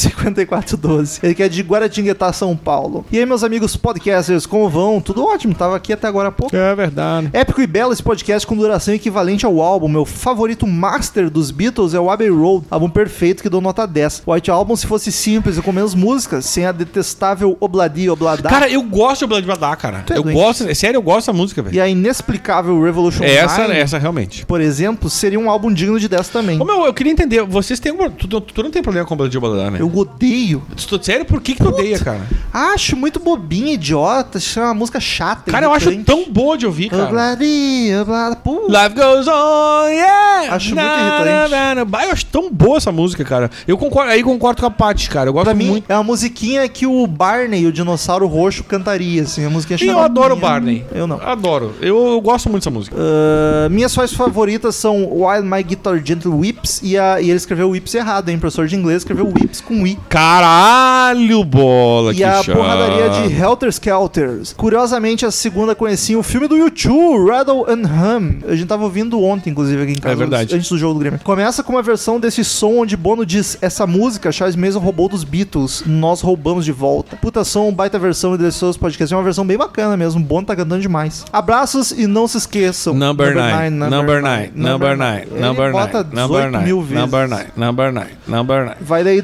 B: 5412. Ele que é de Guaratinguetá, São Paulo. E aí, meus amigos podcasters, como vão? Tudo ótimo, tava aqui até agora há pouco.
C: É verdade.
B: Épico e belo esse podcast com duração equivalente ao álbum. Meu favorito master dos Beatles é o Abbey Road, álbum perfeito que dou nota 10. White Album se fosse simples e com menos músicas, sem a detestável Obladi Obladá
C: Cara, eu gosto de Blood Badá, cara.
B: Tu é
C: eu
B: doente.
C: gosto, é sério, eu gosto dessa música,
B: e
C: velho.
B: a inexplicável Revolution
C: É essa,
B: Nine,
C: essa realmente.
B: por exemplo, seria um álbum digno de 10 também.
C: Ô, meu, eu queria entender, vocês têm alguma. Tu, tu não tem problema com Blood Badá, né?
B: Eu odeio.
C: Tu- tu- sério, por que, que tu odeia, cara?
B: Acho muito bobinha, idiota. Acho uma música chata.
C: Cara, eu acho
B: irritante.
C: tão boa de ouvir, cara.
B: Obladi, oblada, pô.
C: Life goes on, yeah!
B: Acho muito
C: Na, na, na, na. Eu acho tão boa essa música, cara. Eu concordo, aí concordo com a Paty, cara. Eu gosto
B: Pra mim,
C: muito.
B: é uma musiquinha que o Barney, o dinossauro roxo, cantaria. assim. assim, a música é
C: E eu adoro o Barney.
B: Eu não.
C: Adoro. Eu, eu gosto muito dessa música.
B: Ah, minhas faixas favoritas são While My Guitar Gently Whips e, a- e ele escreveu Whips errado, hein? Professor de inglês escreveu Whips com I.
C: Caralho, bola,
B: E a
C: chato.
B: porradaria de Helter Skelters. Curiosamente, a segunda conheci o filme do YouTube, Rattle and Hum. A gente tava ouvindo ontem, inclusive, aqui em casa.
C: É verdade.
B: Antes do jogo do Grêmio. Começa com uma versão desse som onde Bono diz: Essa música, Charles Mason roubou dos Beatles, nós roubamos de volta. Puta som, baita versão e delicioso podcast. É uma versão bem bacana mesmo. Bono tá cantando demais. Abraços e não se esqueçam.
C: Number 9, number 9, number 9,
B: Ele
C: number 9,
B: bota
C: number
B: 18 mil
C: 9,
B: vezes.
C: number 9, number 9, number 9.
B: Vai daí.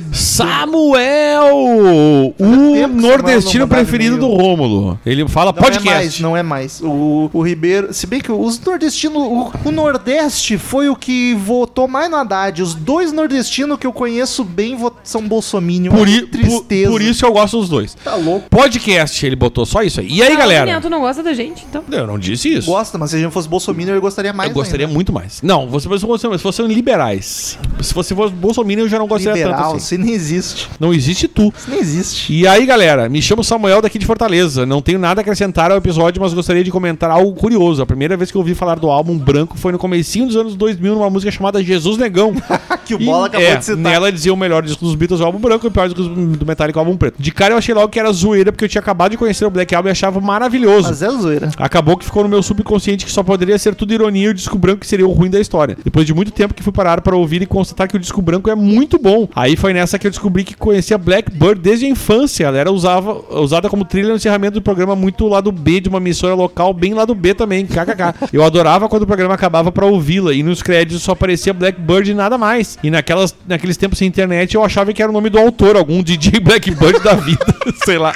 B: tempo
C: Samuel, o
B: que Samuel
C: nordestino
B: não mandava
C: preferido do
B: e-mail.
C: Rômulo. Ele fala
B: Não é mais,
C: podcast.
B: não é mais. O, o Ribeiro. Se bem que os nordestinos. O, o Nordeste foi o que votou mais no Haddad. Os dois nordestinos que eu conheço bem vo- são bolsominion.
C: Por,
B: Que
C: i- por,
B: tristeza.
C: por isso eu gosto dos dois.
B: Tá louco.
C: Podcast, ele botou só isso aí. E aí,
G: Ah,
C: galera?
G: Daniel, tu não gosta da gente, então.
C: Eu não disse isso.
B: Gosta, mas se a gente fosse bolsominion, eu gostaria mais.
C: eu gostaria
B: ainda.
C: muito mais. Não, você você- você- se fossem liberais. Se você fosse Bolsonaro, eu já não gostaria
B: Liberal,
C: tanto assim.
B: isso nem existe.
C: Não existe tu.
B: Isso nem existe.
C: E aí, galera, me chamo Samuel daqui de Fortaleza. Não tenho nada a acrescentar ao episódio, mas gostaria de comentar algo curioso. A primeira vez que eu ouvi falar do álbum branco foi no comecinho dos anos 2000, numa música chamada Jesus Negão.
B: Que o Bola
C: E,
B: acabou
C: é,
B: de citar.
C: Nela dizia o melhor disco dos Beatles, o álbum branco, e o pior disco do Metallica, o álbum preto. De cara eu achei logo que era zoeira, porque eu tinha acabado de conhecer o Black Album e achava maravilhoso.
B: Mas é zoeira.
C: Acabou que ficou no meu subconsciente que só poderia ser tudo ironia e o disco branco que seria o ruim da história. Depois de muito tempo que fui parar para ouvir e constatar que o disco branco é muito bom. Aí foi nessa que eu descobri que conhecia Blackbird desde a infância. Ela era usava, usada como trilha no encerramento do programa muito lado B de uma emissora local, bem lado B também, kkk. Eu adorava quando o programa acabava para ouvi-la e nos créditos só aparecia Blackbird e nada mais. E naquelas, naqueles tempos sem internet eu achava que era o nome do autor, algum DJ Blackbird da vida, sei lá.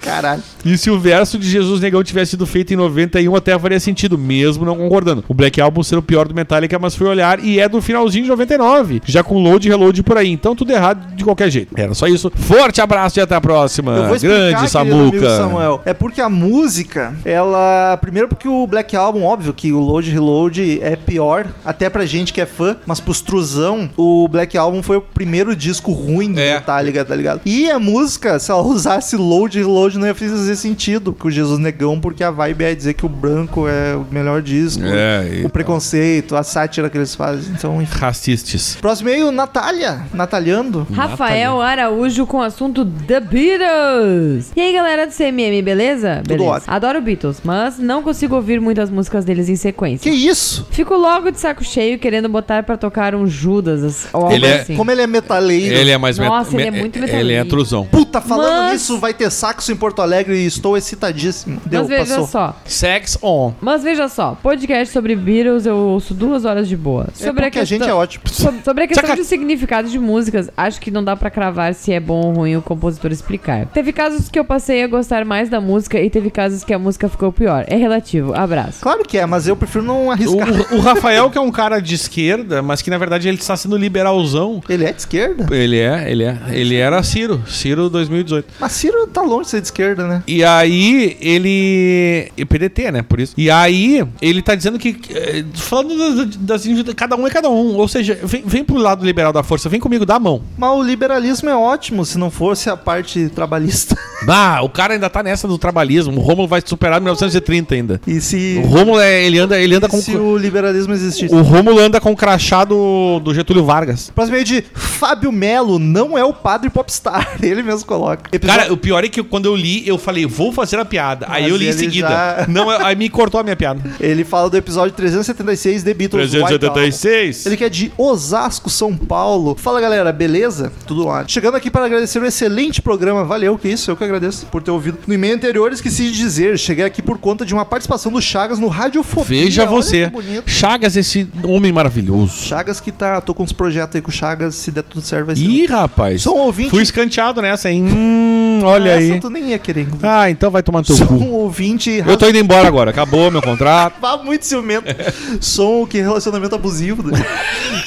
B: Caralho.
C: E se o verso de Jesus Negão tivesse sido feito em 91, até faria sentido, mesmo não concordando. O Black Album ser o pior do Metallica, mas fui olhar e é do finalzinho de 99. Já com load e reload por aí. Então tudo errado de qualquer jeito. Era só isso. Forte abraço e até a próxima.
B: Eu vou explicar,
C: Ah, Grande
B: querido amigo
C: Samuca.
B: Samuel. É porque a música, ela. Primeiro, porque o Black Album, óbvio que o Load Reload é pior, até pra gente que é fã, mas pros truzão, o Black Album foi o primeiro disco ruim do
C: É.
B: Metallica, tá ligado? E a música, se ela usasse Load Reload, não ia fazer sentido com o Jesus Negão, porque a vibe é dizer que o branco é o melhor disco.
C: É, e
B: o preconceito, a sátira que eles fazem. Então, enfim.
C: Racistes.
B: Próximo e-mail, Natália. Natalhando. né?
G: Rafael Araújo com o assunto The Beatles. E aí, galera do CMM, beleza? beleza.
B: ótimo.
G: Adoro Beatles, mas não consigo ouvir muitas músicas deles em
B: Que
G: sequência.
B: isso?
G: Fico logo de saco cheio querendo botar pra tocar um Judas. Ou
C: Ele
G: algo
C: é-
G: assim.
B: Como ele é metaleiro.
C: Ele é mais
G: Nossa,
C: meta-
G: ele é muito
C: Ele é
G: metaleiro.
C: truzão.
B: Puta, falando
G: Mas-
B: nisso, vai ter saxo em Porto Alegre e estou excitadíssimo. Deu,
G: Mas veja
B: passou.
G: só.
C: Sex on.
G: Mas veja só, podcast sobre Beatles eu ouço duas horas de boa.
B: É
G: Sobre
B: porque a gente é ótimo.
G: Sob- Sobre a questão
C: Saca-
G: do significado de músicas, acho que não dá pra cravar se é bom ou ruim o compositor explicar. Teve casos que eu passei a gostar mais da música e teve casos que a música ficou pior. É relativo. Abraço.
B: Claro que é, mas eu prefiro não arriscar.
C: O, o Rafael, que é um cara de esquerda, mas que na verdade ele está sendo liberalzão.
B: Ele é de esquerda?
C: Ele é, ele é. Ele era Ciro. Ciro 2018.
B: Mas Ciro tá longe de ser de esquerda, né?
C: E aí ele. E PDT, né? Por isso. E aí ele tá dizendo que. eh, Falando das, das individu- Cada um é cada um. Ou seja, vem, vem pro lado liberal da força, vem comigo, dá a mão.
B: Mas o liberalismo é ótimo se não fosse a parte trabalhista.
C: Ah, o cara ainda tá nessa do trabalhismo. O Rômulo vai superar 1930 ainda.
B: E se,
C: O Rômulo é, ele anda, ele anda com.
B: se o liberalismo existisse?
C: O Rômulo anda com o crachá do, do Getúlio Vargas.
B: Próximo meio de Fábio Melo não é o padre popstar. Ele mesmo coloca.
C: Cara, o pior é que quando eu li, eu falei, vou fazer a piada. aí
B: Mas
C: eu li em
B: ele
C: seguida.
B: já-
C: Não, aí me cortou a minha piada.
B: Ele fala do episódio 376 de Beatles White Album. Ele que é de Osasco, São Paulo. Fala galera, beleza? Tudo lá. Chegando aqui para agradecer um excelente programa. Valeu, que isso, eu que agradeço por ter ouvido. No e-mail anterior, esqueci de dizer, cheguei aqui por conta de uma participação do Chagas no Radiofobia.
C: Veja
B: Olha
C: você.
B: que bonito.
C: Chagas, esse homem maravilhoso.
B: Chagas que tá, tô com uns projetos aí com o Chagas, se der tudo certo vai ser.
C: Ih, rapaz.
B: Sou um ouvinte.
C: Fui escanteado nessa, hein? Hum, olha
B: Essa
C: aí.
B: tu nem ia querer.
C: Ah, então vai tomar no teu
B: Sou
C: cu.
B: um ouvinte
C: Eu tô indo embora agora. Acabou meu contrato.
B: Vá muito ciumento. Som que relacionamento abusivo. né?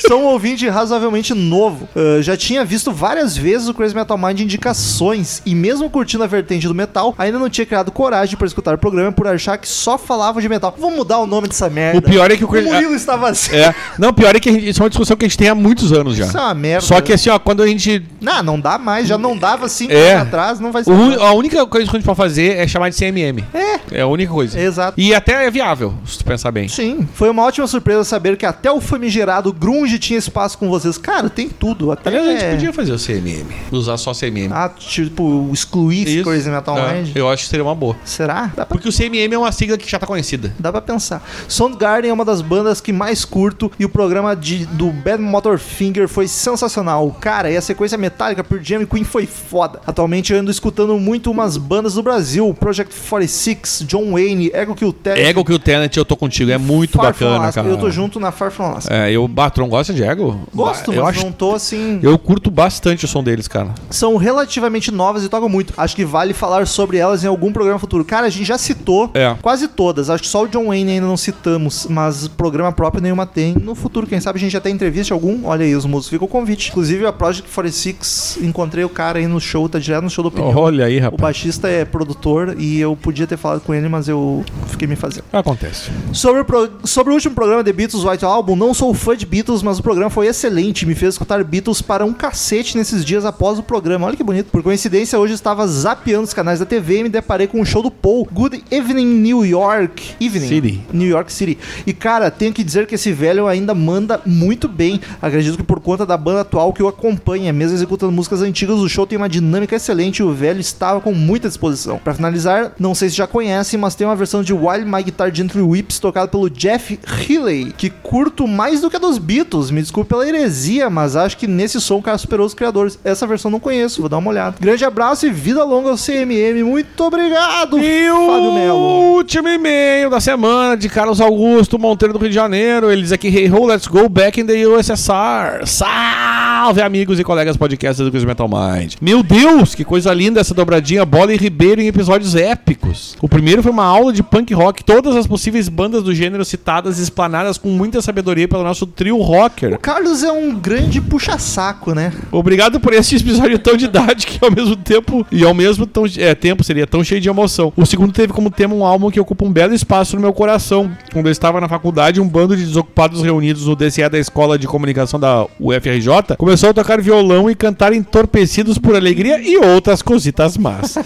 B: Sou um ouvinte razoavelmente novo. Ah, já tinha visto várias vezes o Crazy Metal Mind em indicações. E mesmo curtindo a vertente do metal, ainda não tinha criado coragem para escutar o programa por achar que só falava de metal. Vou mudar o nome dessa merda.
C: O pior é que o Crazy-
B: Murilo estava assim.
C: É. Não, pior é que a gente- isso é uma discussão que a gente tem há muitos anos já.
B: Isso é uma merda.
C: Só que assim, ó, quando a gente.
B: Não, não dá mais. Já não dava cinco
C: É.
B: anos atrás, não vai
C: O ru- a única coisa que a gente pode fazer é chamar de CMM. É. É a única coisa.
B: Exato.
C: E até é viável, se tu pensar bem.
B: Sim, foi uma ótima surpresa saber que até o famigerado Grunge tinha espaço com vocês. Cara, tem tudo. Até
C: Aliás, a gente podia fazer o CMM. Usar só CMM.
B: é. Ah, tipo, excluir
C: Isso.
B: Crazy Metal
C: É,
B: Mind.
C: Eu acho que seria uma boa.
B: Será? Dá pra,
C: Porque o CMM é uma sigla que já tá conhecida.
B: dá pra pensar. Soundgarden é uma das bandas que mais curto e o programa de, do Bad Motor Finger foi sensacional. Cara, e a sequência metálica por Jam e Queen foi foda. Atualmente eu ando escutando muito umas bandas do Brasil. Project 46, John Wayne, Ego Kill Tech,
C: Ego que o Tenet, eu tô contigo. É muito
B: Far From
C: bacana,
B: Alaska.
C: cara.
B: Eu tô junto na Far From Alaska.
C: É, eu, Batron, gosta de Ego?
B: Gosto,
C: eu
B: mas
C: acho.
B: não tô assim...
C: Eu curto bastante o som deles, cara.
B: são relativamente novas e tocam muito. Acho que vale falar sobre elas em algum programa futuro. Cara, a gente já citou
C: É.
B: quase todas. Acho que só o John Wayne ainda não citamos, mas programa próprio nenhuma tem. No futuro, quem sabe, a gente já tem entrevista algum. Olha aí, os músicos. Fica o convite. Inclusive, a Project 46, encontrei o cara aí no show, tá direto no show do Opinião.
C: Olha aí,
B: O
C: rapaz.
B: baixista é produtor e eu podia ter falado com ele, mas eu fiquei me fazendo.
C: Acontece.
B: Sobre o, pro- sobre o último programa The Beatles White Album, não sou fã de Beatles, mas o programa foi excelente. Me fez escutar Beatles para um cacete nesses dias após o programa. Olha que bonito. Por coincidência, hoje eu estava zapeando os canais da TV e me deparei com um show do Paul. Good Evening New York. Evening.
C: City.
B: New York City. E cara, tenho que dizer que esse velho ainda manda muito bem. Acredito que por conta da banda atual que o acompanha, mesmo executando músicas antigas, o show tem uma dinâmica excelente e o velho estava com muita disposição. Pra finalizar, não sei se já conhecem, mas tem uma versão de Wild My Guitar Gentry Whips tocada pelo Jeff Healey, que curto mais do que a dos Beatles. Me desculpe pela heresia, mas acho que nesse som o cara superou os criadores. Essa versão não conheço, vou dar uma olhada. Grande abraço e vida longa ao CMM. Muito obrigado,
C: E
B: Fábio Melo.
C: o último e-mail da semana de Carlos Augusto Monteiro do Rio de Janeiro. Ele diz aqui: Hey ho, let's go back in the USSR. Salve, amigos e colegas podcasters do Quiz Metal Mind. Meu Deus, que coisa linda essa dobradinha Bola e Ribeiro em episódios épicos. O primeiro foi uma aula de punk rock, todas as possíveis bandas do gênero citadas e explanadas com muita sabedoria pelo nosso trio rocker.
B: Carlos é um grande puxa-saco, né?
C: Obrigado por esse episódio tão didático e ao mesmo tempo e ao mesmo tão, é, tempo seria tão cheio de emoção. O segundo teve como tema um álbum que ocupa um belo espaço no meu coração. Quando eu estava na faculdade, um bando de desocupados reunidos no DCE da Escola de Comunicação da UFRJ começou a tocar violão e cantar entorpecidos por alegria e outras cositas más.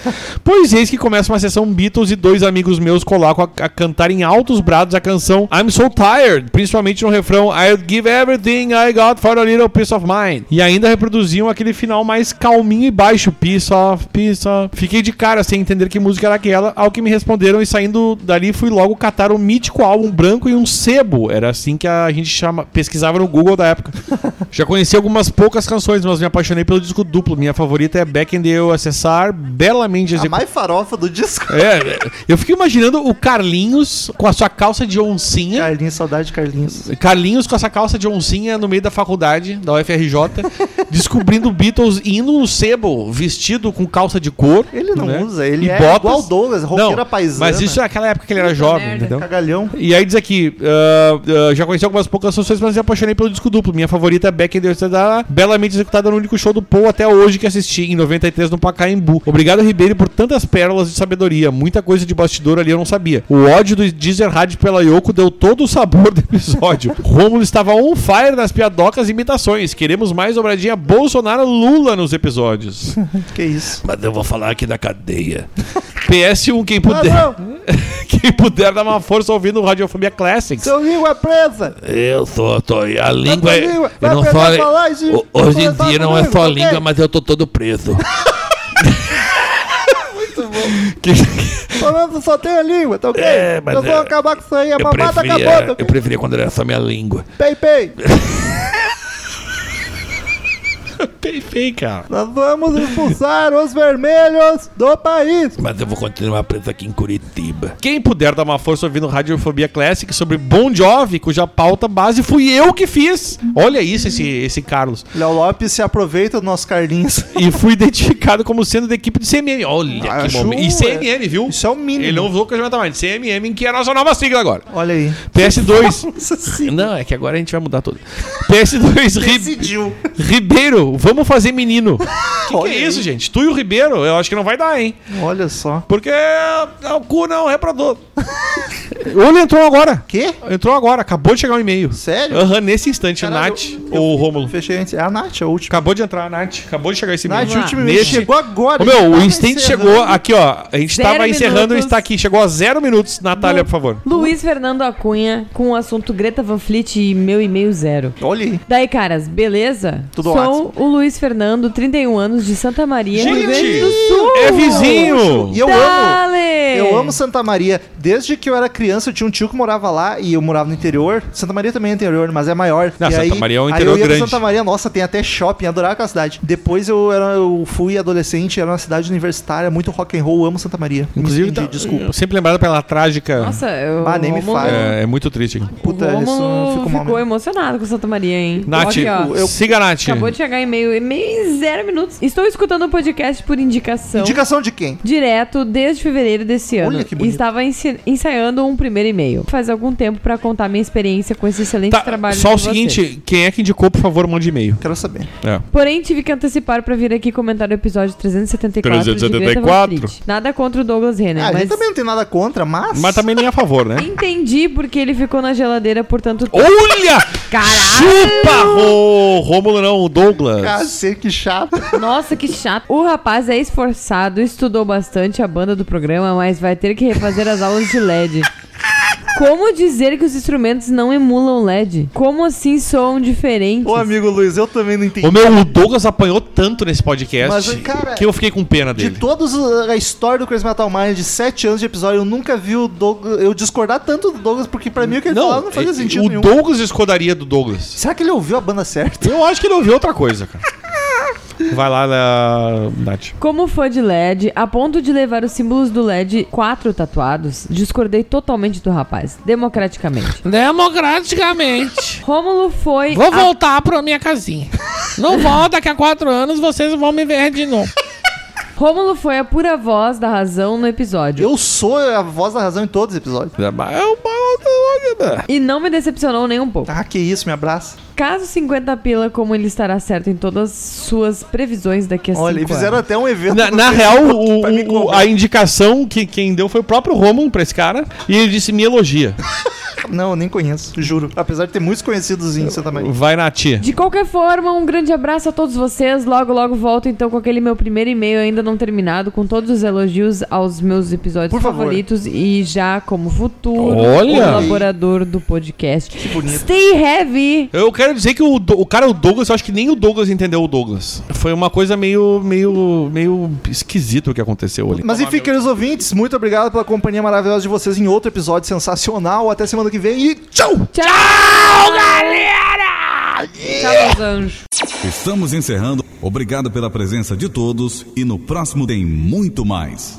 C: pois eis que começa uma sessão Beatles e dois amigos meus colocam a, a cantar em altos brados a canção I'm So Tired, principalmente no refrão I'll give everything I got for a little peace of mind. E ainda reproduziam aquele final mais calminho e baixo, peace of, peace of. Fiquei de cara sem entender que música era aquela, ao que me responderam e saindo dali fui logo catar um mítico álbum branco e um sebo. Era assim que a gente chama, pesquisava no Google da época. Já conheci algumas poucas canções, mas me apaixonei pelo disco duplo. Minha favorita é Back in the USSR, belamente
B: A
C: executada.
B: mais farofa do disco.
C: É, eu fico imaginando o Carlinhos com a sua calça de oncinha.
B: Carlinhos, saudade de Carlinhos.
C: Carlinhos com essa calça de oncinha no meio da faculdade, da UFRJ, descobrindo Beatles e indo no sebo vestido com calça de cor.
B: Ele não
C: né?
B: usa, ele
C: E
B: é
C: botas.
B: igual o Douglas, roqueira
C: Não,
B: paisana.
C: Mas isso é aquela época que ele era jovem,
G: merda.
C: entendeu?
B: Cagalhão.
C: E aí diz aqui, ah, ah, já conheci algumas poucas canções, mas me apaixonei pelo disco duplo. Minha favorita é Back in the Estrada, belamente executada no único show do Paul até hoje que assisti, em 93, no Pacaembu. Obrigado, Ribeiro, por tantas pérolas de sabedoria. Muita coisa de bastidor ali eu não sabia. O ódio do Deezer Rádio pela Yoko deu todo o sabor do episódio. Rômulo estava on fire nas piadocas e imitações. Queremos mais dobradinha Bolsonaro-Lula nos episódios.
B: Que isso.
C: Mas eu vou falar aqui da cadeia. PS1, quem puder.
B: Não,
C: Quem puder dar uma força ouvindo o Radiofobia Classics.
B: seu língua é presa.
C: Eu sou, tô, a língua
B: Vai
C: é.
B: pra língua,
C: Eu
B: vai
C: não
B: aprender
C: só,
B: a falar isso,
C: ho-
B: vai
C: hoje em
B: conversar
C: dia não é
B: comigo,
C: só a
B: ok?
C: língua, mas eu tô todo preso. Muito bom.
B: Falando só tem a língua, tá ok?
C: É, mas
B: eu vou
C: é-
B: acabar com isso aí, a
C: eu,
B: mamata
C: preferia,
B: acabou, tá
C: eu
B: ok?
C: preferia quando era só minha língua.
B: Pei, pei.
C: Perfeito, cara.
B: Nós vamos expulsar os vermelhos do país.
C: Mas eu vou continuar preso aqui em Curitiba. Quem puder dar uma força ouvindo Radiofobia Classic sobre Bon Jovi, cuja pauta base fui eu que fiz. Olha isso, esse, esse Carlos.
B: Léo Lopes se aproveita do nosso Carlinhos.
C: e fui identificado como sendo da equipe de CMM. Olha que
B: Acho-
C: momento. E CMM, viu?
B: Isso é o mínimo.
C: Ele não usou o Cajamata mais. CMM, que é a nossa nova sigla agora.
B: Olha aí.
C: PS2.
B: Nossa, sim.
C: Não, é que agora a gente vai mudar tudo. PS2 Ri-
B: Decidiu.
C: Ribeiro, vamos fazer menino. Que, que
B: Olha
C: é
B: aí.
C: isso, gente? Tu e o Ribeiro, eu acho que não vai dar, hein? é
B: Olha só.
C: Porque ah, o cu não reproduz. O Ele entrou agora.
B: Quê?
C: Entrou agora, acabou de chegar um e-mail.
B: Sério?
C: Aham, nesse instante,
B: Caralho,
C: Nath
B: eu- eu-
C: ou o Rômulo.
B: Fechei antes. É a Nath, a última.
C: Acabou de entrar a Nath, acabou de chegar esse e-mail.
B: Nath, o último
C: Nesse-
B: chegou agora.
C: Ô, meu, o
B: Tá
C: instante
B: encerrando.
C: chegou aqui, ó. A gente
G: Zero
C: tava encerrando e
G: minutos.
C: está aqui. Chegou a zero minutos. Natália, por favor.
G: Luiz Fernando Acunha com o assunto Greta Van Fleet e meu e-mail zero.
B: Olha aí.
G: Daí, caras, beleza?
B: Tudo
G: Sou o Luiz Fernando, 31 anos, de Santa Maria, Rio Grande do Sul.
C: é vizinho.
B: E eu amo.
G: Dale!
B: Eu amo Santa Maria. Desde que eu era criança, eu tinha um tio que morava lá e eu morava no interior. Santa Maria também é interior, mas é maior.
C: Não,
B: e
C: Santa
B: aí,
C: Maria é um
B: aí
C: interior
B: eu ia pra
C: grande.
B: Santa Maria, nossa, tem até shopping, adorava aquela cidade. Depois eu, era, eu fui adolescente, era uma cidade universitária, muito rock and roll, amo Santa Maria. Me
C: Inclusive,
B: estendi,
C: tá-
B: desculpa.
C: eu sempre lembrado pela trágica.
G: Nossa, eu.
B: Ah, nem me
G: Rômulo-
B: fale.
C: É, é muito triste aqui.
B: Puta,
G: o
B: isso um
G: Rômulo
B: eu fico mal.
G: ficou
B: mesmo.
G: emocionado com Santa Maria, hein?
C: Nath,
G: Aqui, ó.
C: eu- siga, Nath.
G: Acabou de chegar e-mail, e-mail em zero minutos. Estou escutando o podcast por indicação.
B: Indicação de quem?
G: Direto desde fevereiro desse ano.
B: Olha que
G: e
B: bonito.
G: estava ensi- ensaiando um primeiro e-mail. Faz algum tempo para contar minha experiência com esse excelente
C: Tá,
G: trabalho.
C: só
G: de
C: o
G: vocês.
C: seguinte, quem é que indicou, por favor, mande e-mail.
B: Quero saber.
C: É.
G: Porém, tive que antecipar pra vir aqui comentar o episódio 374. De Greta Van
C: 374.
G: Fleet. Nada contra o Douglas Renner,
B: Ah, a
G: É, mas
B: gente também não tem nada contra, mas.
C: Mas também nem a favor, né?
G: entendi porque ele ficou na geladeira por tanto tempo.
C: Olha!
G: Caralho!
C: Chupa, Rô- Rômulo não, Douglas.
B: Cacete, que chato.
G: Nossa, que chato. O rapaz é esforçado, estudou bastante a banda do programa, mas vai ter que refazer as aulas de LED. Como dizer que os instrumentos não emulam LED? Como assim soam diferentes?
B: Ô, amigo Luiz, eu também não entendi.
C: O meu, o Douglas apanhou tanto nesse podcast
B: Mas, cara,
C: que eu fiquei com pena
B: De
C: dele.
B: toda a história do Crazy Metal Mind, de sete anos de episódio, eu nunca vi o Douglas. Eu discordar tanto do Douglas, porque pra mim o que ele falava não fazia
C: é-
B: sentido
C: o
B: nenhum.
C: Douglas discordaria do Douglas.
B: Será que ele ouviu a banda certa?
C: Eu acho que ele ouviu outra coisa, cara. Vai lá, na... Nath.
G: Como fã de LED, a ponto de levar os símbolos do LED 4 tatuados, discordei totalmente do rapaz, democraticamente.
H: Democraticamente.
G: Rômulo foi.
H: Vou voltar pra minha casinha. Não volto, daqui a quatro anos vocês vão me ver de novo.
G: Rômulo foi a pura voz da razão no episódio.
B: Eu sou a voz da razão em todos os episódios.
C: É,
G: E não me decepcionou nem um pouco.
B: Ah, que isso, me abraça.
G: Caso 50 pila, como ele estará certo em todas suas previsões daqui a 5
B: Olha,
G: anos.
B: e fizeram até um evento.
C: Na,
B: no
C: na
B: Facebook
C: real,
B: pra me
C: o- o-
B: cobrar.
C: a indicação que quem deu foi o próprio Romulo pra esse cara. E ele disse: me elogia.
B: Não, eu nem conheço, juro. Apesar de ter muitos conhecidos em Santa Maria.
C: Vai, Nath.
G: De qualquer forma, um grande abraço a todos vocês. Logo, logo volto então com aquele meu primeiro e-mail ainda não terminado, com todos os elogios aos meus episódios
B: Por favor.
G: favoritos e já como futuro
C: Olha!
G: colaborador do podcast. Que
B: bonito.
G: Stay heavy!
C: Eu quero dizer que o, Do- o cara, o Douglas, eu acho que nem o Douglas entendeu o Douglas. Foi uma coisa meio, meio, meio esquisito o que aconteceu ali.
B: Mas enfim, queridos ouvintes, muito obrigado pela companhia maravilhosa de vocês em outro episódio sensacional. Até semana que vem e tchau!
G: Tchau, galera! Tchau, meus anjos.
I: Estamos encerrando. Obrigado pela presença de todos e no próximo tem muito mais.